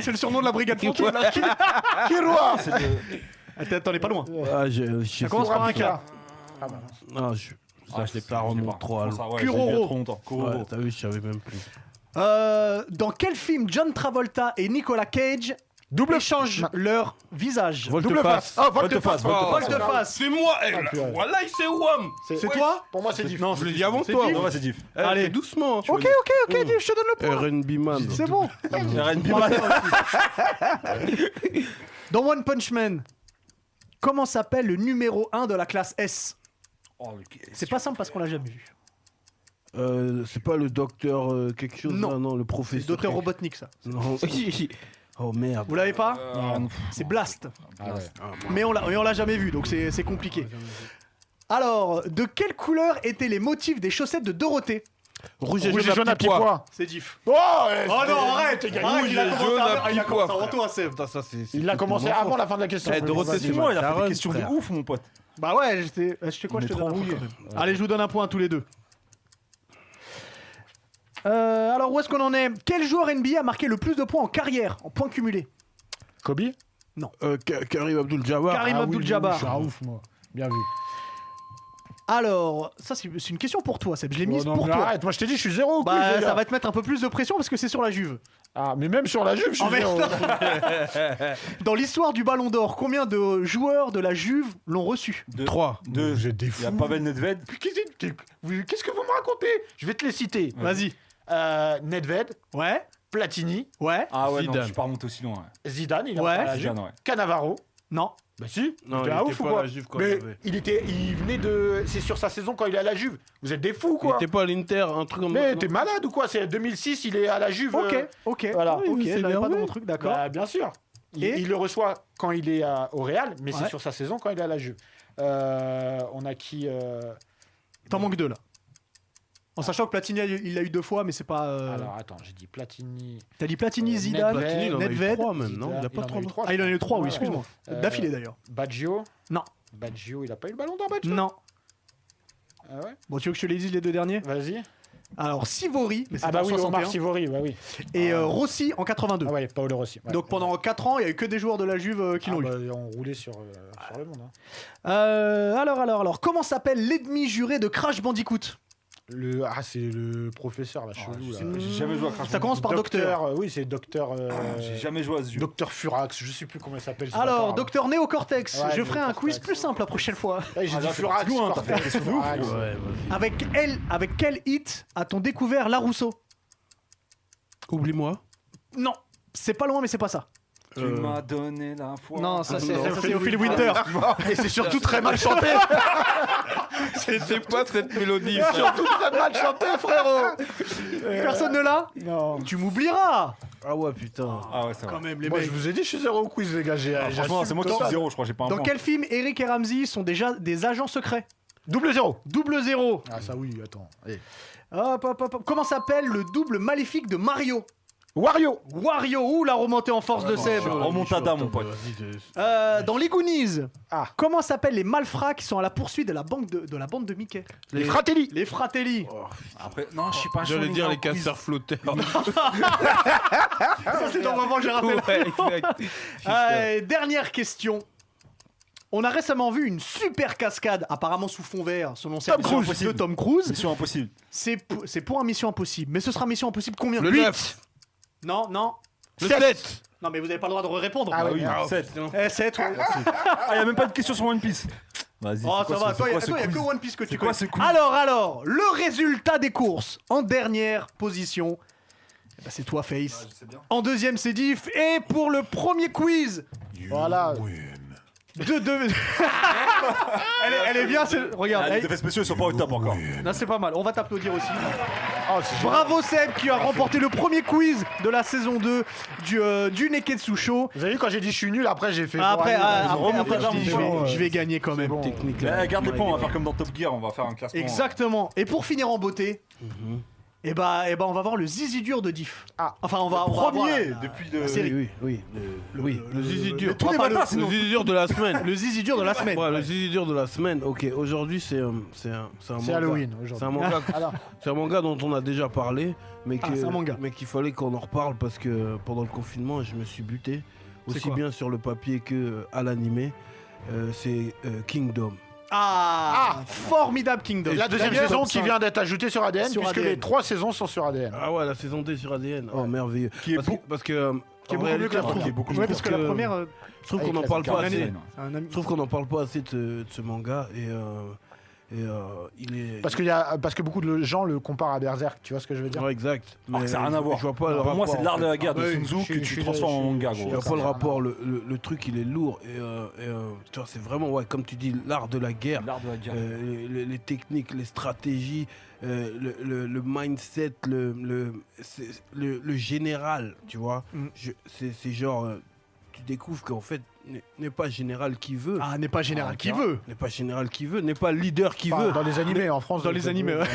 S1: C'est le surnom de la brigade fantôme.
S2: Kiroa, c'est de-
S1: Attends, attends, on est pas loin.
S6: Ah, je, je sais
S1: Ça commence
S6: pas.
S1: par un cas.
S5: Ah, bah,
S6: Ah, je, ça, je l'ai pas
S2: je sais
S6: remonté trop à
S2: Ça,
S6: loin.
S2: ouais, j'ai vu il y a
S1: Kuroro.
S2: trop longtemps. Kuroro.
S6: Ouais, t'as vu, je savais même plus.
S1: Euh, dans quel film John Travolta et Nicolas Cage double échangent leur visage
S6: Volte-face.
S5: Ah, volte-face.
S1: Volte-face.
S3: C'est moi, eh,
S5: Ah, purée.
S3: voilà, c'est Wam.
S1: C'est toi
S5: Pour moi, c'est difficile.
S3: Non, je l'ai dit avant
S1: C'est
S3: toi.
S1: dit.
S2: Non, ouais, c'est diff.
S3: Eh,
S1: Allez.
S3: fais doucement. hein.
S1: Ok, ok, ok, Dave, je te donne le point.
S6: R&B man.
S1: C'est bon. Dans One Punch Man, comment s'appelle le numéro 1 de la classe S C'est pas simple parce qu'on l'a jamais vu.
S6: Euh, c'est pas le docteur euh, quelque chose
S1: Non.
S6: là, non, le
S1: C'est
S6: professeur.
S1: Docteur
S6: quelque-
S1: Robotnik, ça.
S6: Non. Oh merde.
S1: Vous l'avez
S5: Euh,
S1: pas C'est Blast. Mais on l'a mais on l'a jamais vu, donc c'est c'est compliqué.
S5: Ah,
S1: Alors, de quelle couleur étaient les motifs des chaussettes de Dorothée
S6: Rouge et
S5: Rouge
S6: jaune.
S5: et jaune à pied pois.
S1: C'est diff.
S5: Oh,
S1: Oh non, arrête,
S5: il a
S1: Arrête, il a
S3: Rouge et
S1: commencé
S3: jaune
S1: à-
S3: à
S1: ah, il a
S3: petit
S1: commencé
S3: pois.
S1: avant toi, Seb.
S3: Putain, ça, c'est. c'est-
S5: Il l'a commencé
S6: mon
S5: avant
S6: faute.
S5: la fin de la question.
S6: Eh, Dorothée,
S5: Vas-y,
S6: c'est
S5: vas-y.
S2: Moi, il a fait
S6: Daron,
S2: des questions de
S6: frère.
S2: ouf, mon pote.
S1: Bah ouais, j'étais. euh, Je sais quoi,
S6: On
S1: je te
S6: est
S1: donne un
S6: trop
S1: point.
S6: rouillés.
S5: Euh.
S1: quand même. Allez, je vous donne un point à tous les deux. Euh, alors, où est-ce qu'on en est Quel joueur NBA a marqué le plus de points en carrière, en points cumulés
S5: Kobe
S6: Euh, Ka- Karim Abdul-Jabbar.
S1: Karim
S5: Ah oui,
S1: Abdul-Jabbar.
S5: oui, Je suis un ouf, moi. Bien vu.
S1: Alors, ça, c'est c'est une question pour toi, Seb. Je l'ai
S5: Oh,
S1: mise
S5: non,
S1: pour
S5: mais
S1: toi.
S5: Arrête, moi je t'ai dit, je suis [laughs] zéro. ou quoi, je
S1: Bah,
S5: veux
S1: ça
S5: dire
S1: va te mettre un peu plus de pression parce que c'est sur la Juve.
S5: Ah, mais même sur la jupe, je
S1: Oh,
S5: suis
S1: merde.
S5: zéro. [laughs]
S1: Dans l'histoire du Ballon d'Or, combien de joueurs de la Juve l'ont reçu
S6: 3.
S2: Deux.
S5: J'ai des
S2: Il y a
S5: fous.
S2: Pavel Nedved.
S5: Puis qu'est-ce que- qu'est- vous- Qu'est-ce que vous me racontez Je vais te les citer.
S1: Vas-y.
S5: Euh, Nedved,
S1: Ouais
S5: Platini,
S1: Ouais
S2: Ah ouais, non,
S6: Zidane.
S2: je suis pas remonté aussi loin.
S5: Zidane, il a
S1: Ouais.
S5: pas la
S2: ouais. Zidane,
S5: Juve.
S2: ouais.
S5: Cannavaro.
S1: Non.
S5: Bah si,
S6: Non,
S5: c'était
S6: il
S5: un
S6: était
S5: ouf ou
S6: pas
S5: quoi
S6: à la Juve quand
S5: Mais
S6: il avait.
S5: il était, il venait de, c'est sur sa saison quand il est à la Juve. Vous êtes des fous
S6: Il
S5: quoi.
S6: était pas à l'Inter, un truc comme
S5: Mais
S6: non.
S5: t'es malade ou quoi C'est 2006, il est à la Juve.
S1: Ok,
S5: euh,
S1: ok.
S5: voilà.
S1: Ok,
S6: Oui, mais
S1: je
S6: c'est
S1: l'avais pas
S6: énervé.
S1: dans mon truc, d'accord.
S5: bah, bien sûr. Il,
S1: Et
S5: il le reçoit quand il est à- au Real, mais
S1: Ouais.
S5: c'est sur sa saison quand il est à la Juve. Euh, on a qui euh,
S1: T'en manques deux là. En sachant que Platini, il l'a eu deux fois, mais c'est pas. euh,
S5: Alors attends, j'ai dit Platini.
S1: T'as dit Platini,
S5: Euh,
S1: Zidane,
S5: Nedved.
S6: Platini, il en a eu
S1: Nedved.
S6: 3 même, non Il
S5: Zidane,
S6: a pas
S5: en eu
S6: 3.
S5: trois,
S1: Ah, il en a eu trois, oui,
S5: Ouais.
S1: excuse-moi.
S5: Euh,
S1: D'affilée d'ailleurs.
S5: Baggio
S1: Non.
S5: Baggio, il a pas eu le ballon d'or, Baggio
S1: Non.
S5: Ah ouais
S1: Bon, tu veux que je te les dise les deux derniers
S5: Vas-y.
S1: Alors, Sivori, mais c'est
S5: Ah bah
S1: en
S5: oui, Omar
S1: 61,
S5: Sivori, bah oui.
S1: et euh, Rossi en 82.
S5: Ah ouais, Paolo Rossi. ouais.
S1: Donc pendant 4 ans, il y a eu que des joueurs de la Juve euh, qui
S5: Ah
S1: l'ont eu.
S5: bah, on roulait sur, euh, sur le monde. hein.
S1: Euh, alors, alors, alors, comment s'appelle l'ennemi juré de Crash Bandicoot
S5: Le, ah, c'est le professeur, la chelou. là.
S2: J'ai jamais joué à Crash
S1: Ça commence par Docteur. Ah,
S5: euh, Oui, c'est docteur. euh,
S2: Bandicoot. J'ai jamais joué à ce jeu.
S5: Docteur Furax, je sais plus comment il s'appelle. ce
S1: Alors,
S5: bâtard,
S1: Docteur Néocortex,
S5: Ouais,
S1: je ferai un quiz
S5: Néocortex.
S1: plus simple la prochaine fois.
S5: là. Ouais, J'ai
S2: Ah,
S5: dit
S2: là, c'est
S5: Furax.
S2: parti loin, t'as
S5: Cortex,
S2: fait des trucs de ouf,
S5: Furax.
S6: Ouais, vas-y.
S1: Avec elle, avec quel hit a-t-on découvert Larousseau
S6: Oublie-moi.
S1: Non, c'est pas loin, mais c'est pas ça.
S2: Tu
S6: Euh,
S2: m'as donné la foi.
S1: Non, ça c'est
S6: non.
S1: ça, c'est Ophélie Winter.
S5: Et Ah, c'est surtout très mal chanté.
S3: C'était pas cette mélodie.
S5: surtout très mal chanté, frérot.
S1: Personne ne l'a
S5: Non.
S1: Tu m'oublieras
S6: Ah ouais, putain.
S2: Ah ouais, c'est vrai.
S1: Quand même, les
S5: Moi,
S1: mecs.
S5: je vous ai dit, je suis zéro au quiz, les gars. j'ai-
S2: Ah, Franchement,
S5: j'assume
S2: c'est moi qui suis
S5: total.
S2: zéro, je crois, j'ai pas un
S1: Dans
S2: point.
S1: quel film Eric et Ramsey sont déjà des agents secrets
S5: Double zéro.
S1: Double zéro.
S5: Ah, ça oui, attends. Allez.
S1: Hop, hop, hop, hop. Comment s'appelle le double maléfique de Mario
S5: Wario.
S1: Wario, ouh la remontée en force de Seb.
S2: Remontada, mon pote.
S1: Euh, dans les Goonies,
S5: Ah.
S1: comment s'appellent les malfrats qui sont à la poursuite de la, banque de, de la bande de Mickey
S5: Les Fratelli.
S1: Les Fratelli.
S2: Après, non, je suis pas
S6: J'allais
S2: chaud,
S6: dire
S2: non,
S6: les
S2: quiz.
S6: casseurs flotteurs.
S1: Ça, c'est dans Maman, j'ai raté la-
S6: Ouais,
S1: [laughs]
S6: exact.
S1: Euh, et dernière question. On a récemment vu une super cascade, apparemment sous fond vert, selon certains
S2: Cruise.
S1: de Tom Cruise.
S2: Mission impossible.
S1: C'est pour, c'est pour un Mission Impossible, mais ce sera Mission Impossible combien
S6: Le
S1: Huit.
S6: 9.
S1: Non, non,
S6: Le 7.
S1: non, mais vous n'avez pas le droit de répondre.
S5: Ah
S2: Ah
S5: ouais,
S2: oui,
S6: ah,
S2: 7.
S1: Eh, c'est toi.
S2: Ah, y'a même pas de question sur One Piece. Vas-y.
S1: Oh,
S2: c'est
S1: ça
S2: quoi
S1: va, toi,
S2: ce- c'est
S1: il
S2: quoi
S1: a,
S2: ce
S1: toi, y a
S2: quiz
S1: que One Piece que tu
S2: quoi
S1: connais.
S2: ce quiz
S1: alors, alors, le résultat des courses en dernière position, eh ben, c'est toi, Face. en deuxième, c'est Diff. Et pour le premier quiz
S5: Voilà.
S1: de. de- elle, est, [laughs] elle est bien, c'est- regarde.
S2: Ah, Les
S1: elle-
S2: effets spéciaux ils sont pas au top encore.
S1: Non, c'est pas mal, on va t'applaudir aussi.
S2: Ah,
S5: Oh, c'est génial.
S1: Bravo Seb qui a remporté le premier quiz de la saison 2 du, euh, du Neketsu Show.
S5: Vous avez vu, quand j'ai dit je suis nul, après j'ai fait.
S1: Ah, Après,
S5: Bon, allez,
S1: ah, après,
S2: remonté,
S1: après,
S2: je
S1: je
S2: dis,
S1: vais-
S5: bon,
S1: je vais gagner quand même.
S5: bon.
S1: eh,
S6: Technique.
S2: Là, garde les points, on va faire comme dans Top Gear, on va faire un classement.
S1: Exactement. Et pour finir en beauté, Et bah, et bah, on va voir le zizi dur de Diff.
S5: Ah.
S1: Enfin, on va. on va voir
S2: Premier
S1: la-
S2: depuis de.
S1: la série.
S6: Oui, oui, oui. Le, oui.
S3: Le zizi dur.
S1: tous les
S3: Ah, pas
S1: matins,
S3: le-
S1: sinon.
S3: Le zizi dur de la semaine.
S1: Le zizi dur de la semaine.
S3: Ouais, le zizi dur de la semaine. Ok, aujourd'hui, c'est euh, c'est un, c'est un
S5: C'est
S3: manga.
S5: Halloween
S3: C'est un
S5: aujourd'hui.
S1: [laughs]
S3: manga
S5: Alors,
S3: C'est un manga dont on a déjà parlé, mais
S1: Ah,
S3: que-
S1: c'est un manga.
S3: mais qu'il fallait qu'on en reparle parce que pendant le confinement, je me suis buté
S1: C'est
S3: aussi
S1: quoi
S3: bien sur le papier que euh, à l'animé. Euh, c'est euh, Kingdom.
S1: Ah,
S5: Ah.
S1: Formidable Kingdom.
S5: la deuxième
S1: D'ailleurs,
S5: saison qui
S1: ça-
S5: vient d'être ajoutée sur ADN,
S1: Sur
S5: puisque
S1: ADN.
S5: les trois saisons sont sur ADN.
S3: Ah ouais, la saison 2 sur ADN. Oh merveilleux.
S2: Qui est
S3: parce, que, parce que euh,
S1: Qui est
S3: en
S1: beaucoup mieux
S3: réalité,
S1: que la
S3: je trouve-
S1: première.
S2: est beaucoup
S1: Ouais,
S2: mieux
S1: parce que
S3: que-
S1: la première, euh,
S3: Je trouve
S5: Avec
S3: qu'on n'en
S5: la
S3: parle pas
S2: Carmen
S3: assez.
S2: Hélène.
S1: un ami.
S3: Je trouve qu'on n'en parle pas assez de, ce- de ce manga et, euh, et, euh, il est.
S5: Parce que, y a, parce que beaucoup de gens le comparent à Berserk, tu vois ce que je veux dire
S3: Ouais, exact.
S2: Alors Oh, que ça n'a rien à
S3: je-
S2: voir.
S3: Je vois pas le
S2: Pour moi,
S3: rapport,
S2: c'est
S3: en
S2: l'art de
S3: fait.
S2: la guerre de
S5: Ah, oui,
S2: Sun Tzu
S5: je suis-
S2: que
S5: je
S2: tu
S5: suis-
S2: transformes en
S5: je suis-
S2: manga,
S5: je suis
S2: gros.
S3: Il n'y a
S5: d'accord.
S3: pas le rapport, le, le- le truc il est lourd et, euh, et, euh, tu vois, c'est vraiment, ouais, comme tu dis, l'art de la guerre.
S2: L'art de la guerre.
S3: Euh, les- les, les techniques, les stratégies, euh, le, le- le mindset, le, le, c'est- le- le général, tu vois.
S1: Mm.
S3: Je- C'est c'est genre, euh, tu découvres qu'en fait, n'est- n'est pas général qui veut,
S1: Ah, n'est pas général qui veut.
S3: n'est pas général qui veut, n'est pas leader qui
S5: Enfin,
S3: veut.
S5: Dans les animés, en France.
S1: Dans les animés, ouais.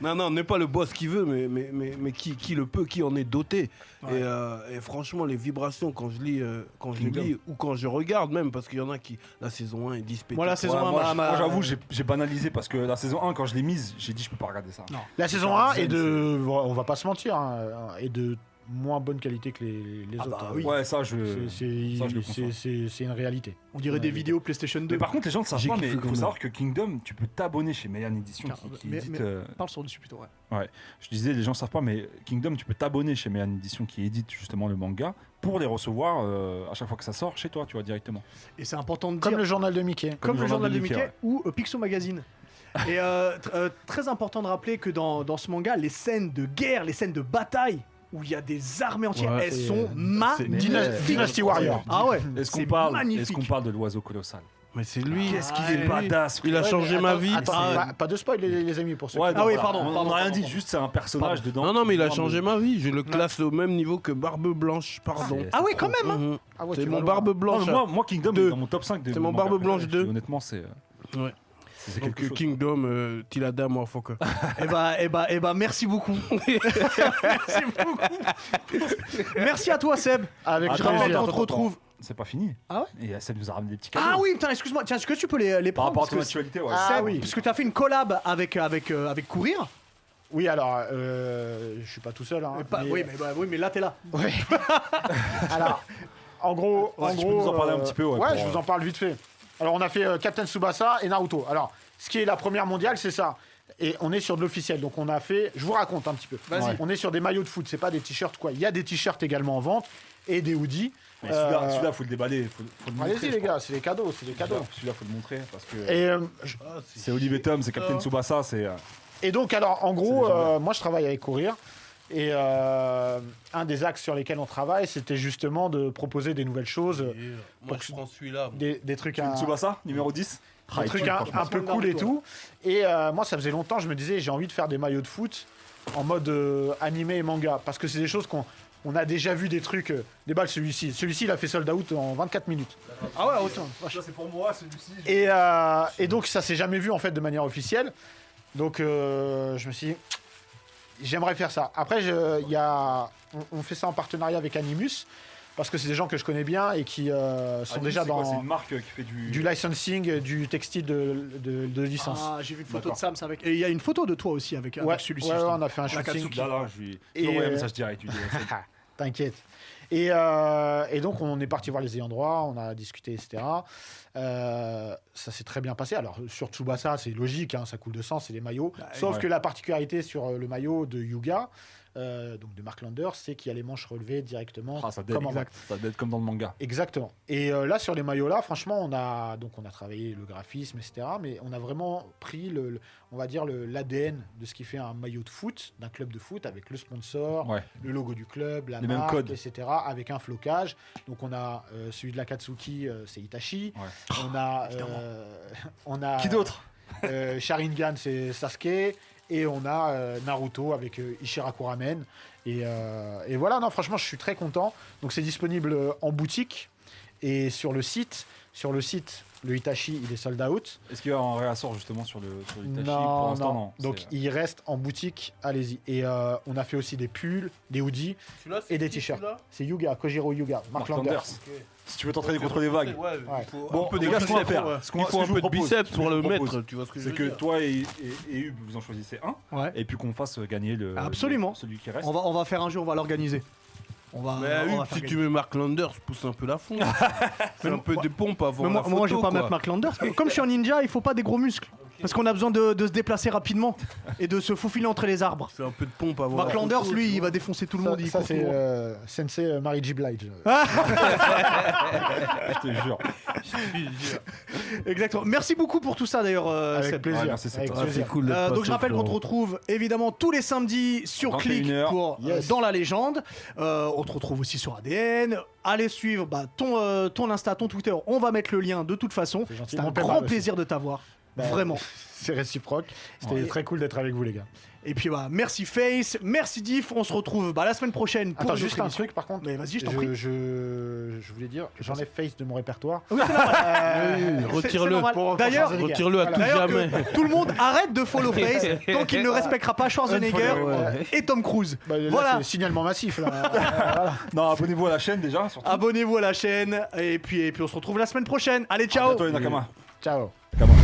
S3: Non, non, n'est pas le boss qui veut, mais, mais, mais, mais qui, qui le peut, qui en est doté.
S1: Ouais.
S3: Et, euh, et franchement, les vibrations quand je lis, euh, quand je
S2: Kingdom.
S3: lis ou quand je regarde même, parce qu'il y en a qui, la saison 1 est dispétée.
S1: Moi, la saison
S2: Ouais,
S1: 1,
S2: moi,
S1: ma-
S2: je-
S1: ma-
S2: moi, j'avoue, j'ai j'ai banalisé parce que la saison 1, quand je l'ai mise, j'ai dit je peux pas regarder ça.
S5: La saison 1 est de. On va pas se mentir, hein, est de moins bonne qualité que les, les autres. hein.
S2: Ouais, ça, je.
S5: C'est-
S2: Ah,
S5: c'est-
S2: bah ça, je le
S5: c'est-
S2: conçois.
S5: C'est c'est une réalité.
S1: On dirait des vidéos PlayStation 2.
S2: Mais par contre, les gens ne savent
S3: J'ai
S2: pas,
S3: kiffé
S2: mais il
S3: quand
S2: faut
S3: même.
S2: savoir que Kingdom, tu peux t'abonner chez Mayan Edition qui, qui
S1: Mais-
S2: édite.
S1: mais-
S2: euh,
S1: Parle sur dessus plutôt, ouais.
S2: je disais, les gens ne savent pas, mais Kingdom, tu peux t'abonner chez Mayan Edition qui édite justement le manga pour les recevoir euh, à chaque fois que ça sort chez toi, tu vois, directement.
S1: Et c'est important de
S5: Comme
S1: dire,
S5: le journal de Mickey.
S1: comme, le journal de Mickey,
S2: ouais.
S1: ou euh, Picsou Magazine. Et euh, tr- euh, très important de rappeler que dans, dans ce manga, les scènes de guerre, les scènes de bataille, où il y a des armées entières,
S3: Ouais,
S1: elles
S3: c'est-
S1: sont
S3: c'est-
S1: magnifiques.
S5: Dynasty, Dynasty Warrior.
S1: Ah ouais,
S2: Est-ce
S1: c'est
S2: qu'on parle, est
S1: magnifique.
S2: qu'on parle de l'oiseau colossal
S3: Mais c'est lui.
S2: Qu'est-ce qu'il
S1: Ah,
S2: est
S1: oui.
S2: badass
S3: Il a
S5: Ouais,
S3: changé
S5: mais
S3: ma
S5: attends-
S3: vie.
S5: attends, bah,
S1: C'est-
S5: pas, pas de spoil, les, les amis, pour ceux
S2: Ouais,
S5: qui-
S1: Ah oui,
S2: donc,
S1: pardon,
S2: On
S1: pardon,
S2: n'a rien
S1: pardon,
S2: dit,
S1: pardon.
S2: juste c'est un personnage dedans.
S3: Non, non, mais il a
S2: Pardon.
S3: changé ma vie. Je le classe au même niveau que Barbe Blanche, pardon.
S1: Ah oui, quand même. hein.
S3: Mhm.
S5: Ah ouais,
S3: C'est
S5: tu
S3: mon
S5: vas loin.
S3: Barbe
S2: Non,
S3: Blanche.
S2: mais moi, moi, Kingdom
S3: Deux.
S2: est dans mon top 5 de
S3: C'est mon
S2: mangas
S3: Barbe Blanche
S2: préférés,
S3: deux.
S2: Honnêtement, c'est euh,
S3: Ouais.
S2: c'est c'est
S3: Donc,
S2: quelque chose.
S3: hein. Kingdom, euh, Tilada, Motherfucker.
S1: Eh bah, eh bah, eh bah, merci beaucoup. merci beaucoup. merci à toi, Seb.
S5: Avec
S1: Je
S2: Attends,
S1: rappelle,
S5: plaisir.
S1: on te retrouve.
S2: C'est pas fini.
S1: Ah
S2: Et euh, ça nous a ramené des petits cadeaux.
S1: Ah oui, putain, excuse-moi. Tiens, est-ce que tu peux les, les
S2: Par
S1: prendre
S2: rapport à
S1: parce
S2: ton
S1: que,
S2: actualité, ouais.
S5: Ah
S1: Seb,
S5: oui.
S1: parce que t'as fait une collab avec avec euh, avec courir.
S5: Oui, alors, euh, je suis pas tout seul. hein,
S1: Mais pas-
S5: mais-
S1: oui, mais, bah, oui, mais là t'es là.
S5: Ouais. Alors, en gros,
S2: Ouais,
S5: en
S2: tu peux nous
S5: gros,
S2: en parler un
S5: euh,
S2: petit peu, ouais,
S5: Ouais,
S2: pour,
S5: je vous
S2: euh,
S5: en parle vite fait. Alors, on a fait euh, Captain Tsubasa et Naruto. Alors, ce qui est la première mondiale, c'est ça. Et on est sur de l'officiel. Donc, on a fait. Je vous raconte un petit peu.
S1: Vas-y.
S5: On est sur des maillots de foot. C'est pas des t-shirts quoi. Il y a des t-shirts également en vente et des hoodies.
S2: Mais
S5: Euh,
S2: Celui-là, celui-là, faut le déballer. Faut, faut le montrer,
S5: Allez-y
S2: je
S5: les
S2: pense.
S5: gars, c'est des cadeaux, c'est des cadeaux.
S2: Celui-là, celui-là, faut le montrer parce que
S5: Et euh, je-
S2: c'est Olivier Tom, c'est Captain Tsubasa, c'est. euh,
S5: Et donc, alors, en gros,
S2: C'est légendaire.
S5: euh, moi, je travaille avec Courir. Et euh, un des axes sur lesquels on travaille, c'était justement de proposer des nouvelles choses, euh,
S3: Moi, je prends celui-là.
S5: des, des trucs, un,
S2: Captain Tsubasa, numéro 10.
S5: des trucs un, un peu cool et tout. Et euh, moi, ça faisait longtemps, je me disais, j'ai envie de faire des maillots de foot en mode euh, animé et manga. Parce que c'est des choses qu'on on a déjà vu des trucs. euh, des balles, celui-ci. Celui-ci, il a fait sold out en 24 minutes.
S1: Ah ouais, autant.
S2: c'est pour moi, celui-ci.
S5: Et, euh, et donc ça s'est jamais vu en fait de manière officielle. Donc euh, je me suis dit, j'aimerais faire ça. Après, je- il y a, on, on fait ça en partenariat avec Animus, parce que c'est des gens que je connais bien et qui euh, sont déjà
S2: Ah, C'est
S5: dans
S2: une marque euh, qui fait du.
S5: du licensing, du textile de, de- de licence.
S1: Ah, j'ai vu une photo de
S2: D'accord.
S1: Sam c'est avec. Et il y a une photo de toi aussi avec,
S5: ouais,
S1: avec celui-ci.
S5: ouais, ouais,
S1: justement.
S5: on a fait un shooting.
S1: Katsuki.
S2: Là, là, je lui
S5: Et,
S2: ai envoyé un
S5: euh,
S2: message direct. [laughs] lui ai dit, ouais, c'est-
S5: T'inquiète. Et, euh, et donc, on est parti voir les ayants droit, on a discuté, etc. Euh, ça s'est très bien passé. Alors, sur Tsubasa, c'est logique, hein, ça coule de sang, c'est les maillots. Sauf
S2: Bah, ouais.
S5: que la particularité sur euh, le maillot de Yuga, euh, donc de Mark Lander, c'est qu'il y a les manches relevées directement.
S2: Ah, ça date,
S5: comme en
S2: exact. Ça date comme dans le manga.
S5: Exactement. Et euh, là, sur les maillots-là, franchement, on a, donc, on a travaillé le graphisme, etc. Mais on a vraiment pris, le, le- on va dire, le- l'ADN de ce qui fait un maillot de foot, d'un club de foot, avec le sponsor,
S2: Ouais.
S5: le logo du club, la
S2: Les mêmes
S5: marque,
S2: codes.
S5: etc. Avec un flocage. Donc on a euh, celui de la Katsuki, euh, c'est Itachi.
S2: Ouais.
S5: On a,
S1: Évidemment.
S5: euh, on a
S2: Oh, Qui d'autre
S5: euh, Sharingan, c'est Sasuke. Et on a euh, Naruto avec euh, Ishiraku Ramen. Et, euh, et voilà, non, franchement, je suis très content. Donc c'est disponible euh, en boutique et sur le site. sur le site, le Itachi, il est sold out.
S2: Est-ce qu'il y a un réassort justement sur le sur l'Itachi Pour
S5: Non,
S2: l'instant,
S5: non.
S2: non.
S5: Donc
S2: C'est- euh,
S5: il reste en boutique, allez-y. Et euh, on a fait aussi des pulls, des hoodies.
S7: Celui-là, c'est
S5: Et des
S7: qui,
S5: t-shirts.
S7: celui-là
S5: C'est Yuga, Kojiro Yuga,
S2: Mark
S5: Mark Landers.
S2: Landers. Si tu veux t'entraîner contre les vagues.
S7: Ouais,
S5: Ouais.
S2: Bon,
S7: un peu
S2: les
S7: de
S2: gars, ce qu'on va
S7: biceps,
S2: faire,
S7: ouais.
S2: ce qu'on
S3: Il
S2: va-
S3: faut
S2: ce
S3: un
S2: je vous
S3: peu de
S2: propose,
S3: biceps
S2: ce que
S3: pour
S2: je
S3: le
S2: vous propose,
S3: mettre, tu vois ce que je
S2: C'est
S3: veux
S2: que
S3: dire
S2: toi et, et, et Hub, vous en choisissez un,
S1: Ouais.
S2: et puis qu'on fasse gagner le
S1: Absolument.
S2: le- celui qui reste.
S1: On va, on va faire un jour, on va l'organiser. On va.
S3: Mais
S1: Ah, on
S3: Hugues,
S1: va
S3: si
S1: faire
S3: tu mets Mark Landers, pousse un peu la fonte. Fais un peu des pompes avant
S1: Mais moi,
S3: la
S1: moi, je vais
S3: photo,
S1: pas
S3: quoi.
S1: mettre Mark
S5: [laughs]
S1: Landers. Comme je suis un ninja, il faut pas des gros muscles. Parce qu'on a besoin de, de se déplacer rapidement et de se faufiler entre les arbres.
S3: Fais un peu de pompe avant
S1: Mark
S3: la photo,
S1: Landers,
S3: tu
S1: lui, il
S3: vois.
S1: va défoncer tout le
S5: Ça,
S1: monde. il
S5: ça,
S1: court tout
S5: c'est
S1: le monde.
S5: euh, Sensei euh, Mary G. Blige.
S2: Je te jure.
S1: Exactement. Merci beaucoup pour tout ça d'ailleurs. euh,
S5: euh, Avec
S1: Seb.
S5: plaisir.
S2: Ouais, merci, c'est
S5: avec
S2: toi.
S3: Ah, c'est
S5: plaisir.
S3: cool. d'être
S1: Euh, donc
S3: passé,
S1: je rappelle qu'on te
S3: Florent.
S1: retrouve évidemment tous les samedis sur Click
S2: 21h.
S1: pour euh,
S5: Yes.
S1: Dans la légende. Euh, on te retrouve aussi sur ADN. Allez suivre bah, ton, euh, ton Insta, ton Twitter. On va mettre le lien de toute façon.
S5: C'est gentil.
S1: C'est un
S5: Mon père
S1: grand
S5: aussi.
S1: plaisir de t'avoir.
S5: Bah,
S1: Vraiment.
S5: [laughs] C'est réciproque. C'était très cool d'être avec vous, les gars.
S1: Et puis bah merci Face, merci Diff. On se retrouve bah, la semaine prochaine pour
S5: Attends,
S1: une
S5: juste
S1: autre
S5: un
S1: émission.
S5: truc, par contre.
S1: Mais vas-y, je t'en
S5: Je,
S1: prie.
S5: je, je voulais dire, j'enlève Face de mon répertoire. Euh,
S1: C'est- c'est
S3: retire-le.
S1: normal.
S5: Pour- pour
S1: D'ailleurs,
S5: changer les-
S3: Retire-le à
S5: Voilà.
S3: tout
S1: D'ailleurs
S3: jamais.
S1: que tout le monde arrête de
S5: [laughs]
S1: follow Face tant qu'il ne respectera pas Schwarzenegger
S5: Ouais.
S1: et Tom Cruise.
S5: Bah, là,
S1: Voilà.
S5: c'est signalement
S1: [laughs]
S5: massif, là.
S2: Non, abonnez-vous à la chaîne déjà.
S1: Ah,
S2: Surtout.
S1: Abonnez-vous à la chaîne et puis, et puis on se retrouve la semaine prochaine. Allez,
S2: À
S1: ciao
S2: bientôt, les Nakama.
S5: Ciao.
S2: Nakama.